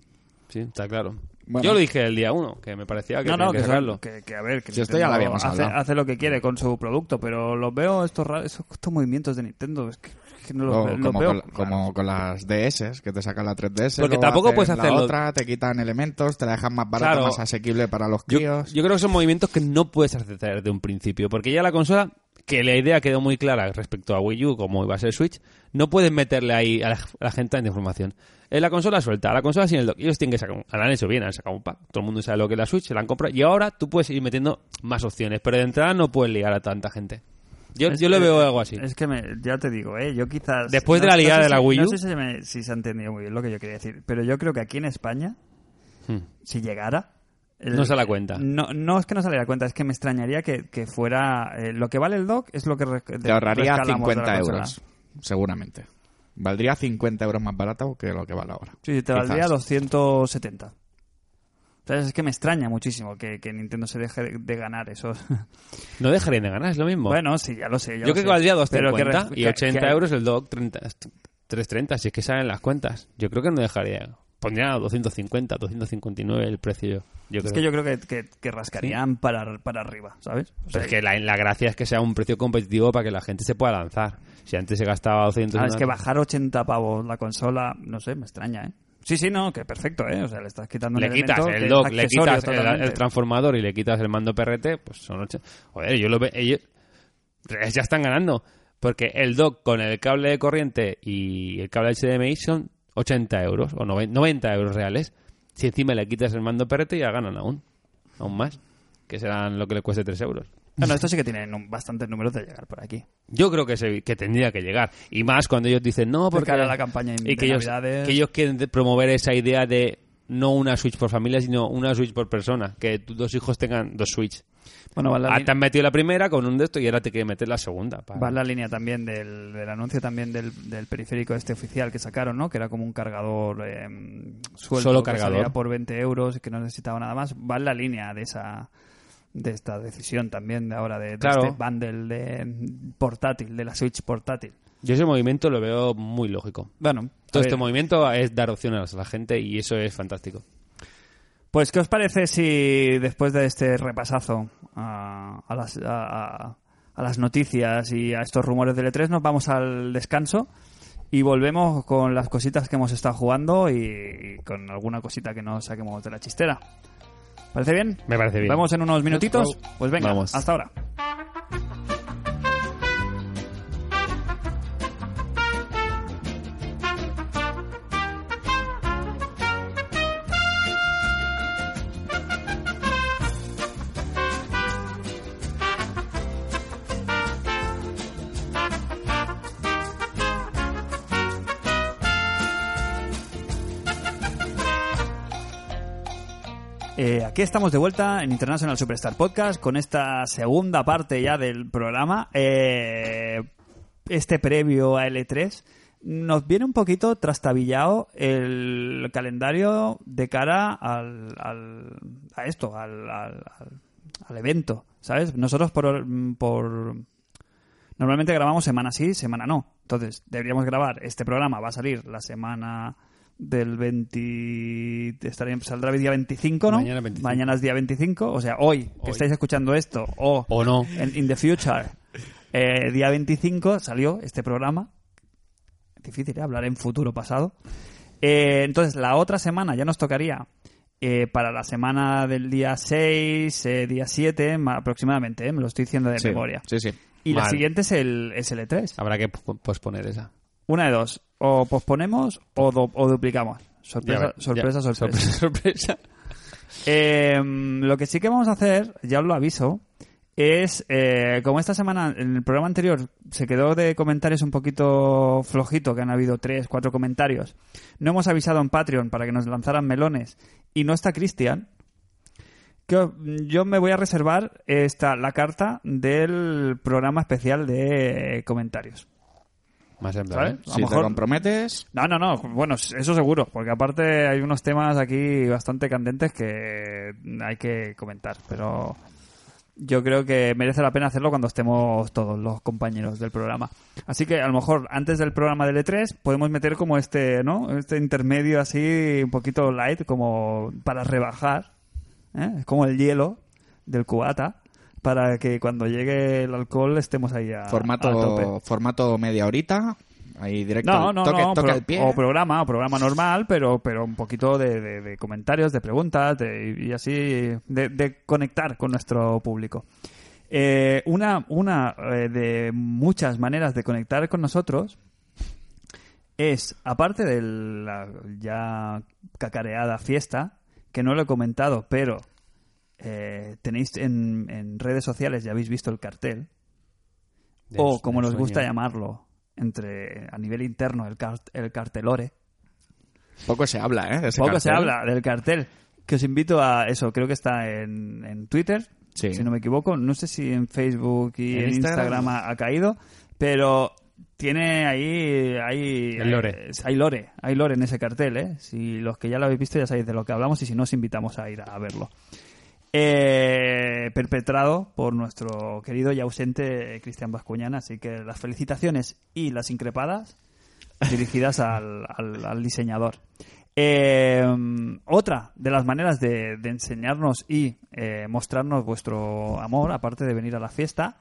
Speaker 1: Sí, está claro.
Speaker 3: Bueno.
Speaker 1: Yo lo dije el día uno, que me parecía Ah, que
Speaker 2: no,
Speaker 1: tenía
Speaker 2: no,
Speaker 1: que,
Speaker 2: que, son-
Speaker 1: sacarlo.
Speaker 2: que- que a ver, que
Speaker 3: Si esto ya
Speaker 2: Nintendo
Speaker 3: lo habíamos
Speaker 2: hace,
Speaker 3: hablado.
Speaker 2: hace lo que quiere con su producto, pero los veo estos, ra- esos- estos movimientos de Nintendo, es que, que no los,
Speaker 3: o
Speaker 2: ve- los
Speaker 3: Oh, como,
Speaker 2: veo.
Speaker 3: con, la- como con las DS, que te sacan la 3DS.
Speaker 1: Porque
Speaker 3: luego
Speaker 1: tampoco
Speaker 3: hacen
Speaker 1: puedes hacerlo.
Speaker 3: La otra, te quitan elementos, te la dejan más barata,
Speaker 1: Claro.
Speaker 3: más asequible para los
Speaker 1: Yo,
Speaker 3: críos.
Speaker 1: yo creo que son movimientos que no puedes hacer de un principio, porque ya la consola, que la idea quedó muy clara respecto a Wii U, como iba a ser Switch, no puedes meterle ahí a la, a la gente tanta información. Es la consola suelta, la consola sin el dock. Ellos tienen que sacar, un- la han hecho bien, han sacado un pack. Todo el mundo sabe lo que es la Switch, se la han comprado, y ahora tú puedes ir metiendo más opciones, pero de entrada no puedes liar a tanta gente. Yo,
Speaker 2: Es
Speaker 1: yo le
Speaker 2: que-
Speaker 1: veo algo así.
Speaker 2: Es que me- ya te digo, ¿eh? yo quizás...
Speaker 1: Después de la liada
Speaker 2: sé
Speaker 1: de la
Speaker 2: si-
Speaker 1: Wii U.
Speaker 2: No sé si, me- si se ha entendido muy bien lo que yo quería decir, pero yo creo que aquí en España,
Speaker 1: Hmm.
Speaker 2: si llegara... el-
Speaker 1: No se da cuenta.
Speaker 2: No, no es que no se la cuenta, es que me extrañaría que, que fuera... eh, lo que vale el dock es lo que... res-
Speaker 3: Te ahorraría
Speaker 2: rescalamos de la
Speaker 3: 50
Speaker 2: consola.
Speaker 3: euros, seguramente. Valdría 50 euros más barato que lo que vale ahora.
Speaker 2: Sí, te
Speaker 3: Quizás.
Speaker 2: valdría 270. ¿Sabes? Es que me extraña muchísimo que, que Nintendo se deje de, de ganar esos...
Speaker 1: No dejarían de ganar, es lo mismo.
Speaker 2: bueno, sí, ya lo sé. ya
Speaker 1: Yo
Speaker 2: lo
Speaker 1: creo
Speaker 2: sé.
Speaker 1: que valdría
Speaker 2: Pero que
Speaker 1: 250
Speaker 2: res-
Speaker 1: y
Speaker 2: que-
Speaker 1: 80
Speaker 2: que-
Speaker 1: euros el dock 30, 330, si es que salen las cuentas. Yo creo que no dejaría. Pondría 250, 259 el precio. Yo, yo creo.
Speaker 2: Es que yo creo que, que- que rascarían para, para arriba, ¿sabes? O
Speaker 1: Pero es que la, la gracia es que sea un precio competitivo para que la gente se pueda lanzar. Si antes se gastaba 200...
Speaker 2: Ah, es que bajar 80 pavos la consola, no sé, me extraña, ¿eh? Sí, sí, no, que perfecto, ¿eh? O sea, le estás quitando un
Speaker 1: le quitas
Speaker 2: elemento que
Speaker 1: el
Speaker 2: es
Speaker 1: dock, le
Speaker 2: accesorio
Speaker 1: quitas el,
Speaker 2: totalmente.
Speaker 1: el transformador y le quitas el mando PRT, pues son ocho. Joder, yo lo veo. Ellos ya están ganando. Porque el dock con el cable de corriente y el cable HDMI son 80 euros o noven- 90 euros reales. Si encima le quitas el mando PRT, ya ganan aún. Aún más. Que serán lo que le cueste 3 euros.
Speaker 2: Bueno, esto sí que tiene num- bastantes números de llegar por aquí.
Speaker 1: Yo creo que, se- que tendría que llegar. Y más cuando ellos dicen no, porque.
Speaker 2: cara a la campaña
Speaker 1: y que
Speaker 2: de
Speaker 1: ellos,
Speaker 2: Navidades.
Speaker 1: que ellos quieren de- promover esa idea de no una Switch por familia, sino una Switch por persona. Que tus dos hijos tengan dos Switch.
Speaker 2: Bueno, va la,
Speaker 1: Ah,
Speaker 2: li-
Speaker 1: te han metido la primera con un de estos y ahora te quieren meter la segunda. para-
Speaker 2: va la línea también del, del anuncio también del, del periférico este oficial que sacaron, ¿no? Que era como un cargador eh, suelto.
Speaker 1: Solo
Speaker 2: que
Speaker 1: cargador.
Speaker 2: salía por 20 euros y que no necesitaba nada más. Va en la línea de esa de esta decisión también de ahora de, de
Speaker 1: Claro.
Speaker 2: este bundle de portátil, de la Switch portátil.
Speaker 1: Yo ese movimiento lo veo muy lógico.
Speaker 2: Bueno,
Speaker 1: Todo
Speaker 2: a
Speaker 1: este
Speaker 2: ver.
Speaker 1: movimiento es dar opciones a la gente y eso es fantástico.
Speaker 2: Pues, ¿qué os parece si después de este repasazo a, a las, a- a- a las noticias y a estos rumores del E3 nos vamos al descanso y volvemos con las cositas que hemos estado jugando y, y con alguna cosita que no saquemos de la chistera? ¿Parece bien?
Speaker 1: Me parece bien.
Speaker 2: ¿Vamos en unos minutitos? Pues venga,
Speaker 1: Vamos.
Speaker 2: hasta ahora. Eh, aquí estamos de vuelta en International Superstar Podcast con esta segunda parte ya del programa. Eh, este previo a L3 nos viene un poquito trastabillado el calendario de cara al, al- a esto, al, al- al- al evento, ¿sabes? Nosotros por, por... Normalmente grabamos semana sí, semana no. Entonces, deberíamos grabar. Este programa va a salir la semana del 20... estará- Saldrá el día 25, ¿no?
Speaker 1: Mañana 25.
Speaker 2: Mañana es día 25. O sea,
Speaker 1: Hoy.
Speaker 2: hoy, que estáis escuchando esto, o
Speaker 1: O no.
Speaker 2: en- in the future, eh, día 25 salió este programa. Difícil ¿eh? hablar en futuro pasado. Eh, entonces, la otra semana ya nos tocaría eh, para la semana del día 6, eh, día 7, ma- aproximadamente, ¿eh? me lo estoy diciendo de
Speaker 3: Sí,
Speaker 2: memoria.
Speaker 3: Sí, sí.
Speaker 2: Y la
Speaker 1: Vale.
Speaker 2: siguiente es el, es el E3.
Speaker 1: Habrá que po- posponer esa.
Speaker 2: Una de dos, o posponemos o, du- o duplicamos.
Speaker 1: Ya
Speaker 2: Sorpresa,
Speaker 1: ver-
Speaker 2: sorpresa,
Speaker 1: ya-
Speaker 2: sorpresa.
Speaker 1: sorpresa. sorpresa.
Speaker 2: Eh, lo que sí que vamos a hacer, ya os lo aviso, es, eh, como esta semana, en el programa anterior se quedó de comentarios un poquito flojito, que han habido tres, cuatro comentarios. No hemos avisado en Patreon para que nos lanzaran melones y no está Cristian. que o- Yo me voy a reservar esta, la carta del programa especial de comentarios.
Speaker 1: Más en plan,
Speaker 2: ¿Sabes?
Speaker 1: ¿eh?
Speaker 2: A lo
Speaker 3: si
Speaker 2: mejor-
Speaker 3: te comprometes,
Speaker 2: no, no, no. Bueno, eso seguro, porque aparte hay unos temas aquí bastante candentes que hay que comentar, pero yo creo que merece la pena hacerlo cuando estemos todos los compañeros del programa. Así que a lo mejor antes del programa del E3 podemos meter como este, ¿no? Este intermedio así un poquito light como para rebajar, ¿eh? Es como el hielo del cubata para que cuando llegue el alcohol estemos ahí a, a tope.
Speaker 3: formato, formato media horita, ahí directo,
Speaker 2: No,
Speaker 3: al-
Speaker 2: no,
Speaker 3: toque,
Speaker 2: no,
Speaker 3: toque
Speaker 2: pro-
Speaker 3: al pie.
Speaker 2: o programa, o programa normal, pero, pero un poquito de, de- de comentarios, de preguntas de- y así, de, de conectar con nuestro público. Eh, una una eh, de muchas maneras de conectar con nosotros es, aparte de la ya cacareada fiesta, que no lo he comentado, pero eh, tenéis en, en redes sociales, ya habéis visto el cartel,
Speaker 1: De-
Speaker 2: o como
Speaker 1: de
Speaker 2: nos gusta
Speaker 1: sueño.
Speaker 2: llamarlo entre a nivel interno el, car- el cartelore
Speaker 3: Poco se habla, ¿eh? de ese
Speaker 2: poco se
Speaker 3: cartel.
Speaker 2: habla del cartel que os invito a eso creo que está en, en Twitter
Speaker 3: Sí.
Speaker 2: si no me equivoco no sé si en Facebook y
Speaker 3: En
Speaker 2: en, Instagram,
Speaker 3: Instagram.
Speaker 2: ha, ha caído pero tiene ahí hay
Speaker 1: El lore.
Speaker 2: eh, hay lore hay lore en ese cartel eh si los que ya lo habéis visto ya sabéis de lo que hablamos y si no os invitamos a ir a verlo eh, perpetrado por nuestro querido y ausente Cristian Vascuñana. Así que las felicitaciones y las increpadas dirigidas al, al- al diseñador. Eh, otra de las maneras de, de enseñarnos y eh, mostrarnos vuestro amor, aparte de venir a la fiesta,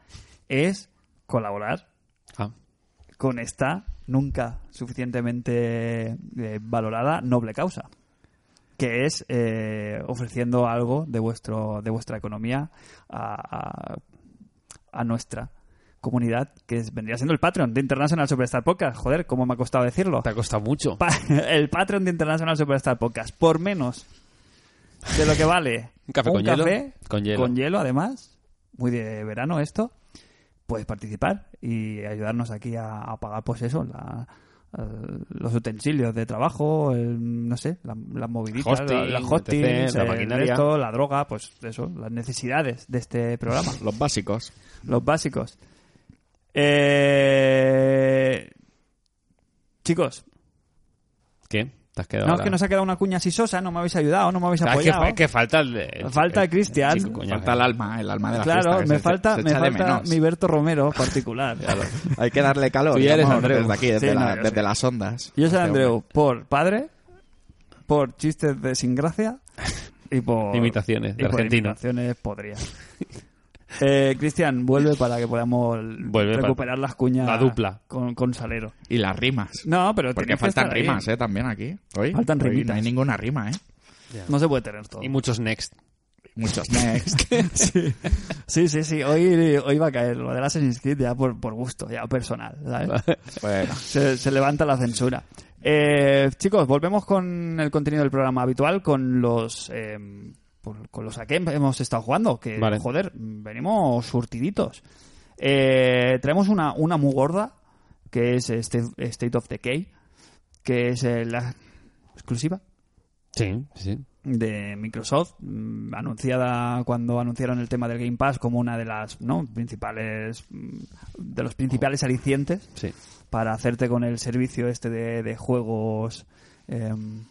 Speaker 2: es colaborar
Speaker 1: Ah,
Speaker 2: con esta nunca suficientemente eh, valorada noble causa que es eh, ofreciendo algo de vuestro de vuestra economía a, a- a nuestra comunidad que es- vendría siendo el Patreon de International Superstar Podcast joder cómo me ha costado decirlo
Speaker 1: te ha costado mucho.
Speaker 2: Pa- el Patreon de International Superstar Podcast por menos de lo que vale
Speaker 1: Un café con hielo. Con hielo.
Speaker 2: con hielo además muy de verano esto puedes participar y ayudarnos aquí a, a pagar pues eso la- eh, los utensilios de trabajo el- no sé la- las moviditas
Speaker 1: Hosting,
Speaker 2: la- las hosting
Speaker 1: etc., la maquinaria.
Speaker 2: esto, la droga pues eso las necesidades de este programa
Speaker 3: Los básicos.
Speaker 2: los básicos Eh, chicos
Speaker 1: ¿Qué? ¿Te has quedado
Speaker 2: no, es
Speaker 1: ahora?
Speaker 2: que nos ha quedado una cuña así sosa, no me habéis ayudado, no me habéis
Speaker 1: Ah, es que,
Speaker 2: apoyado.
Speaker 1: fa- es que falta el, el-
Speaker 2: Falta
Speaker 1: el-
Speaker 2: Cristian.
Speaker 1: el chico, coño,
Speaker 3: falta el alma, el alma de Ah, la fiesta.
Speaker 2: eh. claro,
Speaker 3: que
Speaker 2: me
Speaker 3: se-
Speaker 2: falta,
Speaker 3: se
Speaker 2: me
Speaker 3: echa de
Speaker 2: falta
Speaker 3: menos.
Speaker 2: mi Berto Romero particular.
Speaker 3: Hay que darle calor.
Speaker 1: Tú ya eres
Speaker 3: digamos,
Speaker 1: Andreu.
Speaker 3: Desde aquí, desde,
Speaker 2: Sí, no,
Speaker 3: la-
Speaker 2: yo
Speaker 3: desde
Speaker 2: sé.
Speaker 3: las ondas.
Speaker 2: Yo soy
Speaker 3: Este
Speaker 2: Andreu
Speaker 3: hombre.
Speaker 2: por padre, por chistes de sin gracia y por
Speaker 1: Imitaciones de
Speaker 2: y pues, por
Speaker 1: argentino.
Speaker 2: imitaciones podría. Eh, Cristian, vuelve para que podamos
Speaker 1: Vuelve para-
Speaker 2: recuperar las cuñas
Speaker 1: la dupla.
Speaker 2: con, con Salero.
Speaker 3: Y las rimas.
Speaker 2: No, pero
Speaker 3: Porque
Speaker 2: tiene que
Speaker 3: faltan
Speaker 2: estar ahí.
Speaker 3: rimas, ¿eh? También aquí. Hoy,
Speaker 2: Faltan
Speaker 3: hoy no
Speaker 2: rimitas.
Speaker 3: hay ninguna rima, ¿eh?
Speaker 2: No se puede tener todo.
Speaker 1: Y muchos next.
Speaker 3: Muchos next.
Speaker 2: Sí, sí, sí. Hoy, hoy va a caer lo del Assassin's Creed ya por, por gusto, ya personal. ¿sabes?
Speaker 3: Bueno,
Speaker 2: se, se levanta la censura. Eh, chicos, volvemos con el contenido del programa habitual, con los eh, por- con los a que hemos estado jugando, que
Speaker 1: Vale.
Speaker 2: joder, venimos surtiditos. Eh, traemos una, una muy gorda, que es este, State of Decay, que es eh, la exclusiva
Speaker 1: Sí, sí.
Speaker 2: de Microsoft, mm, anunciada cuando anunciaron el tema del Game Pass como una de las ¿no? principales mm, de los principales alicientes
Speaker 1: sí.
Speaker 2: para hacerte con el servicio este de, de juegos em,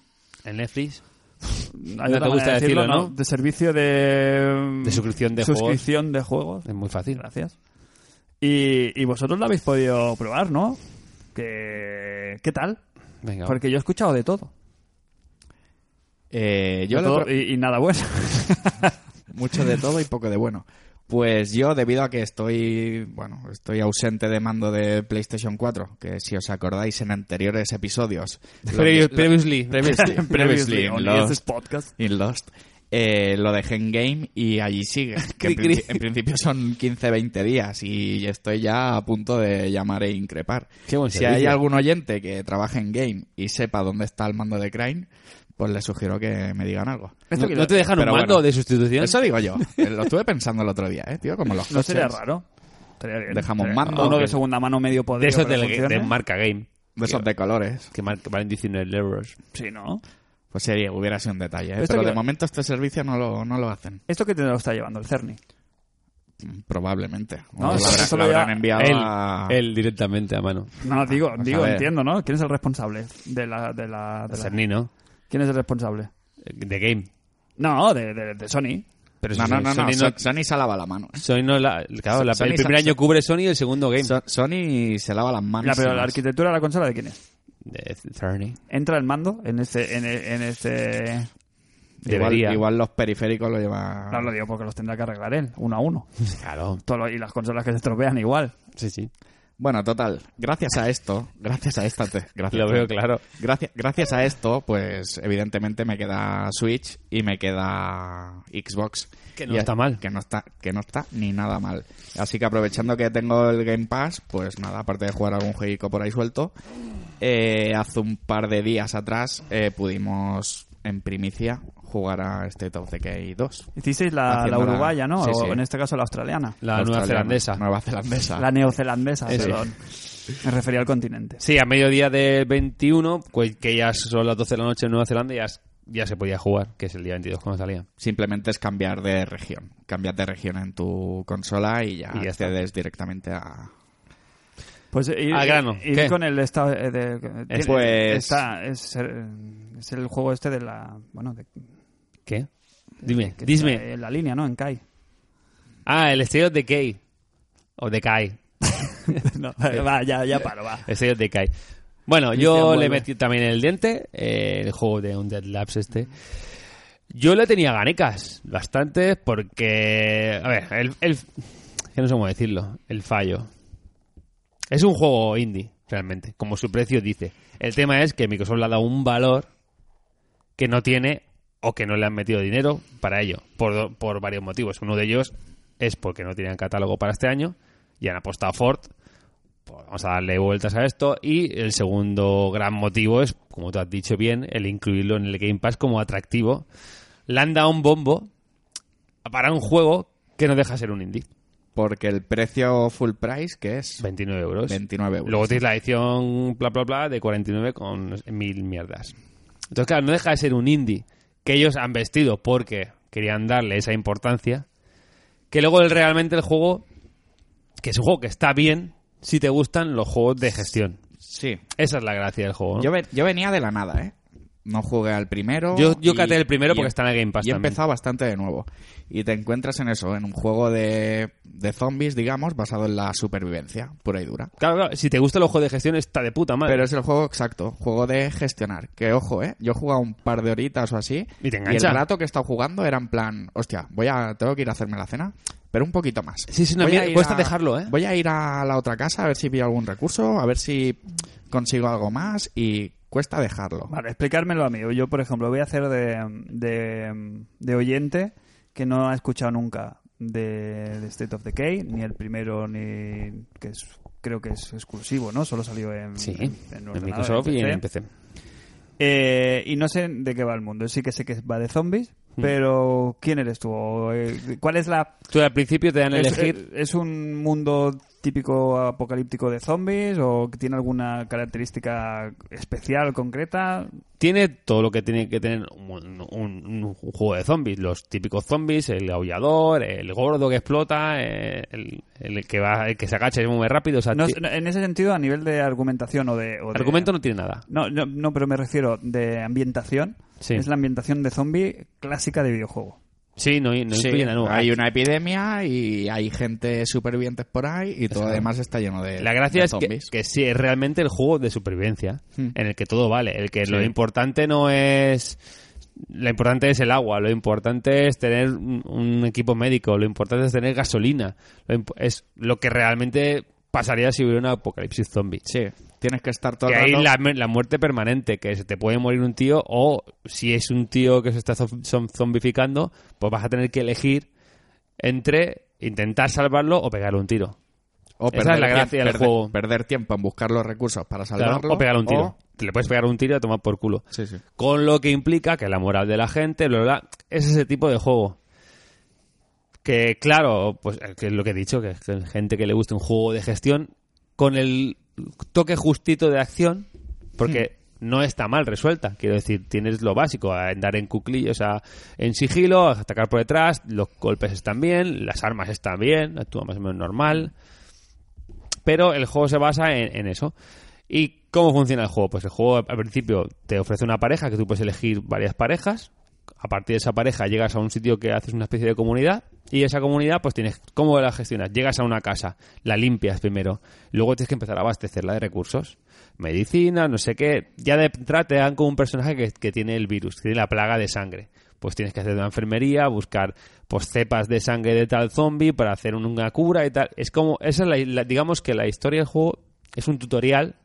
Speaker 1: En Netflix.
Speaker 2: Hay
Speaker 1: No
Speaker 2: otra
Speaker 1: te gusta
Speaker 2: manera de
Speaker 1: decirlo, ¿no?
Speaker 2: De servicio de... em,
Speaker 1: De suscripción de juegos.
Speaker 2: suscripción de juegos.
Speaker 1: Es muy fácil.
Speaker 2: Gracias. Y, y vosotros lo habéis podido probar, ¿no? ¿Qué, qué tal?
Speaker 1: Venga,
Speaker 2: Porque yo he escuchado de todo.
Speaker 3: Eh, yo
Speaker 2: De
Speaker 3: lo
Speaker 2: todo
Speaker 3: pro-
Speaker 2: y, y nada bueno.
Speaker 3: mucho de todo y poco de bueno. Pues yo, debido a que estoy, bueno, estoy ausente de mando de PlayStation 4, que si os acordáis en anteriores episodios, lo-
Speaker 1: Previ-
Speaker 3: lo-
Speaker 1: previously.
Speaker 3: previously, previously in
Speaker 2: only
Speaker 3: Lost,
Speaker 2: this podcast.
Speaker 3: in Lost, eh, lo dejé en game y allí sigue. Que
Speaker 1: Cri,
Speaker 3: en,
Speaker 1: cri.
Speaker 3: princi- en principio son 15-20 días y estoy ya a punto de llamar e increpar.
Speaker 1: Qué buen
Speaker 3: si
Speaker 1: servicio.
Speaker 3: hay algún oyente que trabaje en game y sepa dónde está el mando de Crane, pues le sugiero que me digan algo.
Speaker 1: ¿No, no te dejan un
Speaker 3: Pero
Speaker 1: mando
Speaker 3: bueno.
Speaker 1: de sustitución?
Speaker 3: Eso digo yo. Eh, Lo estuve pensando el otro día, ¿eh, tío? Como los
Speaker 2: No sería
Speaker 3: coches.
Speaker 2: raro. Estaría bien.
Speaker 3: Dejamos
Speaker 2: Estaría-
Speaker 3: mando,
Speaker 2: Uno de
Speaker 3: que-
Speaker 2: segunda mano medio podrido.
Speaker 1: de esos
Speaker 2: pero
Speaker 1: del,
Speaker 2: funcione.
Speaker 1: de marca game.
Speaker 3: De esos de colores.
Speaker 1: Que mar- que valen 19 euros.
Speaker 2: Sí, ¿no?
Speaker 3: Pues sería, hubiera sido un detalle, ¿eh?
Speaker 2: Pero esto
Speaker 3: Pero
Speaker 2: que
Speaker 3: de
Speaker 2: va-
Speaker 3: momento este servicio no lo, no lo hacen.
Speaker 2: ¿Esto qué te lo está llevando? El Cerny.
Speaker 3: Probablemente. O
Speaker 2: No,
Speaker 3: lo,
Speaker 2: eso-
Speaker 3: habrá-
Speaker 2: eso
Speaker 3: lo
Speaker 2: lo
Speaker 3: habrán
Speaker 2: ya-
Speaker 3: enviado
Speaker 1: Él,
Speaker 3: a...
Speaker 1: él directamente a mano.
Speaker 2: No, digo,
Speaker 3: Pues a
Speaker 2: digo
Speaker 3: ver.
Speaker 2: entiendo, ¿no? ¿Quién es el responsable de la... De la, de la-
Speaker 1: Cernino.
Speaker 2: ¿Quién es el responsable?
Speaker 1: De game.
Speaker 2: No, de, de, de Sony.
Speaker 1: Pero
Speaker 3: No,
Speaker 1: si
Speaker 3: no, no,
Speaker 1: Sony
Speaker 3: no. Son- Sony se lava la mano. eh.
Speaker 1: Sony no la- claro, la-
Speaker 3: Sony
Speaker 1: el primer
Speaker 3: sa-
Speaker 1: año cubre Sony y el segundo game.
Speaker 3: So- Sony se lava las manos.
Speaker 2: Ya, pero la
Speaker 3: Además.
Speaker 2: arquitectura de la consola, ¿de quién es?
Speaker 1: De Cerny.
Speaker 2: ¿Entra el mando en este...? En, e- en este...
Speaker 3: igual,
Speaker 1: Debería.
Speaker 3: igual los periféricos lo lleva...
Speaker 2: No lo digo porque los tendrá que arreglar él, uno a uno.
Speaker 1: Claro.
Speaker 2: Todo lo- y las consolas que se estropean igual.
Speaker 1: Sí, sí.
Speaker 3: Bueno, total. Gracias a esto, gracias a esta... te- Gracias,
Speaker 1: Lo veo claro.
Speaker 3: Gracias, gracias a esto, pues evidentemente me queda Switch y me queda Xbox.
Speaker 1: Que no
Speaker 3: Y-
Speaker 1: está mal.
Speaker 3: Que no está, que no está ni nada mal. Así que aprovechando que tengo el Game Pass, pues nada, aparte de jugar algún jueguico por ahí suelto, eh, hace un par de días atrás eh, pudimos en primicia jugar a State of Decay 2.
Speaker 2: Hicisteis la, la
Speaker 3: Haciendo la-
Speaker 2: uruguaya, ¿no?
Speaker 3: sí, sí.
Speaker 2: O en este caso la australiana.
Speaker 1: La nueva
Speaker 3: Australiana-
Speaker 1: zelandesa.
Speaker 3: Nueva zelandesa.
Speaker 2: La neozelandesa,
Speaker 1: Ese.
Speaker 2: perdón. Me refería al continente.
Speaker 1: Sí, a mediodía del 21, pues, que ya son las 12 de la noche en Nueva Zelanda, ya, s- ya se podía jugar, que es el día 22 cuando salía.
Speaker 3: Simplemente es cambiar de región. Cambiar de región en tu consola y ya,
Speaker 1: Y ya está.
Speaker 3: accedes directamente a,
Speaker 2: Pues ir,
Speaker 1: Al grano,
Speaker 2: ir
Speaker 1: ¿qué?
Speaker 2: con el esta- eh, de- tiene-
Speaker 3: Pues-
Speaker 2: está- es, el- es el juego este de la bueno de,
Speaker 1: ¿Qué? Dime,
Speaker 2: que está
Speaker 1: dime.
Speaker 2: en la línea, ¿no? En Kai.
Speaker 1: Ah, el Estadio de Kay. O de Kai.
Speaker 2: No, va, ya, ya paro, va.
Speaker 1: Ese es de Kai. Bueno,
Speaker 2: Cristian,
Speaker 1: yo
Speaker 2: vuelve.
Speaker 1: le metí también el diente, eh, el juego de Undead Labs este. Yo le tenía ganecas, bastantes, porque... A ver, el... el que no sé cómo decirlo, el fallo. Es un juego indie, realmente, como su precio dice. El tema es que Microsoft le ha dado un valor que no tiene o que no le han metido dinero para ello, por, do- por varios motivos. Uno de ellos es porque no tenían catálogo para este año y han apostado a Ford. Pues vamos a darle vueltas a esto. Y el segundo gran motivo es, como tú has dicho bien, el incluirlo en el Game Pass como atractivo. Le han dado un bombo para un juego que no deja ser un indie.
Speaker 3: Porque el precio full price, que es
Speaker 1: 29 euros.
Speaker 3: 29 euros.
Speaker 1: Luego tienes la edición bla bla bla de 49 con mil mierdas. Entonces, claro, no deja de ser un indie que ellos han vestido porque querían darle esa importancia. Que luego el- realmente el juego, que es un juego que está bien si te gustan los juegos de gestión.
Speaker 3: Sí.
Speaker 1: Esa es la gracia del juego. ¿no?
Speaker 3: Yo, ve- yo venía de la nada, ¿eh? No jugué al primero.
Speaker 1: Yo- yo
Speaker 3: y-
Speaker 1: caté el primero
Speaker 3: y- em-
Speaker 1: porque está en el Game Pass
Speaker 3: Y he
Speaker 1: también.
Speaker 3: empezado bastante de nuevo. Y te encuentras en eso, en un juego de, de zombies, digamos, basado en la supervivencia, pura y dura.
Speaker 1: Claro, claro, si te gustan los juegos de gestión está de puta madre.
Speaker 3: Pero es el juego exacto, juego de gestionar. Que ojo, ¿eh? Yo he jugado un par de horitas o así.
Speaker 1: Y te
Speaker 3: el
Speaker 1: engancha.
Speaker 3: rato que he estado jugando era en plan, hostia, voy a, tengo que ir a hacerme la cena, pero un poquito más.
Speaker 1: Sí, es una
Speaker 3: Voy a
Speaker 1: mierda,
Speaker 3: ir
Speaker 1: cuesta
Speaker 3: a-
Speaker 1: dejarlo, ¿eh?
Speaker 3: Voy a ir a la otra casa a ver si pillo algún recurso, a ver si consigo algo más y cuesta dejarlo.
Speaker 2: Vale, explicármelo a mí. Yo, por ejemplo, voy a hacer de, de, de oyente que no ha escuchado nunca de, de State of Decay, ni el primero, ni que es, creo que es exclusivo, ¿no? Solo salió en,
Speaker 1: Sí,
Speaker 2: en, en
Speaker 1: en
Speaker 2: ordenador,
Speaker 1: Microsoft y
Speaker 2: PC.
Speaker 1: en PC.
Speaker 2: Eh, y no sé de qué va el mundo. Sí que sé que va de zombies, pero ¿quién eres tú? O, eh, ¿Cuál es la...
Speaker 1: Tú al principio te dan a
Speaker 2: Es,
Speaker 1: elegir...
Speaker 2: es- es un mundo típico apocalíptico de zombies o que tiene alguna característica especial, concreta?
Speaker 1: tiene todo lo que tiene que tener un, un- un, un juego de zombies. Los típicos zombies, el aullador, el gordo que explota, eh, el, el que va, el que se agacha y es muy rápido. O sea,
Speaker 2: No,
Speaker 1: ti-
Speaker 2: no, en ese sentido, a nivel de argumentación o de... o de-
Speaker 3: ¿eh?
Speaker 1: argumento no tiene nada.
Speaker 2: No, no, no, pero me refiero de ambientación.
Speaker 1: Sí.
Speaker 2: Es la ambientación de zombie clásica de videojuego.
Speaker 1: Sí, no, no
Speaker 3: Sí,
Speaker 1: incluye nada. nuevo.
Speaker 3: hay una epidemia y hay gente supervivientes por ahí y todo además está lleno de
Speaker 1: La gracia
Speaker 3: Eh, de
Speaker 1: es que,
Speaker 3: zombies.
Speaker 1: que sí, es realmente el juego de supervivencia,
Speaker 3: Hmm.
Speaker 1: en el que todo vale, el que lo
Speaker 3: Sí.
Speaker 1: importante no es... Lo importante es el agua, lo importante es tener un un equipo médico, lo importante es tener gasolina, lo imp- es lo que realmente pasaría si hubiera un apocalipsis zombie.
Speaker 3: Sí, tienes que estar todo
Speaker 1: Que
Speaker 3: el
Speaker 1: hay
Speaker 3: rato-
Speaker 1: la, la muerte permanente, que se te puede morir un tío, o si es un tío que se está zo- zom- zombificando, pues vas a tener que elegir entre intentar salvarlo o pegarle un tiro.
Speaker 3: o
Speaker 1: esa es la
Speaker 3: perder
Speaker 1: gracia
Speaker 3: tiempo-
Speaker 1: del
Speaker 3: perder-
Speaker 1: juego.
Speaker 3: Perder tiempo en buscar los recursos para
Speaker 1: Claro,
Speaker 3: salvarlo.
Speaker 1: o pegarle un tiro.
Speaker 3: Oh.
Speaker 1: Te le puedes pegar un tiro y a tomar por culo.
Speaker 3: Sí, sí.
Speaker 1: Con lo que implica que la moral de la gente, bla, bla, bla, es ese tipo de juego. Que, claro, pues eh, que es lo que he dicho, que, que gente que le gusta un juego de gestión, con el toque justito de acción, porque no está mal resuelta. Quiero decir, tienes lo básico, a andar en cuclillos, a, en sigilo, a atacar por detrás, los golpes están bien, las armas están bien, actúa más o menos normal pero el juego se basa en, en eso. ¿Y cómo funciona el juego? Pues el juego al principio te ofrece una pareja que tú puedes elegir varias parejas. A partir de esa pareja llegas a un sitio que haces una especie de comunidad y esa comunidad pues tienes cómo la gestionas. Llegas a una casa, la limpias primero, luego tienes que empezar a abastecerla de recursos, medicina, no sé qué. Ya de entrada te dan como un personaje que, que tiene el virus, que tiene la plaga de sangre pues tienes que hacer una enfermería, buscar pues cepas de sangre de tal zombie para hacer una cura y tal. Es como, esa es la, la- digamos que la historia del juego es un tutorial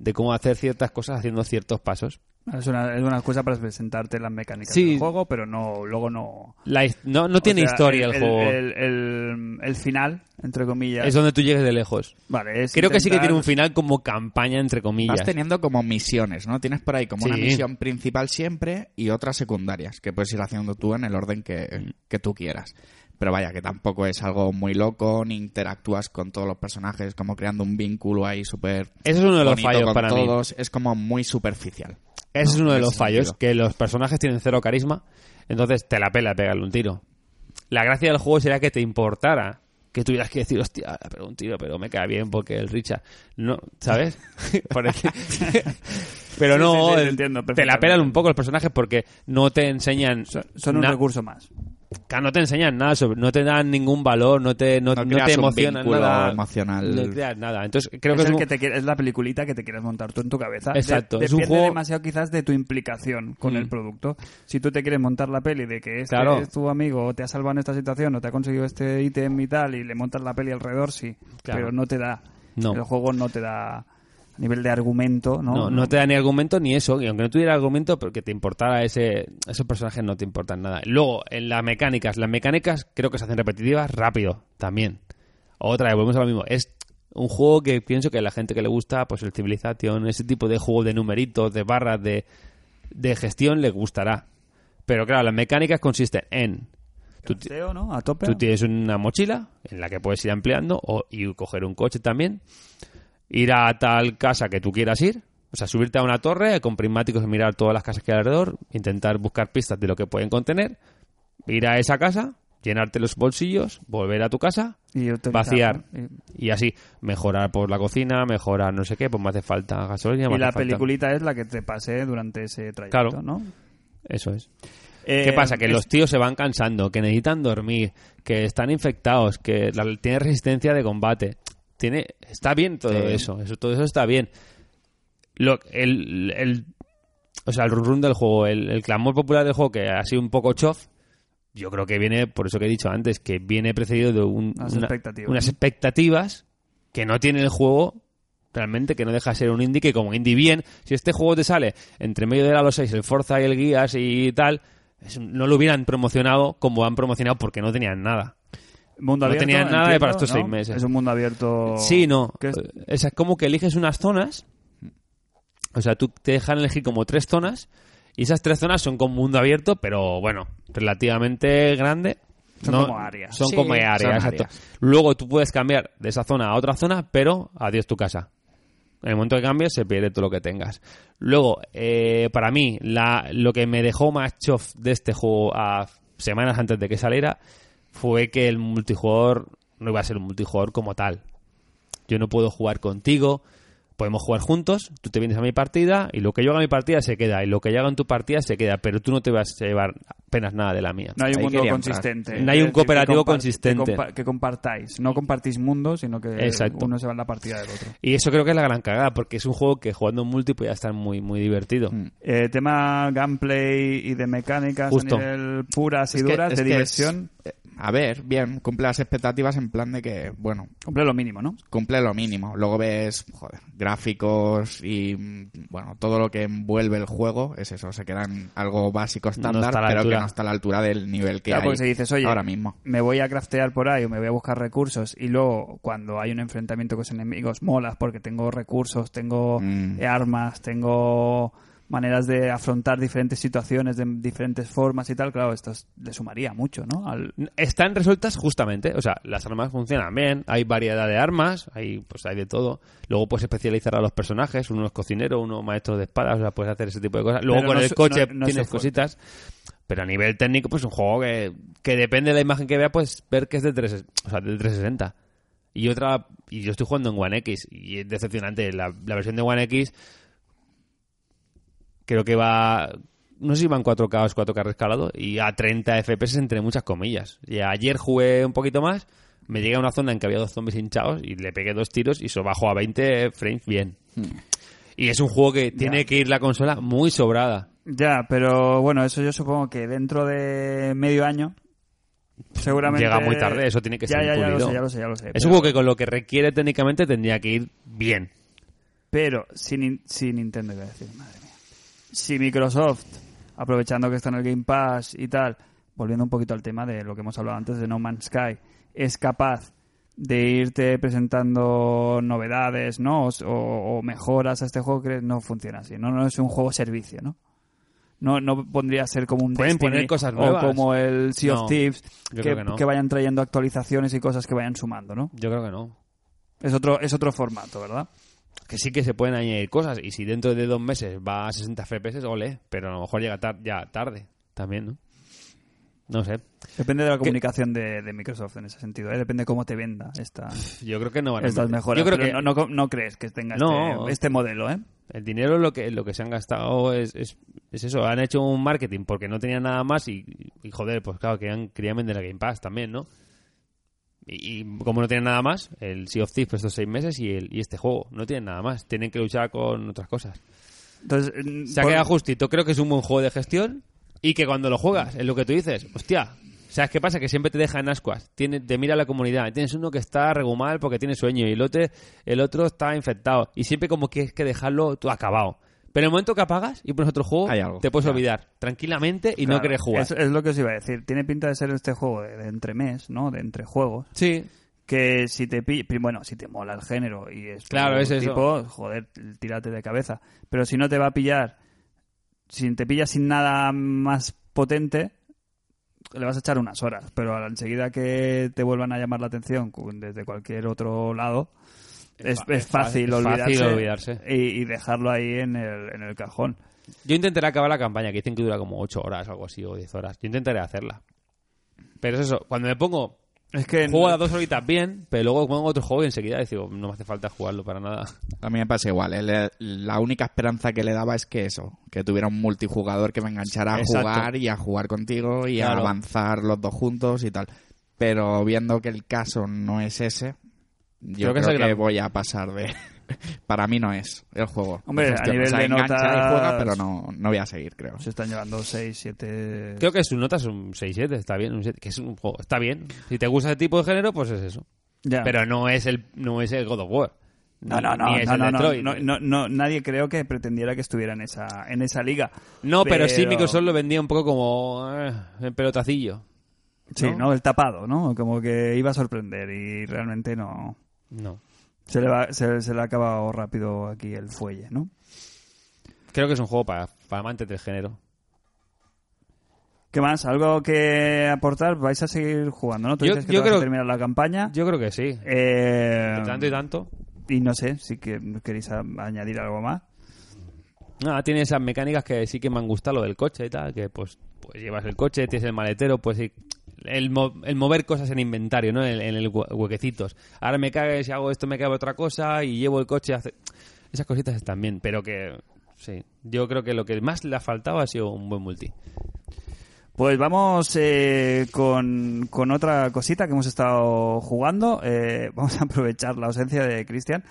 Speaker 1: de cómo hacer ciertas cosas haciendo ciertos pasos.
Speaker 2: Es una, es una excusa para presentarte las mecánicas
Speaker 1: Sí.
Speaker 2: del juego, pero no luego no...
Speaker 1: La his- no no
Speaker 2: O
Speaker 1: tiene
Speaker 2: sea,
Speaker 1: historia el, juego.
Speaker 2: El, el- el final, entre comillas.
Speaker 1: es donde tú llegues de lejos.
Speaker 2: Vale, es
Speaker 1: Creo que sí que
Speaker 2: intentar-
Speaker 1: tiene un final como campaña, entre comillas.
Speaker 3: Vas teniendo como misiones, ¿no? Tienes por ahí como una
Speaker 1: Sí.
Speaker 3: misión principal siempre y otras secundarias que puedes ir haciendo tú en el orden
Speaker 1: Mm.
Speaker 3: que, que tú quieras. Pero vaya, que tampoco es algo muy loco, ni interactúas con todos los personajes, como creando un vínculo ahí súper.
Speaker 1: Ese es uno de los
Speaker 3: bonito
Speaker 1: fallos
Speaker 3: con
Speaker 1: para mí.
Speaker 3: todos. Es como muy superficial.
Speaker 1: Ese es uno de
Speaker 3: en
Speaker 1: los
Speaker 3: ese
Speaker 1: fallos,
Speaker 3: sentido.
Speaker 1: que los personajes tienen cero carisma, entonces te la pela pegarle un tiro. La gracia del juego sería que te importara, que tuvieras que decir, hostia, pero un tiro, pero me queda bien porque el Richard, no, ¿sabes? Por el que- pero
Speaker 2: Sí,
Speaker 1: no,
Speaker 2: sí, sí, te
Speaker 1: el-
Speaker 2: entiendo
Speaker 1: te la
Speaker 2: perfectamente.
Speaker 1: pelan un poco los personajes porque no te enseñan,
Speaker 2: Son, son un
Speaker 1: na-
Speaker 2: recurso más.
Speaker 1: que no te enseñan nada, sobre- no te dan ningún valor, no te, no,
Speaker 3: No
Speaker 1: no
Speaker 3: creas
Speaker 1: te
Speaker 3: un
Speaker 1: emocionan
Speaker 3: vínculo
Speaker 1: nada,
Speaker 3: emocional.
Speaker 1: no creas nada. Entonces creo
Speaker 2: es,
Speaker 1: que es
Speaker 2: el
Speaker 1: un-
Speaker 2: que te quiere- es la peliculita que te quieres montar tú en tu cabeza.
Speaker 1: Exacto,
Speaker 2: De-
Speaker 1: es un
Speaker 2: depende
Speaker 1: juego-
Speaker 2: demasiado quizás de tu implicación con
Speaker 1: Mm.
Speaker 2: el producto. Si tú te quieres montar la peli de que este
Speaker 1: Claro.
Speaker 2: es tu amigo, o te ha salvado en esta situación, o te ha conseguido este ítem y tal, y le montas la peli alrededor, sí.
Speaker 1: Claro.
Speaker 2: Pero no te da.
Speaker 1: No.
Speaker 2: El juego no te da a nivel de argumento, ¿no?
Speaker 1: No, no te da ni argumento ni eso. Y aunque no tuviera argumento, porque te importara ese, esos personajes no te importan nada. Luego, en las mecánicas. Las mecánicas creo que se hacen repetitivas rápido también. Otra vez, volvemos a lo mismo. Es un juego que pienso que a la gente que le gusta, pues el Civilization, ese tipo de juego de numeritos, de barras, de, de gestión, le gustará. Pero claro, las mecánicas consisten en... tú ti-
Speaker 2: Teo, ¿no? A tope.
Speaker 1: Tú tienes una mochila en la que puedes ir ampliando o, y coger un coche también, ir a tal casa que tú quieras ir, o sea, subirte a una torre con prismáticos y mirar todas las casas que hay alrededor, intentar buscar pistas de lo que pueden contener, ir a esa casa, llenarte los bolsillos, volver a tu casa
Speaker 2: Y utilizar,
Speaker 1: vaciar.
Speaker 2: ¿no? Y-
Speaker 1: y así mejorar por la cocina, mejorar no sé qué, pues me hace falta gasolina. me
Speaker 2: Y
Speaker 1: hace
Speaker 2: la
Speaker 1: falta-
Speaker 2: peliculita es la que te pasé durante ese trayecto,
Speaker 1: Claro.
Speaker 2: ¿no?
Speaker 1: Eso es.
Speaker 2: Eh,
Speaker 1: ¿Qué pasa? Que
Speaker 2: es-
Speaker 1: los tíos se van cansando, que necesitan dormir, que están infectados, que la- tienen resistencia de combate. Tiene, está bien todo
Speaker 3: Sí.
Speaker 1: eso, eso, todo eso está bien. Lo, el, el- o sea, el run del juego, el, el clamor popular del juego que ha sido un poco chof, yo creo que viene, por eso que he dicho antes, que viene precedido de un-
Speaker 2: Unas
Speaker 1: una-
Speaker 2: expectativas,
Speaker 1: unas
Speaker 2: ¿no?
Speaker 1: expectativas que no tiene el juego realmente que no deja de ser un indie que como indie bien, si este juego te sale entre medio de la los 6 el Forza y el Guías y tal, es- no lo hubieran promocionado como han promocionado porque no tenían nada.
Speaker 2: Mundo
Speaker 1: no
Speaker 2: abierto,
Speaker 1: tenía nada de para
Speaker 2: entiendo,
Speaker 1: estos seis meses.
Speaker 2: Es un mundo abierto.
Speaker 1: Sí, no.
Speaker 2: que es-
Speaker 1: O sea, es como que eliges unas zonas. O sea, tú te dejan elegir como tres zonas. Y esas tres zonas son con mundo abierto, pero bueno, relativamente grande.
Speaker 2: Son como áreas.
Speaker 1: Son
Speaker 3: Sí,
Speaker 1: como áreas,
Speaker 3: son
Speaker 1: exacto.
Speaker 3: áreas.
Speaker 1: Luego tú puedes cambiar de esa zona a otra zona, pero adiós tu casa. En el momento que cambias se pierde todo lo que tengas. Luego, eh, para mí, la, lo que me dejó más chof de este juego a semanas antes de que saliera fue que el multijugador no iba a ser un multijugador como tal. Yo no puedo jugar contigo, podemos jugar juntos, tú te vienes a mi partida y lo que yo haga en mi partida se queda y lo que yo haga en tu partida se queda, pero tú no te vas a llevar apenas nada de la mía.
Speaker 2: No hay un
Speaker 3: Ahí
Speaker 2: mundo
Speaker 3: quería entrar.
Speaker 1: No hay
Speaker 2: consistente. Es
Speaker 1: un
Speaker 2: decir, que
Speaker 1: cooperativo
Speaker 2: compar- que
Speaker 1: consistente.
Speaker 2: compa- Que compartáis. No compartís mundo, sino que
Speaker 1: Exacto.
Speaker 2: uno se va en la partida del otro.
Speaker 1: Y eso creo que es la gran cagada, porque es un juego que jugando en multi puede estar muy, muy divertido.
Speaker 2: Eh, tema gameplay y de mecánicas
Speaker 1: Justo.
Speaker 2: a nivel puras y
Speaker 3: Es que-
Speaker 2: duras,
Speaker 3: es
Speaker 2: de
Speaker 3: que es-
Speaker 2: diversión,
Speaker 3: eh, a ver, bien, cumple las expectativas en plan de que, bueno,
Speaker 2: cumple lo mínimo, ¿no?
Speaker 3: cumple lo mínimo. Luego ves, joder, gráficos y, mm, bueno, todo lo que envuelve el juego es eso. Se quedan algo básico
Speaker 1: No
Speaker 3: estándar,
Speaker 1: está a la
Speaker 3: pero que
Speaker 1: altura.
Speaker 3: no está a la altura del nivel que
Speaker 2: Claro,
Speaker 3: hay
Speaker 2: porque si dices, oye,
Speaker 3: ahora mismo.
Speaker 2: me voy a craftear por ahí o me voy a buscar recursos y luego cuando hay un enfrentamiento con los enemigos molas porque tengo recursos, tengo
Speaker 3: Mm.
Speaker 2: eh, armas, tengo maneras de afrontar diferentes situaciones de diferentes formas y tal, claro, esto es- le sumaría mucho, ¿no? Al,
Speaker 1: Están resueltas justamente, o sea, las armas funcionan bien, hay variedad de armas, hay pues hay de todo. Luego puedes especializar a los personajes, uno es cocinero, uno maestro de espadas, o sea, puedes hacer ese tipo de cosas. Luego
Speaker 2: Pero
Speaker 1: con
Speaker 2: no
Speaker 1: el
Speaker 2: su-
Speaker 1: coche
Speaker 2: no- no
Speaker 1: tienes
Speaker 2: su fuerte.
Speaker 1: cositas, pero a nivel técnico pues es un juego que, que depende de la imagen que vea, pues ver que es de, 3, o sea, de 360. Y otra, y yo estoy jugando en One X y es decepcionante, la, la versión de One X creo que va no sé si van 4K o es 4K rescalado y a 30 FPS entre muchas comillas. Y ayer jugué un poquito más, me llegué a una zona en que había dos zombies hinchados y le pegué dos tiros y eso bajó a 20 frames bien.
Speaker 2: Hmm.
Speaker 1: Y es un juego que tiene que ir la consola muy sobrada.
Speaker 2: Ya, pero bueno, eso yo supongo que dentro de medio año seguramente...
Speaker 1: Llega muy tarde, eso tiene que
Speaker 2: ya,
Speaker 1: ser
Speaker 2: ya, ya lo
Speaker 1: pulido.
Speaker 2: sé, ya lo sé, ya lo sé.
Speaker 1: Es
Speaker 2: pero-
Speaker 1: un juego que con lo que requiere técnicamente tendría que ir bien.
Speaker 2: Pero si, Nin- si Nintendo, iba a decir, madre mía. Si Microsoft, aprovechando que está en el Game Pass y tal, volviendo un poquito al tema de lo que hemos hablado antes de No Man's Sky, es capaz de irte presentando novedades, ¿no? O, o- o mejoras a este juego, que no funciona así. No, no es un juego servicio, ¿no? No, no pondría a ser como un
Speaker 1: Pueden
Speaker 2: Destiny
Speaker 1: poner cosas
Speaker 2: o
Speaker 1: nuevas.
Speaker 2: como el Sea
Speaker 1: No,
Speaker 2: of Thieves
Speaker 1: yo
Speaker 2: que,
Speaker 1: creo que no.
Speaker 2: que vayan trayendo actualizaciones y cosas que vayan sumando, ¿no?
Speaker 1: Yo creo que no.
Speaker 2: Es otro, es otro formato, ¿verdad?
Speaker 1: Que sí que se pueden añadir cosas y si dentro de dos meses va a 60 FPS, ole, pero a lo mejor llega tar- ya tarde también, ¿no? No sé.
Speaker 2: Depende de la comunicación de, de Microsoft en ese sentido, ¿eh? depende cómo te venda esta,
Speaker 1: Yo creo que no van a
Speaker 2: estas
Speaker 1: meter.
Speaker 2: mejoras.
Speaker 1: Yo creo
Speaker 2: Pero
Speaker 1: que
Speaker 2: no, no, no crees que tenga
Speaker 1: No.
Speaker 2: este, este modelo, ¿eh?
Speaker 1: el dinero lo que lo que se han gastado es, es, es eso. Han hecho un marketing porque no tenían nada más y, y, joder, pues claro, querían, querían vender el Game Pass también, ¿no? Y, y como no tienen nada más, el Sea of Thieves pues, estos seis meses y, el, y este juego no tienen nada más. Tienen que luchar con otras cosas.
Speaker 2: Entonces, mm,
Speaker 1: Se ha
Speaker 2: por-
Speaker 1: quedado justito. Creo que es un buen juego de gestión y que cuando lo juegas, es lo que tú dices, hostia. ¿Sabes qué pasa? Que siempre te deja en ascuas. Tiene, te mira la comunidad. Tienes uno que está regumal porque tiene sueño y el otro, el otro está infectado. Y siempre como que es que dejarlo tú acabado. Pero en el momento que apagas y pones otro juego,
Speaker 3: Hay algo,
Speaker 1: te puedes olvidar tranquilamente y
Speaker 2: claro,
Speaker 1: no querés jugar.
Speaker 2: Es, es lo que os iba a decir. Tiene pinta de ser este juego de, de entremés, ¿no? De entre juegos.
Speaker 1: Sí,
Speaker 2: Que si te pi- pri- bueno, si te mola el género y es tu
Speaker 1: Claro, es eso.
Speaker 2: tipo, joder, tírate de cabeza. Pero si no te va a pillar, si te pilla sin nada más potente, le vas a echar unas horas. Pero al- enseguida que te vuelvan a llamar la atención cu- desde cualquier otro lado, es,
Speaker 1: fa-
Speaker 2: es
Speaker 1: es fa-
Speaker 2: fácil,
Speaker 1: es
Speaker 2: olvidarse,
Speaker 1: fácil olvidarse.
Speaker 2: Y, y dejarlo ahí en el, en el cajón.
Speaker 1: Yo intentaré acabar la campaña, que dicen que dura como 8 horas o algo así, o 10 horas. Yo intentaré hacerla. Pero es eso, cuando me pongo
Speaker 2: Es que
Speaker 1: Juego a las dos horitas bien, pero luego pongo otro juego y enseguida digo, no me hace falta jugarlo para nada.
Speaker 3: A mí me pasa igual. ¿eh? Le- la única esperanza que le daba es que eso, que tuviera un multijugador que me enganchara a
Speaker 1: Exacto.
Speaker 3: jugar y a jugar contigo y
Speaker 1: Claro.
Speaker 3: a avanzar los dos juntos y tal. Pero viendo que el caso no es ese, yo
Speaker 1: Creo que
Speaker 3: creo,
Speaker 1: es el
Speaker 3: que,
Speaker 1: gran-
Speaker 3: voy a pasar de... Para mí no es el juego.
Speaker 2: Hombre,
Speaker 3: De
Speaker 2: a
Speaker 3: gestión.
Speaker 2: nivel de
Speaker 3: engancha y
Speaker 2: notas-
Speaker 3: juega, pero no, no voy a seguir, creo.
Speaker 2: se están llevando 6, 7...
Speaker 1: Creo que su nota es un 6-7, está bien, un 7, que es un juego, está bien. Si te gusta ese tipo de género, pues es eso. Pero no es el no es el God of War.
Speaker 2: No, no, no,
Speaker 1: Ni es
Speaker 2: no,
Speaker 1: el
Speaker 2: no, no,
Speaker 1: Detroit.
Speaker 2: no, no, no, nadie creo que pretendiera que estuviera en esa, en esa liga.
Speaker 1: No, pero, sí Microsoft lo vendía un poco como eh, en pelotacillo.
Speaker 2: Sí,
Speaker 1: ¿no?
Speaker 2: ¿no? El tapado, ¿no? Como que iba a sorprender y realmente no...
Speaker 1: No.
Speaker 2: Se le, va, se, se le ha acabado rápido aquí el fuelle, ¿no?
Speaker 1: Creo que es un juego para, para amantes del género.
Speaker 2: ¿Qué más? ¿Algo que aportar? ¿Vais a seguir jugando, no? Tú
Speaker 1: Yo-
Speaker 2: dices que
Speaker 1: yo
Speaker 2: te vas a
Speaker 1: creo-
Speaker 2: terminar la campaña.
Speaker 1: Yo creo que sí.
Speaker 2: Eh,
Speaker 1: De tanto y tanto.
Speaker 2: y Y no sé si que queréis a- añadir algo más.
Speaker 1: Nada, tiene esas mecánicas que sí que me han gustado, lo del coche y tal, que pues, pues llevas el coche, tienes el maletero, pues sí, el, mo- el mover cosas en inventario, ¿no? En, en el hue- huequecitos. Ahora me cagues y hago esto, me cago otra cosa y llevo el coche. Hace... Esas cositas están bien, pero que sí, yo creo que lo que más le ha faltado ha sido un buen multi.
Speaker 2: Pues vamos eh, con, con otra cosita que hemos estado jugando. Eh, vamos a aprovechar la ausencia de Cristian.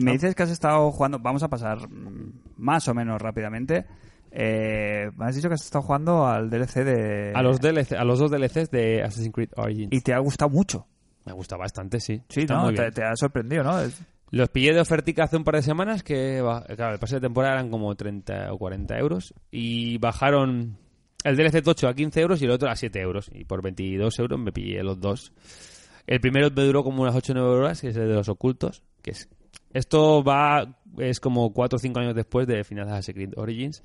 Speaker 1: Ah.
Speaker 2: me dices que has estado jugando. Vamos a pasar mm, más o menos rápidamente. Eh, me has dicho que has estado jugando al DLC de.
Speaker 1: A los DLC, a los dos DLCs de Assassin's Creed Origins.
Speaker 2: Eh. Y te ha gustado mucho.
Speaker 1: Me gusta bastante, sí.
Speaker 2: Sí,
Speaker 1: Está
Speaker 2: ¿no?
Speaker 1: muy bien.
Speaker 2: Te, te ha sorprendido, ¿no? Es-
Speaker 1: Los pillé de ofertica hace un par de semanas, que ba- claro, el pase de temporada eran como 30 o 40 euros, y bajaron el DLC tocho a 15 euros y el otro a 7 euros, y por 22 euros me pillé los dos. El primero me duró como unas 8 o 9 horas, que es el de los ocultos, que es... Esto va, es como 4 o 5 años después de final de Assassin's Creed Origins,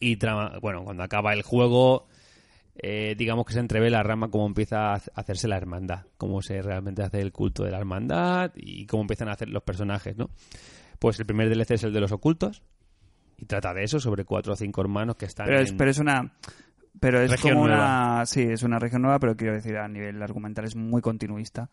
Speaker 1: y trama, bueno, cuando acaba el juego, eh, digamos que se entreve la rama cómo empieza a hac- a hacerse la hermandad, cómo se realmente hace el culto de la hermandad y cómo empiezan a hacer los personajes, ¿no? Pues el primer DLC es el de los ocultos y trata de eso, sobre cuatro o cinco hermanos que están
Speaker 2: Pero es,
Speaker 1: en-
Speaker 2: pero es una. Pero es
Speaker 1: Región
Speaker 2: como una. Sí, es una región nueva, pero quiero decir, a nivel argumental es muy continuista,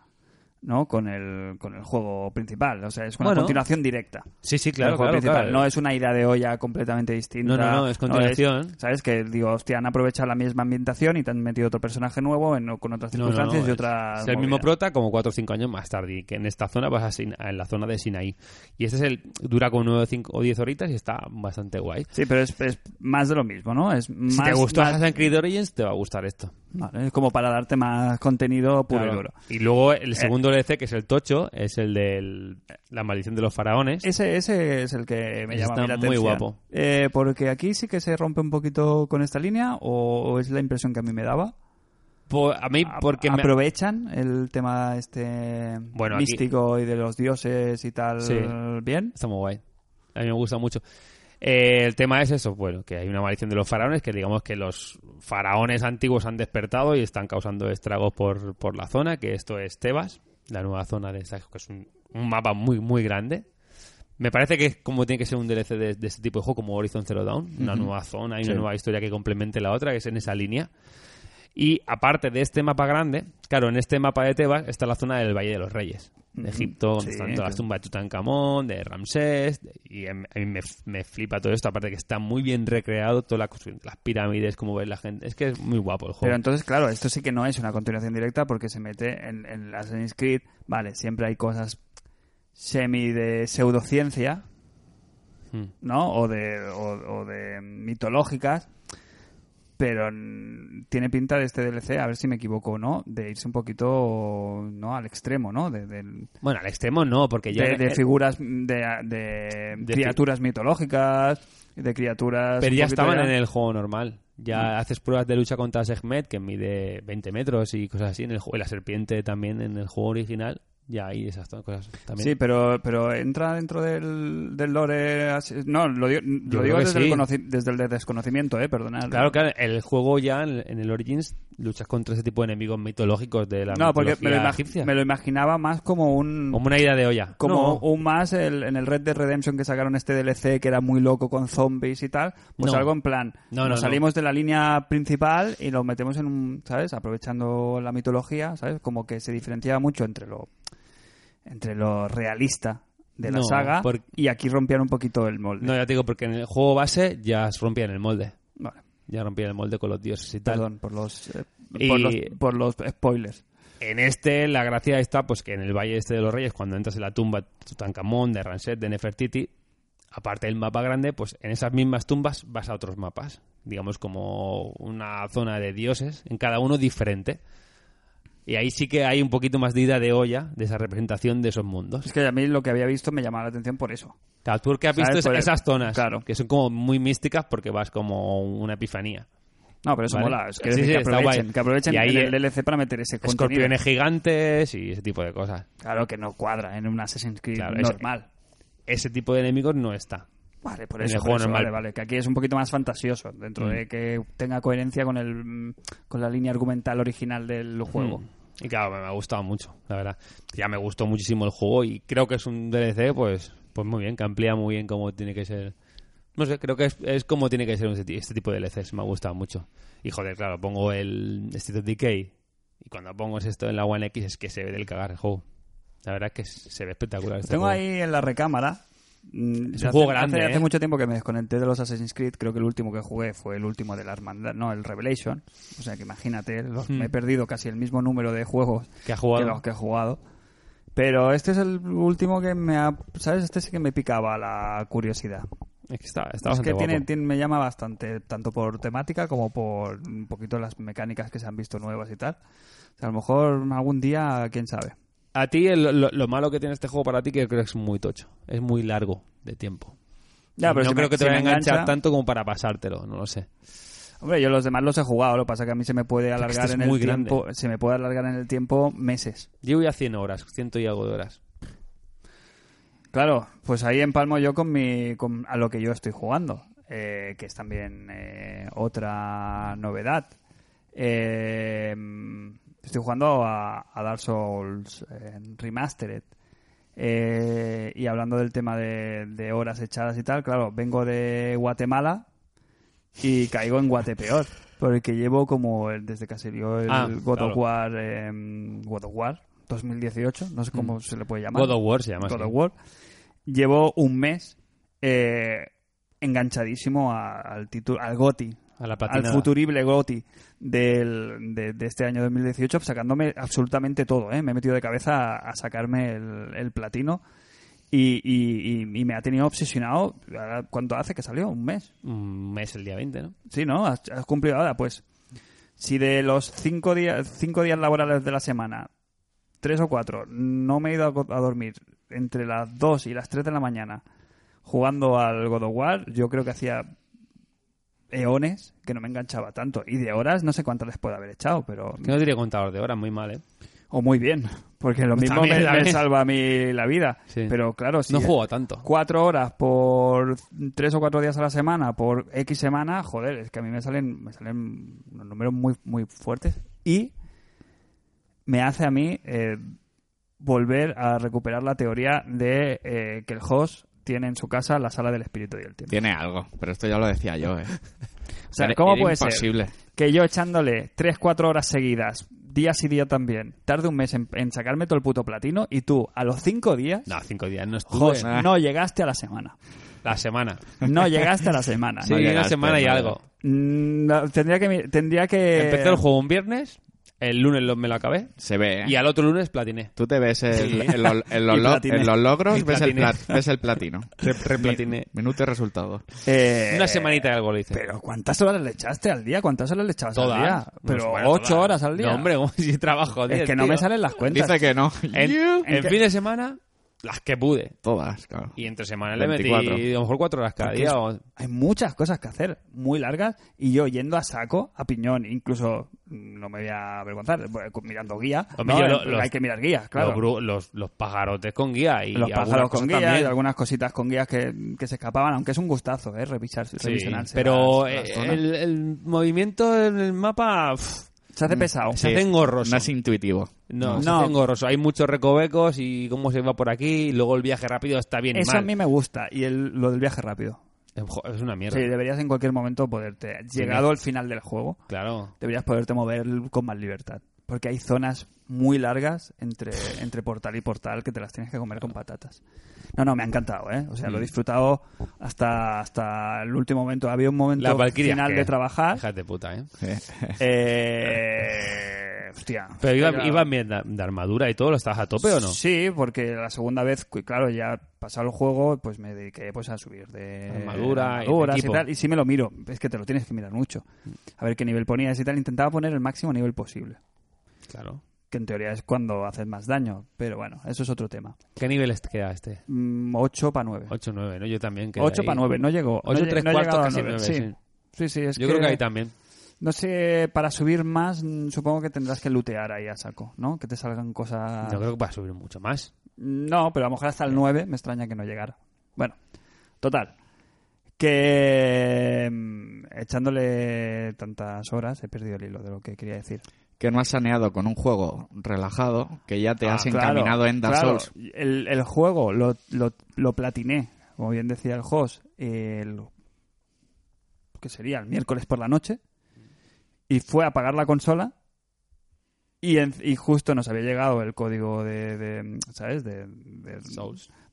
Speaker 2: ¿no? Con el, con el juego principal. O sea, es una
Speaker 1: Bueno.
Speaker 2: continuación directa.
Speaker 1: Sí, sí,
Speaker 2: del
Speaker 1: claro,
Speaker 2: juego
Speaker 1: claro,
Speaker 2: principal.
Speaker 1: claro.
Speaker 2: No es una idea de olla completamente distinta.
Speaker 1: No, no, no, es continuación.
Speaker 2: ¿Sabes? Que digo, hostia, han aprovechado la misma ambientación y te han metido otro personaje nuevo en- con otras
Speaker 1: No, no, no,
Speaker 2: circunstancias y
Speaker 1: es-
Speaker 2: otras.
Speaker 1: Es el mismo
Speaker 2: movidas.
Speaker 1: prota como 4 o 5 años más tarde. y Que en esta zona vas a, Sin- a la zona de Sinaí. Y este es el. Dura como 9 o 5 o 10 horitas y está bastante guay.
Speaker 2: Sí, pero es, es más de lo mismo, ¿no? Es más.
Speaker 1: si te gustó
Speaker 2: más-
Speaker 1: Assassin's Creed Origins, te va a gustar esto.
Speaker 2: vale, es como para darte más contenido puro y
Speaker 1: Claro.
Speaker 2: duro.
Speaker 1: Y luego
Speaker 2: Eh.
Speaker 1: el segundo DLC, que es el tocho, es el de la maldición de los faraones.
Speaker 2: Ese, ese es el que me
Speaker 1: Ese
Speaker 2: llama
Speaker 1: está
Speaker 2: a mí la
Speaker 1: muy
Speaker 2: atención.
Speaker 1: guapo.
Speaker 2: Eh, porque aquí sí que se rompe un poquito con esta línea, o, o es la impresión que a mí me daba.
Speaker 1: Po- a mí,
Speaker 2: A-
Speaker 1: porque me-
Speaker 2: Ah, aprovechan el tema este
Speaker 1: Bueno, aquí-
Speaker 2: místico y de los dioses y tal
Speaker 1: Sí.
Speaker 2: bien.
Speaker 1: Está muy guay. A mí me gusta mucho. Eh, el tema es eso, bueno, que hay una maldición de los faraones, que digamos que los faraones antiguos han despertado y están causando estragos por, por la zona, que esto es Tebas, la nueva zona de esta, que es un, un mapa muy, muy grande. Me parece que es como tiene que ser un DLC de, de este tipo de juego, como Horizon Zero Dawn, una nueva zona y una
Speaker 2: Sí.
Speaker 1: nueva historia que complemente la otra, que es en esa línea. Y aparte de este mapa grande, claro, en este mapa de Tebas está la zona del Valle de los Reyes, de Egipto, donde
Speaker 2: Sí,
Speaker 1: están todas las
Speaker 2: claro.
Speaker 1: tumbas de Tutankamón, de Ramsés, y em- a mí me, f- me flipa todo esto, aparte que está muy bien recreado, toda la construcción de las pirámides, como ves la gente, es que es muy guapo el
Speaker 2: Pero
Speaker 1: juego.
Speaker 2: entonces, claro, esto sí que no es una continuación directa porque se mete en, en Assassin's Creed. Vale, siempre hay cosas semi de pseudociencia,
Speaker 1: Mm.
Speaker 2: ¿no? O de, o, o de mitológicas. Pero mm, tiene pinta de este DLC, a ver si me equivoco o no, de irse un poquito no al extremo, ¿no? De, del-
Speaker 1: Bueno, al extremo no, porque ya...
Speaker 2: de- de
Speaker 1: eh,
Speaker 2: figuras, mm, de, de
Speaker 1: De fi-
Speaker 2: criaturas mitológicas, de criaturas...
Speaker 1: pero
Speaker 2: un
Speaker 1: ya
Speaker 2: poquito
Speaker 1: estaban
Speaker 2: ya- Mm.
Speaker 1: en el juego normal. Ya haces pruebas de lucha contra Sekhmet, que mide 20 metros y cosas así, en el juego, y la serpiente también en el juego original, ya hay esas to- cosas también.
Speaker 2: Sí, pero, pero entra dentro del, del lore... así- No, lo, di- lo
Speaker 1: creo
Speaker 2: digo
Speaker 1: que
Speaker 2: desde, el
Speaker 1: sí.
Speaker 2: conoci- desde el desconocimiento, ¿eh? Perdonad.
Speaker 1: Claro, claro, el juego ya en en el Origins luchas contra ese tipo de enemigos mitológicos de la
Speaker 2: No, porque me lo,
Speaker 1: mitología
Speaker 2: imag-
Speaker 1: egipcia.
Speaker 2: me lo imaginaba más como un...
Speaker 1: Como una idea de olla.
Speaker 2: como
Speaker 1: No.
Speaker 2: un más el- en el Red Dead Redemption que sacaron este DLC que era muy loco con zombies y tal, pues
Speaker 1: No.
Speaker 2: algo en plan,
Speaker 1: No,
Speaker 2: nos
Speaker 1: no, no.
Speaker 2: salimos de la línea principal y lo metemos en un, ¿sabes? Aprovechando la mitología, ¿sabes? Como que se diferenciaba mucho entre lo entre lo realista de la
Speaker 1: No,
Speaker 2: saga
Speaker 1: por-
Speaker 2: y aquí rompían un poquito el molde.
Speaker 1: No, eh, ya te digo, porque en el juego base ya rompían el molde.
Speaker 2: Vale,
Speaker 1: Ya rompían el molde con los dioses y tal.
Speaker 2: perdón por los, eh,
Speaker 1: Y-
Speaker 2: por los por los spoilers.
Speaker 1: En este, la gracia está, pues que en el Valle este de los Reyes, cuando entras en la tumba de Tutankamón, de Ranset, de Nefertiti, aparte del mapa grande, pues en esas mismas tumbas vas a otros mapas. Digamos como una zona de dioses, en cada uno diferente. Y ahí sí que hay un poquito más de ida de olla de esa representación de esos mundos.
Speaker 2: Es que a mí lo que había visto me llamaba la atención por eso.
Speaker 1: Claro, tú lo que has
Speaker 2: ¿Sabes?
Speaker 1: visto es
Speaker 2: Por el-
Speaker 1: esas zonas,
Speaker 2: claro.
Speaker 1: que son como muy místicas porque vas como una epifanía.
Speaker 2: No, pero eso
Speaker 1: Vale.
Speaker 2: mola, es que,
Speaker 1: Sí, sí,
Speaker 2: que
Speaker 1: está guay.
Speaker 2: aprovechen, que aprovechen
Speaker 1: Y ahí,
Speaker 2: en el
Speaker 1: eh,
Speaker 2: DLC para meter ese contenido.
Speaker 1: Escorpiones gigantes y ese tipo de cosas.
Speaker 2: Claro que no cuadra en un Assassin's Creed
Speaker 1: Claro, es-
Speaker 2: normal.
Speaker 1: Ese tipo de enemigos no está.
Speaker 2: Vale, por
Speaker 1: en
Speaker 2: eso,
Speaker 1: el
Speaker 2: por
Speaker 1: juego
Speaker 2: eso,
Speaker 1: normal.
Speaker 2: vale, vale, que aquí es un poquito más fantasioso, mm, dentro de que tenga coherencia con el mm, con la línea argumental original del juego.
Speaker 1: Y claro, me me ha gustado mucho, la verdad. Ya me gustó muchísimo el juego y creo que es un DLC, pues, pues muy bien, que amplía muy bien cómo tiene que ser. No sé, creo que es, es como tiene que ser un- este tipo de DLCs. Me ha gustado mucho. Y joder, claro, pongo el State of Decay y cuando pongo esto en la One X es que se ve del cagar el juego. La verdad es que se ve espectacular.
Speaker 2: Lo
Speaker 1: Este
Speaker 2: tengo
Speaker 1: juego.
Speaker 2: ahí en la recámara. Mm,
Speaker 1: Es
Speaker 2: ya
Speaker 1: un juego
Speaker 2: hace-
Speaker 1: grande,
Speaker 2: Hace,
Speaker 1: ¿eh?
Speaker 2: hace mucho tiempo que me desconecté de los Assassin's Creed. Creo que el último que jugué fue el último de la hermandad, no, el Revelation. O sea que imagínate, los-
Speaker 1: Hmm.
Speaker 2: me he perdido casi el mismo número de juegos
Speaker 1: Que ha
Speaker 2: que
Speaker 1: jugado.
Speaker 2: los que he jugado. Pero este es el último que me ha... ¿Sabes? Este sí que me picaba la curiosidad.
Speaker 1: Es que está, está
Speaker 2: es
Speaker 1: bastante
Speaker 2: que tiene,
Speaker 1: guapo.
Speaker 2: tiene- me llama bastante, tanto por temática como por un poquito las mecánicas que se han visto nuevas y tal. O sea, a lo mejor algún día, quién sabe.
Speaker 1: A ti el- lo, lo malo que tiene este juego para ti que creo que es muy tocho. Es muy largo de tiempo. no
Speaker 2: si me-
Speaker 1: creo que te
Speaker 2: si
Speaker 1: vaya a
Speaker 2: me
Speaker 1: enganchar
Speaker 2: engancha-
Speaker 1: tanto como para pasártelo, no lo sé.
Speaker 2: Hombre, yo los demás los he jugado, lo que pasa es que a mí se me puede
Speaker 1: que
Speaker 2: alargar
Speaker 1: este es
Speaker 2: en el
Speaker 1: muy grande.
Speaker 2: tiempo, se me puede alargar en el tiempo meses.
Speaker 1: Llevo ya 100 horas, ciento y algo de horas.
Speaker 2: Claro, pues ahí empalmo yo con mi con a lo que yo estoy jugando, eh, que es también eh, otra novedad. Eh, estoy jugando a, a Dark Souls eh, Remastered. Eh, y hablando del tema de, de horas echadas y tal, claro, vengo de Guatemala y caigo en Guatepeor. Porque llevo como el- desde que salió el
Speaker 1: Ah,
Speaker 2: God,
Speaker 1: claro.
Speaker 2: of War, em, God of War 2018, no sé cómo se le puede llamar.
Speaker 1: Mm. God of War se llama.
Speaker 2: God
Speaker 1: así.
Speaker 2: of War. Llevo un mes eh, enganchadísimo a- al título, al GOTI,
Speaker 1: A la platina.
Speaker 2: al futurible GOTI del, de, de este año 2018, sacándome absolutamente todo. ¿eh? Me he metido de cabeza a, a sacarme el, el platino y, y- y- y me ha tenido obsesionado. Ahora, ¿Cuánto hace que salió? ¿Un mes?
Speaker 1: Un mes el día 20, ¿no?
Speaker 2: Sí, ¿no? Has, has cumplido ahora, pues. Si de los cinco días, cinco días laborales de la semana, tres o cuatro, no me he ido a, go- a dormir entre las dos y las tres de la mañana jugando al God of War, yo creo que hacía eones que no me enganchaba tanto. Y de horas no sé cuántas les puedo haber echado, pero...
Speaker 1: Que no diría contador de horas, muy mal, ¿eh?
Speaker 2: O muy bien, porque lo mismo
Speaker 1: Pues También,
Speaker 2: me,
Speaker 1: también.
Speaker 2: me salva a mí la vida.
Speaker 1: Sí.
Speaker 2: Pero claro, si
Speaker 1: no juego tanto.
Speaker 2: cuatro horas por tres o cuatro días a la semana por X semana, joder, es que a mí me salen, me salen unos números muy, muy fuertes y me hace a mí eh, volver a recuperar la teoría de eh, que el host tiene en su casa la sala del espíritu y el tiempo.
Speaker 3: Tiene algo, pero esto ya lo decía yo, ¿eh?
Speaker 2: O sea, ¿cómo
Speaker 3: era
Speaker 2: puede
Speaker 3: imposible.
Speaker 2: ser que yo echándole tres, cuatro horas seguidas, día sí día también, tarde un mes en, en sacarme todo el puto platino y tú a los cinco días,
Speaker 1: No, cinco días no estuve.
Speaker 2: host,
Speaker 3: nah.
Speaker 2: no llegaste a la semana?
Speaker 1: La semana.
Speaker 2: No llegaste a la semana.
Speaker 1: Sí,
Speaker 3: No
Speaker 1: una
Speaker 3: llegaste,
Speaker 1: semana y
Speaker 3: no
Speaker 1: algo.
Speaker 2: Mm, no, tendría que mi- tendría que
Speaker 1: Empecé el juego un viernes, el lunes lo- me lo acabé
Speaker 3: Se ve, ¿eh?
Speaker 1: y al otro lunes platiné.
Speaker 3: Tú te ves el- en, lo- en los
Speaker 2: Y
Speaker 3: lo-
Speaker 2: platiné.
Speaker 3: en los
Speaker 1: Y
Speaker 3: logros, ves el,
Speaker 1: platiné.
Speaker 3: plat- ves el platino.
Speaker 1: Replatiné.
Speaker 3: Minuto y resultado.
Speaker 2: eh,
Speaker 1: Una semanita de algo lo hice.
Speaker 2: pero cuántas horas le echaste al día cuántas horas le echabas
Speaker 1: Todas.
Speaker 2: al día pues
Speaker 1: Una
Speaker 2: pero
Speaker 1: semana,
Speaker 2: ocho
Speaker 1: todas.
Speaker 2: horas al día
Speaker 1: No, hombre, si trabajo.
Speaker 2: es
Speaker 1: diez,
Speaker 2: que no me
Speaker 1: tío.
Speaker 2: salen las cuentas
Speaker 3: Dice que no.
Speaker 1: En,
Speaker 3: You.
Speaker 1: en
Speaker 2: ¿En qué?
Speaker 1: fin de semana, las que pude.
Speaker 3: Todas, claro.
Speaker 1: Y entre semana le metí
Speaker 3: 24.
Speaker 1: a lo mejor cuatro horas cada
Speaker 2: Porque
Speaker 1: día.
Speaker 2: es-
Speaker 1: o-
Speaker 2: hay muchas cosas que hacer muy largas y yo yendo a saco a piñón incluso mm, no me voy a avergonzar bueno, mirando guía
Speaker 1: Hombre,
Speaker 2: ¿no?
Speaker 1: yo lo-
Speaker 2: Pero
Speaker 1: los-
Speaker 2: hay que mirar guías claro
Speaker 1: Los, bru- los, los pajarotes con guía y
Speaker 2: los
Speaker 1: algunas
Speaker 2: pájaros con
Speaker 1: cosas
Speaker 2: guías
Speaker 1: también.
Speaker 2: y algunas cositas con guías que, que se escapaban aunque es un gustazo eh revisar revisionarse
Speaker 1: pero
Speaker 2: las- las
Speaker 1: eh,
Speaker 2: zonas.
Speaker 1: el, el movimiento en el mapa pf,
Speaker 2: se hace pesado
Speaker 1: Mm, se hace engorroso.
Speaker 3: No es intuitivo.
Speaker 1: No,
Speaker 2: No.
Speaker 1: se hace engorroso. Hay muchos recovecos y cómo se va por aquí. Y luego el viaje rápido está bien
Speaker 2: Eso
Speaker 1: mal.
Speaker 2: a mí me gusta. Y el- lo del viaje rápido.
Speaker 1: Eh, jo, Es una mierda.
Speaker 2: Sí, deberías en cualquier momento poderte. Llegado al final del juego,
Speaker 1: Claro.
Speaker 2: deberías poderte mover con más libertad. Porque hay zonas muy largas entre, entre portal y portal que te las tienes que comer con patatas. No, no, me ha encantado, ¿eh? O sea,
Speaker 1: Mm.
Speaker 2: lo he disfrutado hasta, hasta el último momento. Había un
Speaker 1: La
Speaker 2: momento
Speaker 1: Valkyria.
Speaker 2: final de trabajar.
Speaker 1: Fíjate puta, ¿eh?
Speaker 2: Eh, hostia.
Speaker 1: Pero iba,
Speaker 2: Pero-
Speaker 1: iba bien de, de armadura y todo. ¿Lo estabas a tope o no?
Speaker 2: Sí, porque la segunda vez, cu- claro, ya pasado el juego, pues me dediqué pues a subir de
Speaker 1: Armadura y de
Speaker 2: armaduras y,
Speaker 1: equipo.
Speaker 2: tal. Y sí me lo miro, es que te lo tienes que mirar mucho. A ver qué nivel ponías y tal. Intentaba poner el máximo nivel posible,
Speaker 1: Claro.
Speaker 2: que en teoría es cuando haces más daño. Pero bueno, eso es otro tema. Mm,
Speaker 1: ¿Qué nivel est- queda este?
Speaker 2: 8 para 9.
Speaker 1: 8 9, ¿no? Yo también quedé
Speaker 2: 8
Speaker 1: ahí.
Speaker 2: para 9, no llegó.
Speaker 1: Ocho,
Speaker 2: no lle-
Speaker 1: tres
Speaker 2: no he
Speaker 1: cuartos,
Speaker 2: llegado a
Speaker 1: casi
Speaker 2: nueve,
Speaker 1: nueve, sí.
Speaker 2: Sí. Sí, sí, es
Speaker 1: Yo
Speaker 2: que,
Speaker 1: creo que ahí también.
Speaker 2: no sé, para subir más, mm, supongo que tendrás que lootear ahí a saco, ¿no? Que te salgan cosas...
Speaker 1: Yo creo que va a subir mucho más.
Speaker 2: No, pero a lo mejor hasta el 9 me extraña que no llegara. Bueno, total. Que mm, echándole tantas horas he perdido el hilo de lo que quería decir.
Speaker 3: que no has saneado con un juego relajado, que ya te has
Speaker 2: Ah, claro,
Speaker 3: encaminado en Dark
Speaker 2: claro.
Speaker 3: Souls.
Speaker 2: El, el juego lo, lo, lo platiné, como bien decía el host, el que sería el miércoles por la noche, y fue a apagar la consola y, en- y justo nos había llegado el código de, de, ¿sabes? De, de-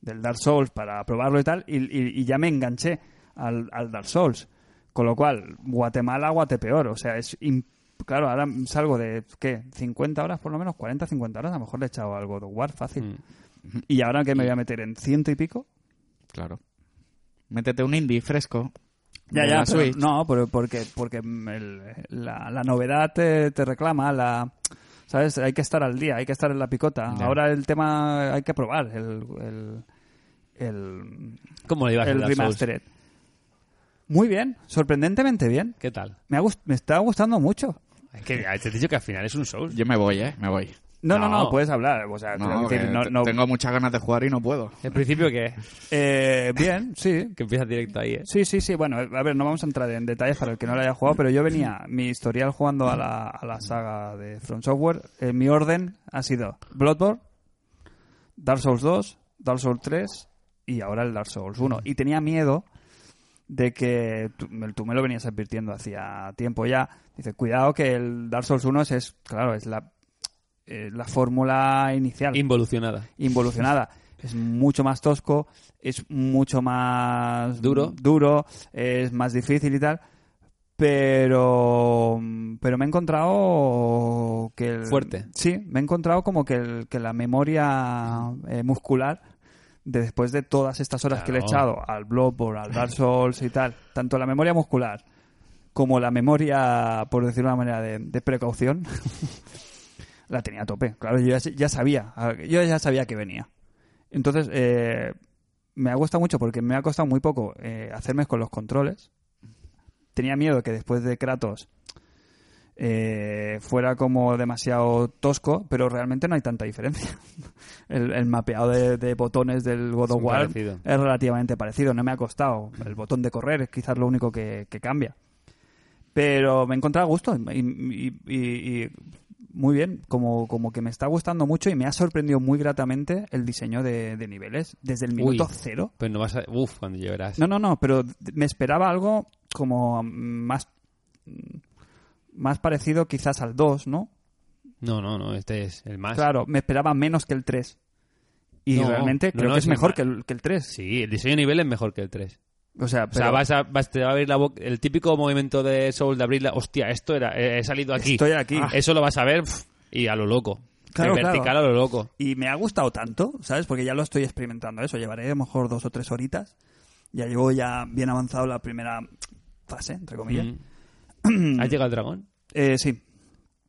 Speaker 2: del Dark Souls para probarlo y tal, y, y- y ya me enganché al, al Dark Souls. Con lo cual, Guatemala, Guatepeor. O sea, es. im- Claro, ahora salgo de, ¿qué? 50 horas por lo menos, 40, 50 horas. A lo mejor le he echado algo de War fácil.
Speaker 1: Mm.
Speaker 2: ¿Y ahora que me voy a meter en ciento y pico?
Speaker 3: Claro. Métete un indie fresco. de la
Speaker 2: pero
Speaker 3: Switch.
Speaker 2: no, pero porque, porque el- la, la novedad te, te reclama, la. ¿Sabes? Hay que estar al día, hay que estar en la picota.
Speaker 3: Ya.
Speaker 2: Ahora el tema hay que probar el- el- el,
Speaker 1: ¿Cómo lo llevas
Speaker 2: el
Speaker 1: Dark Souls?
Speaker 2: remastered. Muy bien, sorprendentemente bien.
Speaker 1: ¿Qué tal?
Speaker 2: Me, ha gust- me está gustando mucho.
Speaker 1: Es que ah, te he dicho que al final es un Souls.
Speaker 3: Yo me voy, ¿eh? Me voy.
Speaker 2: No, no, no,
Speaker 1: No.
Speaker 2: puedes hablar. O sea,
Speaker 3: No,
Speaker 2: quiero decir,
Speaker 3: que
Speaker 2: no-
Speaker 3: te-
Speaker 2: no-
Speaker 3: Tengo muchas ganas de jugar y no puedo.
Speaker 1: ¿El principio qué?
Speaker 2: Eh, bien, sí.
Speaker 1: Que empiezas directo ahí, ¿eh?
Speaker 2: Sí, sí, sí. Bueno, a ver, no vamos a entrar en detalles para el que no lo haya jugado, pero yo venía, mi historial jugando a la, a la saga de From Software, eh, mi orden ha sido Bloodborne, Dark Souls 2, Dark Souls 3 y ahora el Dark Souls 1. Y tenía miedo de que tú, me- tú me lo venías advirtiendo hacía tiempo ya. Dice, cuidado que el Dark Souls 1 es, es claro, es la, eh, la fórmula inicial
Speaker 1: Involucionada.
Speaker 2: involucionada. Es mucho más tosco, es mucho más
Speaker 1: Duro.
Speaker 2: duro, es más difícil y tal. Pero, pero me he encontrado que el-
Speaker 1: Fuerte.
Speaker 2: Sí, me he encontrado como que, el- que la memoria eh, muscular de después de todas estas horas que le he
Speaker 1: Claro.
Speaker 2: echado al Bloodborne, al Dark Souls y tal, tanto la memoria muscular como la memoria, por decirlo de una manera, de, de precaución, la tenía a tope. Claro, yo ya, se- ya sabía, a- yo ya sabía que venía. Entonces, eh, me ha gustado mucho porque me ha costado muy poco eh, hacerme con los controles. Tenía miedo que después de Kratos eh, fuera como demasiado tosco, pero realmente no hay tanta diferencia. El, el mapeado de, de botones del God of
Speaker 1: muy
Speaker 2: War
Speaker 1: parecido.
Speaker 2: es relativamente parecido, no me ha costado. El botón de correr es quizás lo único que, que cambia. Pero me he encontrado a gusto y, y- y- y muy bien, como, como que me está gustando mucho y me ha sorprendido muy gratamente el diseño de, de niveles desde el minuto
Speaker 1: Uy.
Speaker 2: cero.
Speaker 1: Pero Pues no vas a... Uf, cuando llegarás.
Speaker 2: No, no, no, pero me esperaba algo como más, más parecido quizás al 2, ¿no?
Speaker 1: no, no, no, Este es el más.
Speaker 2: Claro, me esperaba menos que el 3. Y
Speaker 1: No,
Speaker 2: realmente
Speaker 1: no,
Speaker 2: creo
Speaker 1: no,
Speaker 2: que
Speaker 1: es
Speaker 2: es mejor
Speaker 1: normal.
Speaker 2: que el, que el 3.
Speaker 1: Sí, el diseño de nivel es mejor que el 3.
Speaker 2: O sea,
Speaker 1: O sea,
Speaker 2: pero
Speaker 1: vas a, vas- te va a abrir la boca. El típico movimiento de Soul de abrir la. Hostia, esto era. eh, He salido aquí.
Speaker 2: estoy aquí.
Speaker 1: Ah, Eso lo vas a ver pf, y a lo loco.
Speaker 2: Claro,
Speaker 1: En vertical
Speaker 2: claro.
Speaker 1: a lo loco.
Speaker 2: Y me ha gustado tanto, ¿sabes? Porque ya lo estoy experimentando eso. Llevaré a lo mejor dos o tres horitas. Ya llevo ya bien avanzado la primera fase, entre comillas.
Speaker 1: Mm. ¿Has llegado al dragón?
Speaker 2: Eh, sí,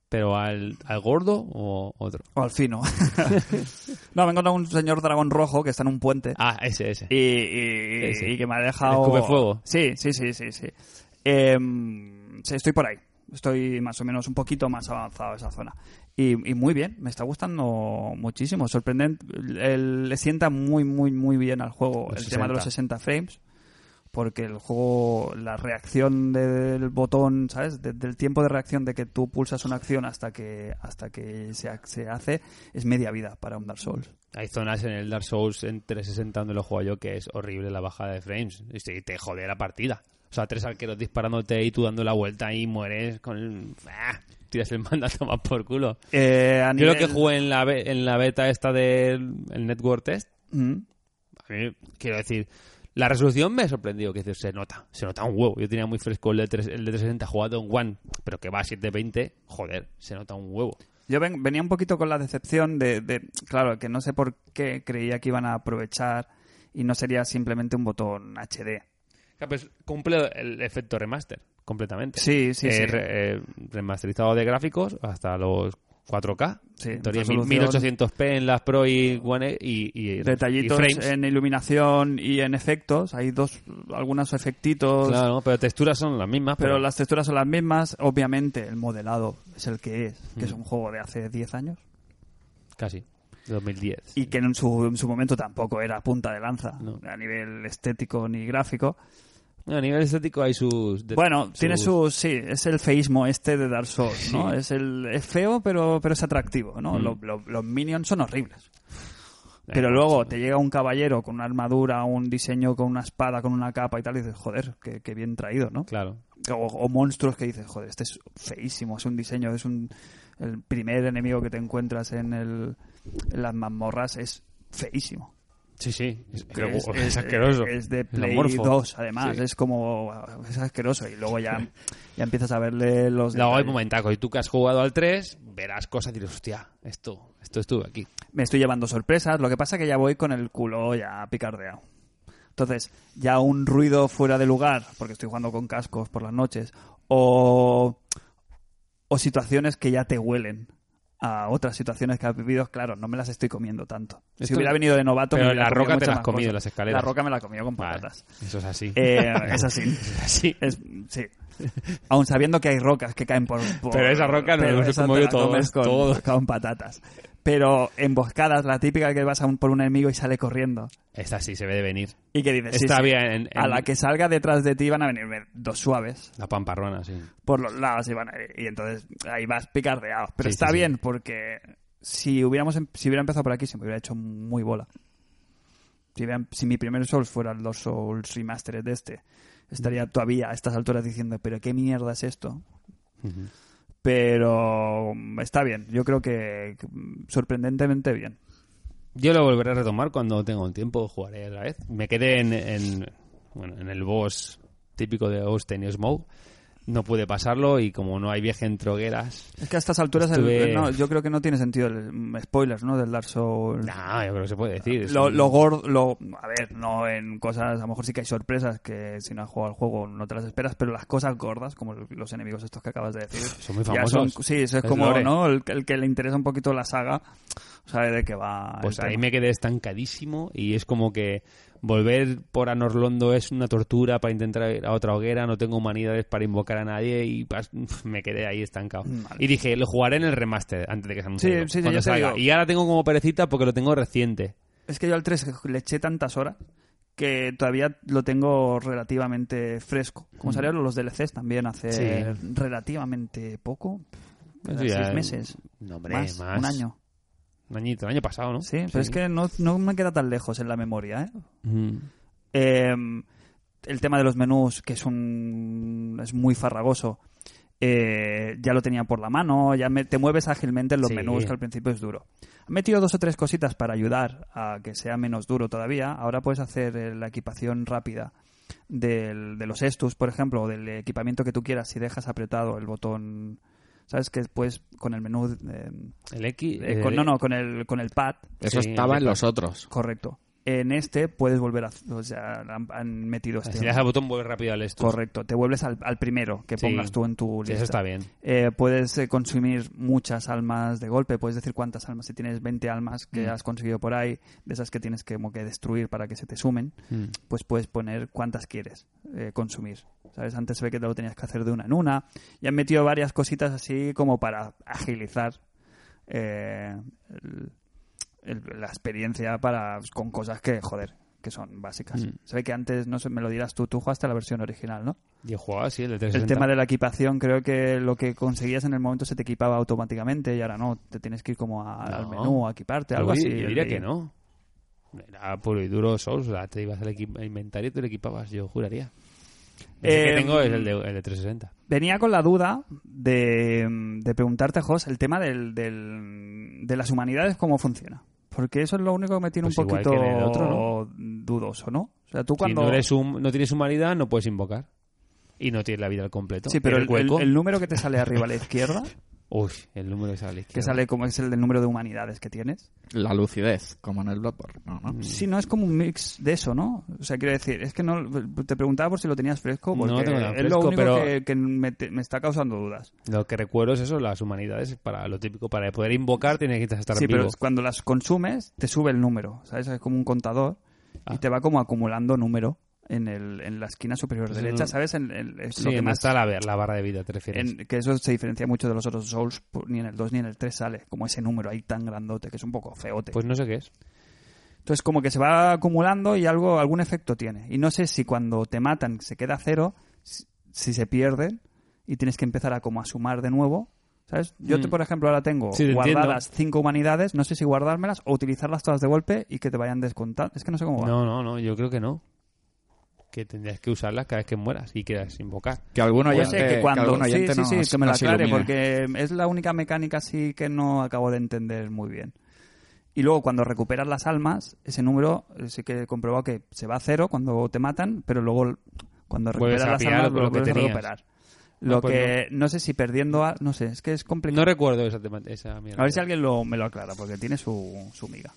Speaker 1: ¿Pero al, al gordo o otro?
Speaker 2: o al fino. no, me he encontrado un señor dragón rojo que está en un puente.
Speaker 1: Ah, ese, ese.
Speaker 2: Y, y-
Speaker 1: Ese.
Speaker 2: y que me ha dejado...
Speaker 1: Escupe fuego.
Speaker 2: Sí, sí, sí, sí, sí. Em, sí, estoy por ahí. Estoy más o menos un poquito más avanzado esa zona. Y, y muy bien, me está gustando muchísimo. Sorprendente. el- le sienta muy, muy, muy bien al juego el
Speaker 1: Los
Speaker 2: tema de los 60 frames. Porque el juego, la reacción del botón, ¿sabes? De- del tiempo de reacción de que tú pulsas una acción hasta que hasta que se, ha- se hace, es media vida para un Dark Souls.
Speaker 1: Hay zonas en el Dark Souls en 360 donde lo juego yo que es horrible la bajada de frames. Y sí, te jode la partida. O sea, tres arqueros disparándote y tú dando la vuelta y mueres con el... ¡Ah! Tiras el mandato más por culo.
Speaker 2: Eh, a
Speaker 1: Yo lo
Speaker 2: nivel-
Speaker 1: que jugué en la, be- en la beta esta del el Network Test,
Speaker 2: Mm.
Speaker 1: a mí, quiero decir, la resolución me sorprendió, que decir, se nota, se nota un huevo. Yo tenía muy fresco el de, tres- el de 360 jugado en One, pero que va a 720, joder, se nota un huevo.
Speaker 2: Yo ven- venía un poquito con la decepción de, de- claro, que no sé por qué creía que iban a aprovechar y no sería simplemente un botón HD.
Speaker 1: Ya, pues, cumple el efecto remaster, completamente.
Speaker 2: Sí, sí,
Speaker 1: Eh,
Speaker 2: sí.
Speaker 1: re- eh, remasterizado de gráficos hasta los 4K.
Speaker 2: Sí,
Speaker 1: En teoría,
Speaker 2: resolución.
Speaker 1: 1800p en las Pro y One E y, y-
Speaker 2: Detallitos
Speaker 1: y frames.
Speaker 2: en iluminación y en efectos. Hay dos, algunos efectitos,
Speaker 1: Claro, pero texturas son las mismas.
Speaker 2: pero las texturas son las mismas. Obviamente, el modelado es el que es, que es un juego de hace 10 años
Speaker 1: Casi, de 2010.
Speaker 2: y que en su, en su momento tampoco era punta de lanza
Speaker 1: No.
Speaker 2: a nivel estético ni gráfico.
Speaker 1: A nivel estético hay sus... de-
Speaker 2: Bueno, tiene
Speaker 1: sus-
Speaker 2: su... Sí, es el feísmo este de Dark Souls, ¿no? Es, el, es feo, pero, pero es atractivo, ¿no? Lo- lo- los minions son horribles.
Speaker 1: Eh,
Speaker 2: Pero luego te llega un caballero con una armadura, un diseño con una espada, con una capa y tal, y dices, joder, qué, qué bien traído, ¿no?
Speaker 1: Claro.
Speaker 2: O, o monstruos que dices, joder, este es feísimo, es un diseño, es un el primer enemigo que te encuentras en, el, en las mazmorras es feísimo.
Speaker 1: Sí, sí. Es,
Speaker 2: Es-
Speaker 1: es-
Speaker 2: es-
Speaker 1: es asqueroso.
Speaker 2: Es de
Speaker 1: Es
Speaker 2: Play
Speaker 1: amorfo.
Speaker 2: 2, además.
Speaker 1: Sí.
Speaker 2: Es como. Es asqueroso. Y luego ya, ya empiezas a verle los.
Speaker 1: Luego hay
Speaker 2: detalles.
Speaker 1: momentacos. Y tú que has jugado al 3, verás cosas y dirás, hostia, esto, esto estuvo aquí.
Speaker 2: me estoy llevando sorpresas. Lo que pasa es que ya voy con el culo ya picardeado. Entonces, ya un ruido fuera de lugar, porque estoy jugando con cascos por las noches, o, o situaciones que ya te huelen a otras situaciones que has vivido, claro, no me las estoy comiendo tanto. si
Speaker 1: Esto-
Speaker 2: hubiera venido de novato,
Speaker 1: Pero
Speaker 2: me hubiera
Speaker 1: la
Speaker 2: comido
Speaker 1: roca te
Speaker 2: muchas
Speaker 1: la has
Speaker 2: más
Speaker 1: comido,
Speaker 2: cosas.
Speaker 1: las escaleras.
Speaker 2: La roca me la he comido con
Speaker 1: Vale,
Speaker 2: patatas.
Speaker 1: Eso es así.
Speaker 2: Eh, es así.
Speaker 1: así.
Speaker 2: Es- sí. Aún sabiendo que hay rocas que caen por... por-
Speaker 1: Pero esa roca nos
Speaker 2: pero
Speaker 1: hemos
Speaker 2: esa te
Speaker 1: comido
Speaker 2: la
Speaker 1: todos,
Speaker 2: comes Con,
Speaker 1: todos.
Speaker 2: con patatas. Pero emboscadas, la típica que vas a un- por un enemigo y sale corriendo.
Speaker 1: Esta sí se ve de venir.
Speaker 2: Y que dices, sí,
Speaker 1: Esta
Speaker 2: sí,
Speaker 1: había en, en
Speaker 2: a la que salga detrás de ti van a venir dos suaves
Speaker 1: la pamparrona, sí.
Speaker 2: por los lados y, van a- y entonces ahí vas picardeado. Pero
Speaker 1: Sí,
Speaker 2: está
Speaker 1: sí, sí.
Speaker 2: bien porque si hubiéramos em- si hubiera empezado por aquí se me hubiera hecho muy bola. Si, hubiera- si mi primer Souls fuera los Souls Remastered de este, estaría todavía a estas alturas diciendo, pero qué mierda es esto.
Speaker 1: Ujú.
Speaker 2: Pero mm, está bien, yo creo que que, mm, sorprendentemente bien.
Speaker 1: Yo lo volveré a retomar cuando tenga un tiempo, jugaré otra vez. Me quedé en, en- bueno, en el boss típico de Austin y Smoke. No pude pasarlo y como no hay viaje en trogueras...
Speaker 2: Es que a estas alturas el-
Speaker 1: Estuve-
Speaker 2: no, yo creo que no tiene sentido el mm, spoilers, ¿no? Del Dark Souls.
Speaker 1: Nah, yo creo que se puede decir. es
Speaker 2: Mm. Ah, Lo,
Speaker 1: un-
Speaker 2: lo gordo, lo, a ver, no en cosas, a lo mejor sí que hay sorpresas que si no has jugado al juego no te las esperas, pero las cosas gordas, como el- los enemigos estos que acabas de decir,
Speaker 1: Son muy
Speaker 2: ya
Speaker 1: famosos.
Speaker 2: son- sí, eso es,
Speaker 1: Es
Speaker 2: como,
Speaker 1: lore.
Speaker 2: ¿no? El, que- el que le interesa un poquito la saga sabe de qué va. el
Speaker 1: Pues ahí
Speaker 2: tema.
Speaker 1: me quedé estancadísimo y es como que volver por Anorlondo es una tortura para intentar ir a otra hoguera, no tengo humanidades para invocar a nadie y pas- me quedé ahí estancado.
Speaker 2: Vale.
Speaker 1: Y dije, lo jugaré en el remaster antes de que se anuncie.
Speaker 2: Sí,
Speaker 1: digo,
Speaker 2: sí, sí,
Speaker 1: cuando
Speaker 2: yo te
Speaker 1: salga.
Speaker 2: digo.
Speaker 1: Y ahora tengo como perecita porque lo tengo reciente.
Speaker 2: Es que yo al 3 le eché tantas horas que todavía lo tengo relativamente fresco. Como salieron los DLCs también hace
Speaker 1: Hmm. Sí.
Speaker 2: relativamente poco,
Speaker 1: Eso
Speaker 2: seis
Speaker 1: ya-
Speaker 2: meses,
Speaker 1: No, hombre,
Speaker 2: más,
Speaker 1: más.
Speaker 2: un año.
Speaker 1: Un añito, el año pasado, ¿no?
Speaker 2: Sí, pero es que no, no me queda tan lejos en la memoria. ¿eh?
Speaker 1: Mm.
Speaker 2: Eh, el tema de los menús, que es, un, es muy farragoso, eh, ya lo tenía por la mano, ya me- te mueves ágilmente en los
Speaker 1: Sí.
Speaker 2: menús, que al principio es duro. Han metido dos o tres cositas para ayudar a que sea menos duro todavía. Ahora puedes hacer eh, la equipación rápida del- de los estus, por ejemplo, o del equipamiento que tú quieras si dejas apretado el botón. ¿Sabes? Que después con el menú... eh,
Speaker 1: El X.
Speaker 2: eh,
Speaker 1: eh,
Speaker 2: con- no, no, con el, con el pad.
Speaker 3: Eso
Speaker 1: Sí,
Speaker 3: estaba
Speaker 1: el
Speaker 3: en los otros.
Speaker 2: Correcto. En este puedes volver a... O sea, han, han metido este...
Speaker 1: Si le das al botón, vuelve rápido al esto.
Speaker 2: Correcto. Te vuelves al, al primero que
Speaker 1: Sí.
Speaker 2: pongas tú en tu
Speaker 1: Sí,
Speaker 2: lista.
Speaker 1: eso está bien.
Speaker 2: Eh, puedes eh, consumir muchas almas de golpe. Puedes decir cuántas almas. Si tienes 20 almas que
Speaker 1: Mm.
Speaker 2: has conseguido por ahí, de esas que tienes que, como que destruir para que se te sumen, pues puedes poner cuántas quieres eh, consumir. ¿Sabes? Antes se ve que te lo tenías que hacer de una en una. Y han metido varias cositas así como para agilizar eh, el- el- la experiencia para con cosas que, joder, que son básicas.
Speaker 1: Mm.
Speaker 2: Se ve que antes, no sé, me lo dirás tú, tú jugaste la versión original, ¿no?
Speaker 1: Yo jugaba sí, el de
Speaker 2: El
Speaker 1: 360.
Speaker 2: tema de la equipación, creo que lo que conseguías en el momento se te equipaba automáticamente y ahora no, te tienes que ir como a- al
Speaker 1: No.
Speaker 2: menú a equiparte, algo
Speaker 1: Yo di-
Speaker 2: así.
Speaker 1: Yo diría que no. Era puro y duro Souls. o sea, te ibas al equi- al inventario y te lo equipabas, yo juraría. El
Speaker 2: Eh,
Speaker 1: que tengo es el de, el de 360.
Speaker 2: Venía con la duda de, de preguntarte, Jos, el tema del, del- de las humanidades, cómo funciona. Porque eso es lo único que me tiene
Speaker 1: Pues
Speaker 2: un
Speaker 1: igual
Speaker 2: poquito
Speaker 1: que en el otro,
Speaker 2: dudoso, ¿no? O sea, tú cuando...
Speaker 1: Si no, eres hum- no tienes humanidad, no puedes invocar. Y no tienes la vida al completo.
Speaker 2: Sí,
Speaker 1: Y
Speaker 2: pero el, el-
Speaker 1: hueco.
Speaker 2: el número que te sale arriba a la izquierda,
Speaker 1: Uy, el número que sale a la
Speaker 2: que
Speaker 1: izquierda.
Speaker 2: sale como es el del número de humanidades que tienes,
Speaker 3: La lucidez, como en el Bloodborne. No,
Speaker 1: Mm.
Speaker 3: no.
Speaker 2: sí, no es como un mix de eso, ¿no? O sea, quiero decir, es que no te preguntaba por si lo tenías fresco,
Speaker 1: No
Speaker 2: porque
Speaker 1: lo tengo tan
Speaker 2: es lo
Speaker 1: fresco,
Speaker 2: único
Speaker 1: pero-
Speaker 2: que, que me, te- me está causando dudas.
Speaker 1: Lo que recuerdo es eso, las humanidades, para lo típico, para poder invocar tienes que estar
Speaker 2: sí,
Speaker 1: vivo.
Speaker 2: pero es cuando las consumes, te sube el número, ¿sabes? Es como un contador y
Speaker 1: Ah.
Speaker 2: te va como acumulando número en, el, en la esquina superior
Speaker 1: Entonces,
Speaker 2: derecha,
Speaker 1: no-
Speaker 2: ¿sabes? En, en- es
Speaker 1: Sí,
Speaker 2: lo que
Speaker 1: no
Speaker 2: más
Speaker 1: está la, la barra de vida, te refieres.
Speaker 2: en- que eso se diferencia mucho de los otros Souls, pues, pu- ni en el 2 ni en el 3 sale, como ese número ahí tan grandote, que es un poco feote.
Speaker 1: Pues no sé qué es.
Speaker 2: Entonces, como que se va acumulando y algo, algún efecto tiene. Y no sé si cuando te matan se queda a cero, si, si se pierden y tienes que empezar a como a sumar de nuevo. ¿Sabes? Yo, te,
Speaker 1: Mm.
Speaker 2: por ejemplo, ahora tengo
Speaker 1: Sí, te
Speaker 2: guardadas cinco humanidades, no sé si guardármelas o utilizarlas todas de golpe y que te vayan descontando. Es que no sé cómo va.
Speaker 1: No, no, no, yo creo que no. Que tendrías que usarlas cada vez que mueras y quedas sin bocar.
Speaker 3: eh, Que alguno
Speaker 2: Yo
Speaker 3: oyente,
Speaker 2: sé que cuando...
Speaker 3: algún
Speaker 2: sí,
Speaker 3: oyente
Speaker 2: sí, sí,
Speaker 3: nos-
Speaker 2: que me la
Speaker 3: nos
Speaker 2: aclare,
Speaker 3: ilumine.
Speaker 2: porque es la única mecánica así que no acabo de entender muy bien. Y luego, cuando recuperas las almas, ese número eh, sí que he comprobado que se va a cero cuando te matan, pero luego l- cuando
Speaker 1: Vuelves
Speaker 2: recuperas
Speaker 1: a
Speaker 2: las
Speaker 1: pillar
Speaker 2: almas,
Speaker 1: lo que
Speaker 2: vuelves a
Speaker 1: tenías.
Speaker 2: recuperar. Lo
Speaker 1: Ah, pues
Speaker 2: que no. sé si perdiendo a... No sé, es que es
Speaker 1: No
Speaker 2: complicado.
Speaker 1: recuerdo esa, tema- esa mierda.
Speaker 2: a ver si alguien lo, me lo aclara, porque tiene su, su miga.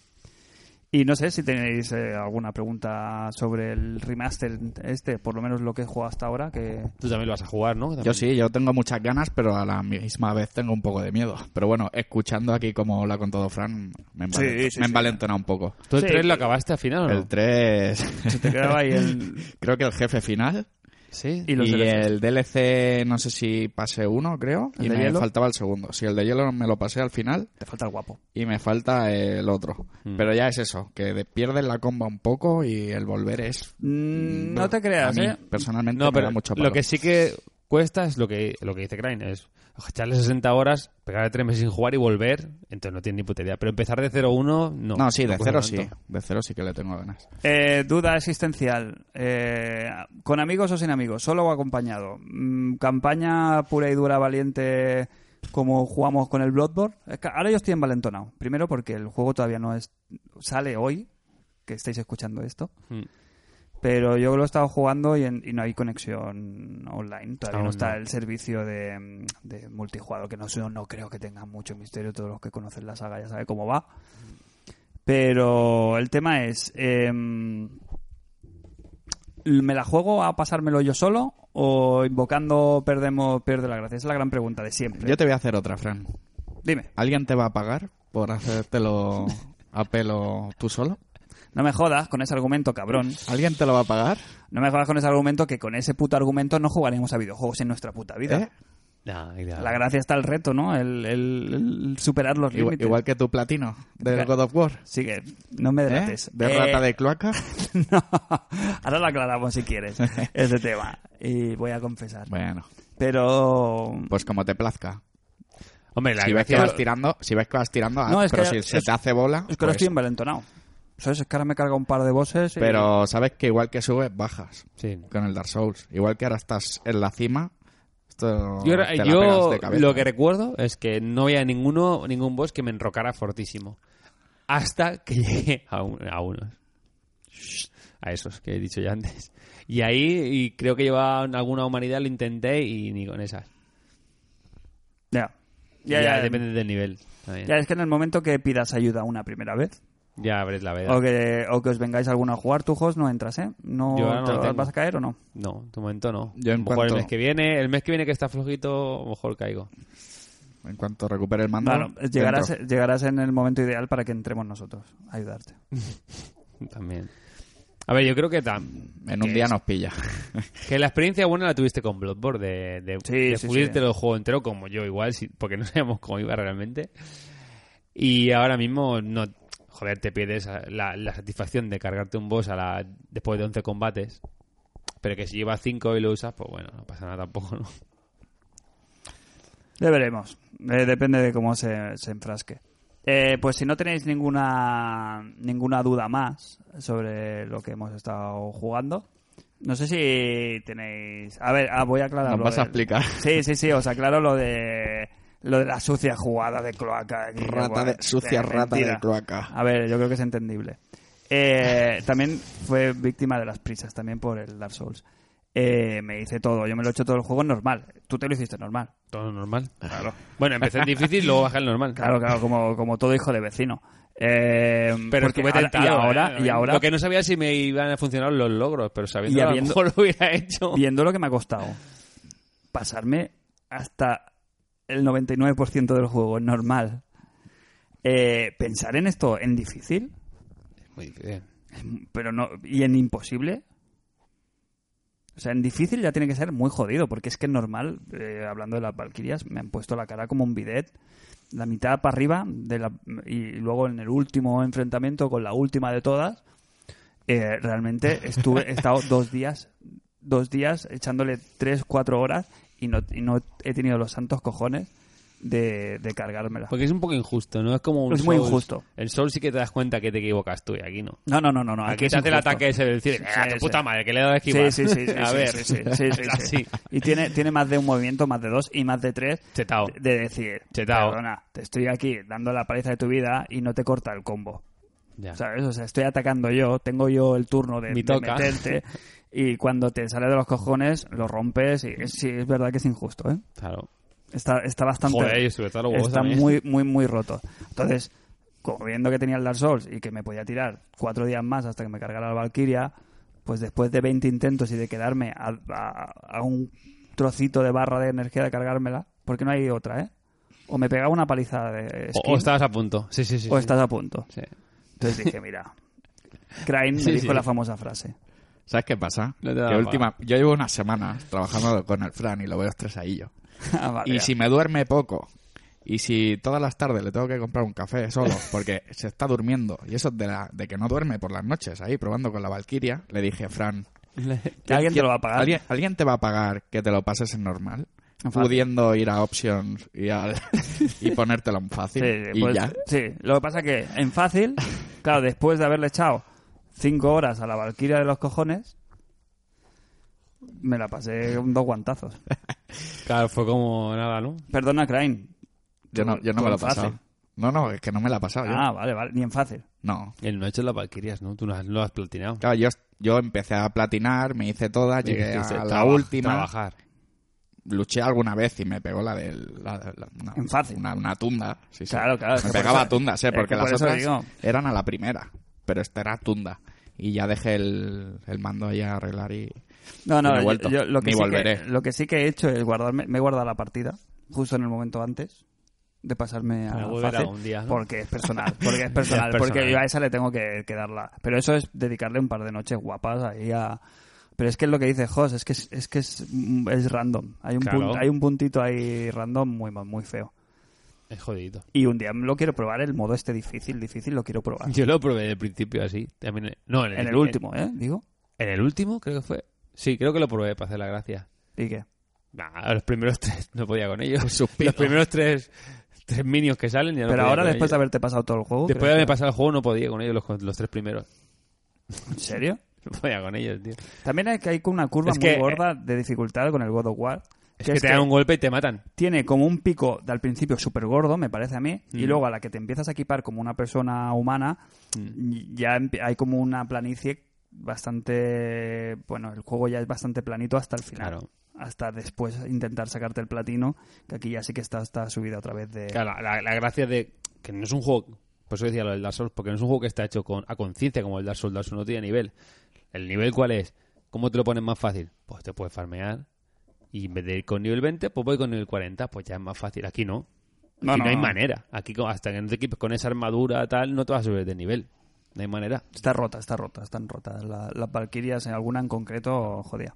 Speaker 2: Y no sé si tenéis eh, alguna pregunta sobre el remaster este, por lo menos lo que he jugado hasta ahora, que
Speaker 1: Tú también lo vas a jugar, ¿no?
Speaker 3: Yo
Speaker 1: También.
Speaker 3: sí, yo tengo muchas ganas, pero a la misma vez tengo un poco de miedo. Pero bueno, escuchando aquí como lo ha contado Fran, me, envalent-
Speaker 2: Sí, sí,
Speaker 3: me
Speaker 2: sí.
Speaker 3: envalentona un poco.
Speaker 1: ¿Tú el
Speaker 2: Sí.
Speaker 1: 3 lo acabaste al final o no?
Speaker 3: El 3,
Speaker 2: se te quedaba ahí el,
Speaker 3: creo que el jefe final.
Speaker 1: Sí.
Speaker 2: Y los
Speaker 3: y
Speaker 2: DLCs.
Speaker 3: el DLC, no sé si pasé uno, creo.
Speaker 2: ¿El
Speaker 3: y
Speaker 2: de
Speaker 3: me
Speaker 2: hielo?
Speaker 3: faltaba el segundo. Si el de hielo me lo pasé al final
Speaker 2: Te falta el guapo.
Speaker 3: y me falta el otro.
Speaker 2: Hmm.
Speaker 1: Mm.
Speaker 3: Pero ya es eso, que de- pierdes la comba un poco y el volver es...
Speaker 2: Mm,
Speaker 3: Bueno,
Speaker 2: no te creas,
Speaker 3: a mí,
Speaker 2: ¿eh?
Speaker 3: Personalmente
Speaker 1: No,
Speaker 3: me
Speaker 1: pero
Speaker 3: da mucho palo.
Speaker 1: lo que sí que cuesta es lo que, lo que dice Crane, es echarle 60 horas, pegarle 3 meses sin jugar y volver, entonces no tiene ni puta idea. Pero empezar de 0-1, no.
Speaker 3: No, sí, de
Speaker 1: cuesta
Speaker 3: cero sí.
Speaker 1: tanto.
Speaker 3: De cero sí que le tengo ganas.
Speaker 2: Eh, duda existencial. Eh, ¿Con amigos o sin amigos? ¿Solo o acompañado? Mm, ¿Campaña pura y dura, valiente, como jugamos con el Bloodborne? Es que ahora yo estoy envalentonado. Primero porque el juego todavía no es sale hoy, que estáis escuchando esto.
Speaker 1: Mm.
Speaker 2: Pero yo lo he estado jugando y, en- y no hay conexión online. Todavía
Speaker 1: Aún
Speaker 2: no está
Speaker 1: no.
Speaker 2: el servicio de, mm, de multijugador, que no, sé, no creo que tenga mucho misterio. Todos los que conocen la saga ya saben cómo va. Pero el tema es, em, ¿me la juego a pasármelo yo solo o invocando perdemos pierde la gracia? Esa es la gran pregunta de siempre.
Speaker 3: Yo te voy a hacer otra, Fran.
Speaker 2: Dime,
Speaker 3: ¿Alguien te va a pagar por hacértelo a pelo tú solo?
Speaker 2: no me jodas con ese argumento, cabrón.
Speaker 3: ¿Alguien te lo va a pagar?
Speaker 2: No me jodas con ese argumento que con ese puto argumento no jugaremos a videojuegos en nuestra puta vida.
Speaker 3: ¿Eh?
Speaker 1: Nah, y
Speaker 2: La gracia está el reto, ¿no? El, el- el superar los
Speaker 3: Igual,
Speaker 2: límites.
Speaker 3: igual que tu platino del
Speaker 2: Claro.
Speaker 3: God of War.
Speaker 2: Sigue, no me
Speaker 3: ¿eh?
Speaker 2: delates.
Speaker 3: De
Speaker 2: Eh,
Speaker 3: rata de cloaca.
Speaker 2: No, ahora lo aclaramos si quieres, ese tema. Y voy a confesar.
Speaker 3: Bueno,
Speaker 2: Pero...
Speaker 3: pues como te plazca.
Speaker 1: Hombre, la
Speaker 3: si ves que
Speaker 1: gracia...
Speaker 3: vas tirando, si ves que vas tirando,
Speaker 2: No,
Speaker 3: haz,
Speaker 2: es
Speaker 3: pero
Speaker 2: que-
Speaker 3: si se
Speaker 2: es-
Speaker 3: te hace bola,
Speaker 2: Es que ahora
Speaker 3: pues-
Speaker 2: estoy envalentonado. ¿Sabes? Es que ahora me carga un par de bosses y-
Speaker 3: pero sabes que igual que subes, bajas
Speaker 1: Sí.
Speaker 3: con el Dark Souls. Igual que ahora estás en la cima, esto
Speaker 1: Yo,
Speaker 3: te la
Speaker 1: yo
Speaker 3: pegas de cabeza. ¿eh?
Speaker 1: lo que recuerdo es que no había ninguno, ningún boss que me enrocara fortísimo. Hasta que llegué a, un- a unos. A esos que he dicho ya antes. Y ahí y creo que llevaba en alguna humanidad, lo intenté y ni con esas.
Speaker 2: Ya.
Speaker 1: Ya,
Speaker 2: Ya, ya,
Speaker 1: depende del nivel. también.
Speaker 2: ya, es que en el momento que pidas ayuda una primera vez
Speaker 1: Ya abres la veda.
Speaker 2: o que, o que os vengáis alguno a jugar, tu host no entras, ¿eh? No,
Speaker 1: Yo ahora no
Speaker 2: te
Speaker 1: lo tengo.
Speaker 2: vas a caer o no.
Speaker 1: No, de momento no.
Speaker 3: Yo en
Speaker 1: a lo mejor
Speaker 3: cuanto-
Speaker 1: el mes que viene, el mes que viene que está flojito, a lo mejor caigo.
Speaker 3: En cuanto recupere el mando,
Speaker 2: Bueno, llegarás,
Speaker 3: dentro.
Speaker 2: llegarás en el momento ideal para que entremos nosotros a ayudarte.
Speaker 1: También. A ver, yo creo que, tam-
Speaker 3: en un día nos pilla.
Speaker 1: que la experiencia buena la tuviste con Bloodborne, de, de,
Speaker 2: Sí,
Speaker 1: de
Speaker 2: sí,
Speaker 1: pulirte
Speaker 2: sí.
Speaker 1: el juego entero como yo igual, si- porque no sabíamos cómo iba realmente. Y ahora mismo no... Joder, te pierdes la, la satisfacción de cargarte un boss a la, después de 11 combates. Pero que si llevas 5 y lo usas, pues bueno, no pasa nada tampoco, ¿no?
Speaker 2: Ya veremos. Eh, depende de cómo se, se enfrasque. Eh, pues si no tenéis ninguna ninguna duda más sobre lo que hemos estado jugando, no sé si tenéis. A ver, ah, voy a aclarar.
Speaker 3: Nos
Speaker 2: lo
Speaker 3: vas a
Speaker 2: del-
Speaker 3: explicar.
Speaker 2: Sí, sí, sí. Os aclaro lo de lo de la sucia jugada de cloaca. aquí,
Speaker 3: Rata
Speaker 2: guau,
Speaker 3: de, sucia
Speaker 2: eh,
Speaker 3: rata
Speaker 2: mentira.
Speaker 3: de cloaca.
Speaker 2: A ver, yo creo que es entendible. Eh, también fue víctima de las prisas, también por el Dark Souls. Eh, me hice todo, yo me lo he hecho todo el juego normal. Tú te lo hiciste normal.
Speaker 1: Todo normal. Claro. Bueno, empecé en difícil, luego bajé al normal.
Speaker 2: Claro, claro, como, como todo hijo de vecino. Eh,
Speaker 1: Pero
Speaker 2: porque
Speaker 1: estuve
Speaker 2: ahora-
Speaker 1: tentado,
Speaker 2: y ahora,
Speaker 1: ¿eh?
Speaker 2: y ahora
Speaker 1: Lo que no sabía si me iban a funcionar los logros, pero sabiendo
Speaker 2: Y
Speaker 1: que a lo
Speaker 2: habiendo-
Speaker 1: mejor lo hubiera hecho.
Speaker 2: viendo lo que me ha costado, pasarme hasta el 99% del juego normal, eh, pensar en esto en difícil,
Speaker 1: Muy bien.
Speaker 2: pero no y en imposible, O sea, en difícil ya tiene que ser muy jodido, porque es que es normal, eh, hablando de las Valquirias, me han puesto la cara como un bidet, la mitad para arriba, de la, y luego en el último enfrentamiento con la última de todas, eh, realmente estuve, he estado dos días, dos días echándole tres, cuatro horas y no, y no he tenido los santos cojones de, de cargármela.
Speaker 1: Porque es un poco injusto, ¿no? Es como un
Speaker 2: Es muy
Speaker 1: Souls.
Speaker 2: injusto.
Speaker 1: El Soul sí que te das cuenta que te equivocas tú y aquí no.
Speaker 2: No, no, no, no, no.
Speaker 1: Aquí,
Speaker 2: es
Speaker 1: te hace el
Speaker 2: injusto.
Speaker 1: ataque ese de decir,
Speaker 2: Sí,
Speaker 1: "Ah, tu
Speaker 2: sí.
Speaker 1: puta madre, que le he dado a
Speaker 2: Sí,
Speaker 1: esquivar".
Speaker 2: sí, sí, sí,
Speaker 1: a
Speaker 2: sí,
Speaker 1: ver,
Speaker 2: sí, sí, sí, sí, sí.
Speaker 1: así.
Speaker 2: Y tiene, tiene más de un movimiento, más de dos y más de tres.
Speaker 1: Chetao.
Speaker 2: De de decir,
Speaker 1: Chetao.
Speaker 2: perdona, te estoy aquí dando la paliza de tu vida y no te corta el combo.
Speaker 1: Ya.
Speaker 2: ¿Sabes? O sea, estoy atacando yo, tengo yo el turno de,
Speaker 1: Me
Speaker 2: de
Speaker 1: toca.
Speaker 2: meterte y cuando te sale de los cojones lo rompes. Y es- sí, es verdad que es injusto, ¿eh?
Speaker 1: Claro.
Speaker 2: Está, está bastante.
Speaker 1: Joder, y sobre todo los huevos
Speaker 2: está
Speaker 1: también.
Speaker 2: muy, muy, muy roto. Entonces, como viendo que tenía el Dark Souls y que me podía tirar cuatro días más hasta que me cargara la Valkyria, pues después de 20 intentos y de quedarme a, a- a un trocito de barra de energía de cargármela, porque no hay otra, ¿eh? O me pegaba una paliza de
Speaker 1: O-
Speaker 2: skin,
Speaker 1: O, estabas a punto. Sí, sí, sí.
Speaker 2: o
Speaker 1: sí.
Speaker 2: estás a punto.
Speaker 1: Sí.
Speaker 2: Entonces dije, mira, Crane me
Speaker 1: Sí,
Speaker 2: dijo
Speaker 1: sí.
Speaker 2: la famosa frase.
Speaker 3: ¿Sabes qué pasa?
Speaker 1: No te da
Speaker 3: que
Speaker 1: la
Speaker 3: última, yo llevo unas semanas trabajando con el Fran y lo veo estresadillo.
Speaker 2: Ah, vale,
Speaker 3: Y
Speaker 2: ya.
Speaker 3: si me duerme poco y si todas las tardes le tengo que comprar un café solo porque se está durmiendo y eso de, la, de que no duerme por las noches ahí probando con la Valquiria, le dije, Fran,
Speaker 2: Que alguien te lo va a pagar.
Speaker 3: ¿alguien, alguien te va a pagar que te lo pases en normal?
Speaker 2: Fácil.
Speaker 3: Pudiendo ir a options y, al- y ponértelo en fácil.
Speaker 2: Sí,
Speaker 3: y
Speaker 2: pues,
Speaker 3: ya.
Speaker 2: sí. lo que pasa es que en fácil, claro, después de haberle echado cinco horas a la Valquiria de los cojones, me la pasé con dos guantazos.
Speaker 1: Claro, fue como nada, ¿no?
Speaker 2: Perdona, Crane.
Speaker 3: Yo no, yo no
Speaker 2: tú
Speaker 3: me lo he
Speaker 2: en fácil.
Speaker 3: pasado. No, no, es que no me la he pasado. yo.
Speaker 2: Ah, vale, vale, ni en fácil.
Speaker 3: No.
Speaker 1: El no ha hecho las Valkyrias, ¿no? Tú no has- lo has platinado.
Speaker 3: Claro, yo, yo empecé a platinar, me hice todas, llegué a
Speaker 1: Dijiste,
Speaker 3: la
Speaker 1: "Traba-
Speaker 3: última.
Speaker 1: Trabajar.
Speaker 3: luché alguna vez y me pegó la del la- la- una,
Speaker 2: En fácil.
Speaker 3: una, una tunda sí, sí.
Speaker 2: Claro, claro, es
Speaker 3: me
Speaker 2: que por
Speaker 3: pegaba
Speaker 2: eso-
Speaker 3: tundas
Speaker 2: es
Speaker 3: eh,
Speaker 2: que
Speaker 3: porque
Speaker 2: por
Speaker 3: las
Speaker 2: eso
Speaker 3: otras
Speaker 2: digo.
Speaker 3: eran a la primera pero esta era tunda y ya dejé el, el mando ahí a arreglar y
Speaker 2: No,
Speaker 3: Y no
Speaker 2: no,
Speaker 3: he
Speaker 2: yo-
Speaker 3: vuelto,
Speaker 2: yo lo que,
Speaker 3: ni
Speaker 2: sí que,
Speaker 3: volveré.
Speaker 2: lo que sí que he hecho es guardarme, me he guardado la partida justo en el momento antes de pasarme a
Speaker 1: Para volver
Speaker 2: fácil,
Speaker 1: a un día, ¿no?
Speaker 2: porque es personal, porque es personal,
Speaker 1: Es personal.
Speaker 2: porque yo a esa le tengo que, que darla. Pero eso es dedicarle un par de noches guapas ahí a pero es que es lo que dice Jos, es que es, es que es, mm, es random. Hay un
Speaker 1: Claro.
Speaker 2: punt- hay un puntito ahí random muy ma- muy feo.
Speaker 1: Es jodido.
Speaker 2: Y un día lo quiero probar el modo este difícil, difícil lo quiero probar.
Speaker 1: Yo lo probé del principio así. También, no, en el,
Speaker 2: en el último, ¿eh? Digo.
Speaker 1: En, el último, creo que fue. Sí, creo que lo probé para hacer la gracia.
Speaker 2: ¿Y qué?
Speaker 1: Nah, los primeros tres no podía con ellos.
Speaker 3: suspiro.
Speaker 1: Los primeros tres, tres minions que salen ya no
Speaker 2: Pero
Speaker 1: podía
Speaker 2: ahora
Speaker 1: con
Speaker 2: después de
Speaker 1: ellos.
Speaker 2: haberte pasado todo el juego,
Speaker 1: Después de haberme pasado el juego no podía con ellos los, los tres primeros.
Speaker 2: ¿en serio?
Speaker 1: No podía con ellos, tío.
Speaker 2: También hay, que- hay una curva
Speaker 1: Es
Speaker 2: muy
Speaker 1: que- eh,
Speaker 2: gorda de dificultad con el God of War.
Speaker 1: Es
Speaker 2: que
Speaker 1: que,
Speaker 2: es
Speaker 1: te dan
Speaker 2: que
Speaker 1: un golpe y te matan.
Speaker 2: Tiene como un pico de al principio súper gordo, me parece a mí, y
Speaker 1: Mm.
Speaker 2: luego a la que te empiezas a equipar como una persona humana,
Speaker 1: Mm.
Speaker 2: ya empe- hay como una planicie bastante... Bueno, el juego ya es bastante planito hasta el final.
Speaker 1: Claro.
Speaker 2: Hasta después intentar sacarte el platino, que aquí ya sí que está, está subida otra vez de...
Speaker 1: Claro, la, la gracia de que no es un juego, por eso decía lo del Dark Souls, porque no es un juego que está hecho con, a conciencia como el Dark Souls. Dark Souls no tiene nivel. ¿El nivel cuál es? ¿Cómo te lo pones más fácil? Pues te puedes farmear y en vez de ir con nivel 20, pues voy con nivel 40, pues ya es más fácil. Aquí no. Aquí
Speaker 2: No,
Speaker 1: no,
Speaker 2: no,
Speaker 1: hay
Speaker 2: no.
Speaker 1: manera. Aquí co- hasta que no te equipes con esa armadura tal, no te vas a subir de nivel. No hay manera.
Speaker 2: Está rota, está rota, están rotas. La- las Valkyrias, en alguna en concreto, jodía.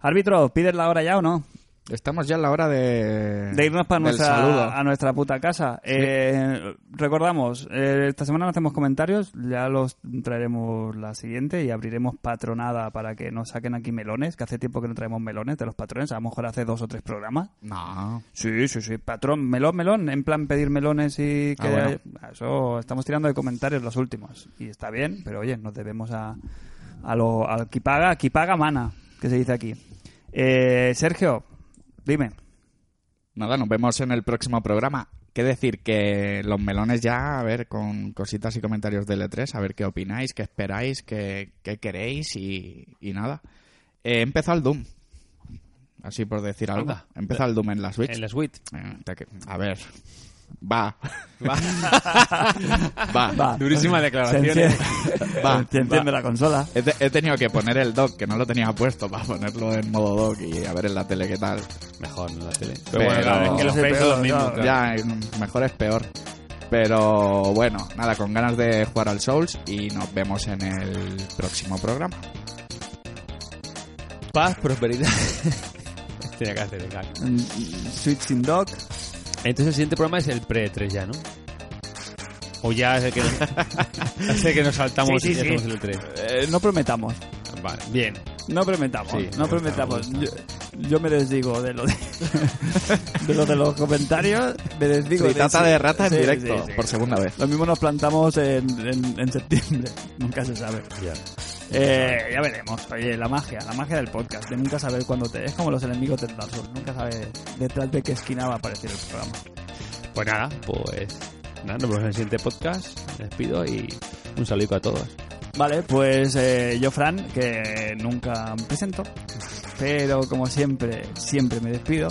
Speaker 2: Árbitro, ¿pides la hora ya o no?
Speaker 3: estamos ya en la hora de
Speaker 2: De irnos para
Speaker 3: del
Speaker 2: nuestra,
Speaker 3: saludo
Speaker 2: a nuestra puta casa. Eh, recordamos, eh, esta semana no hacemos comentarios, ya los traeremos la siguiente y abriremos patronada para que nos saquen aquí melones, que hace tiempo que no traemos melones de los patrones, a lo mejor hace dos o tres programas.
Speaker 3: no
Speaker 2: Sí, sí, sí, patrón, melón, melón, en plan pedir melones y que...
Speaker 3: Ah, bueno.
Speaker 2: Eso, estamos tirando de comentarios los últimos. Y está bien, pero oye, nos debemos a, a lo al que paga, que paga mana, que se dice aquí. Eh, Sergio, dime.
Speaker 3: nada nos vemos en el próximo programa qué decir que los melones ya a ver con cositas y comentarios de L3 a ver qué opináis qué esperáis qué, qué queréis y, y nada Eh, he empezado el Doom así por decir algo
Speaker 1: Anda.
Speaker 3: he empezado el Doom en la Switch
Speaker 1: En la suite.
Speaker 3: Eh, te que- A ver. Va. Va.
Speaker 2: Va.
Speaker 1: Durísimas
Speaker 2: Se
Speaker 3: ¿eh?
Speaker 1: declaraciones.
Speaker 2: enciende,
Speaker 3: Va,
Speaker 2: se enciende la consola.
Speaker 3: He, te- he tenido que poner el dock, que no lo tenía puesto, para ponerlo en modo dock y a ver en la tele qué tal.
Speaker 1: Mejor no la tele.
Speaker 3: Pero bueno, claro, es que los
Speaker 2: fails son los mismos, claro.
Speaker 3: Ya, mm, mejor es peor. Pero bueno, nada, con ganas de jugar al Souls y nos vemos en el próximo programa.
Speaker 1: Paz, prosperidad. Tenía que hacer el gag.
Speaker 2: Mm, Switch in Dog.
Speaker 1: Entonces el siguiente programa es el pre-3 ya, ¿no? O ya es el que, es el que nos saltamos
Speaker 2: Sí, sí,
Speaker 1: y
Speaker 2: sí.
Speaker 1: hacemos el 3.
Speaker 2: Eh, no prometamos.
Speaker 1: Vale, bien.
Speaker 2: No prometamos.
Speaker 1: Sí,
Speaker 2: no
Speaker 1: me
Speaker 2: prometamos. Yo, yo me desdigo de lo de, de lo de los comentarios. Me desdigo de
Speaker 3: Tritata de rata en
Speaker 2: Sí,
Speaker 3: directo,
Speaker 2: sí, sí.
Speaker 3: por segunda vez.
Speaker 2: Lo mismo nos plantamos en, en- en septiembre. Nunca se sabe. Eh, ya veremos. Oye, la magia, la magia del podcast. De nunca saber cuándo te. Es como los enemigos del Dark Souls. Nunca sabes detrás de qué esquina va a aparecer el programa.
Speaker 1: Pues nada, pues nada, nos vemos en el siguiente podcast. Les pido y un saludo a todos.
Speaker 2: Vale, pues eh, yo, Fran, que nunca me presento, pero como siempre, siempre me despido.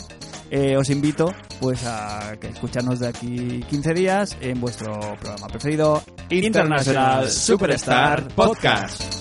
Speaker 2: Eh, os invito pues a que escucharnos de aquí 15 días en vuestro programa preferido
Speaker 3: International Superstar Podcast.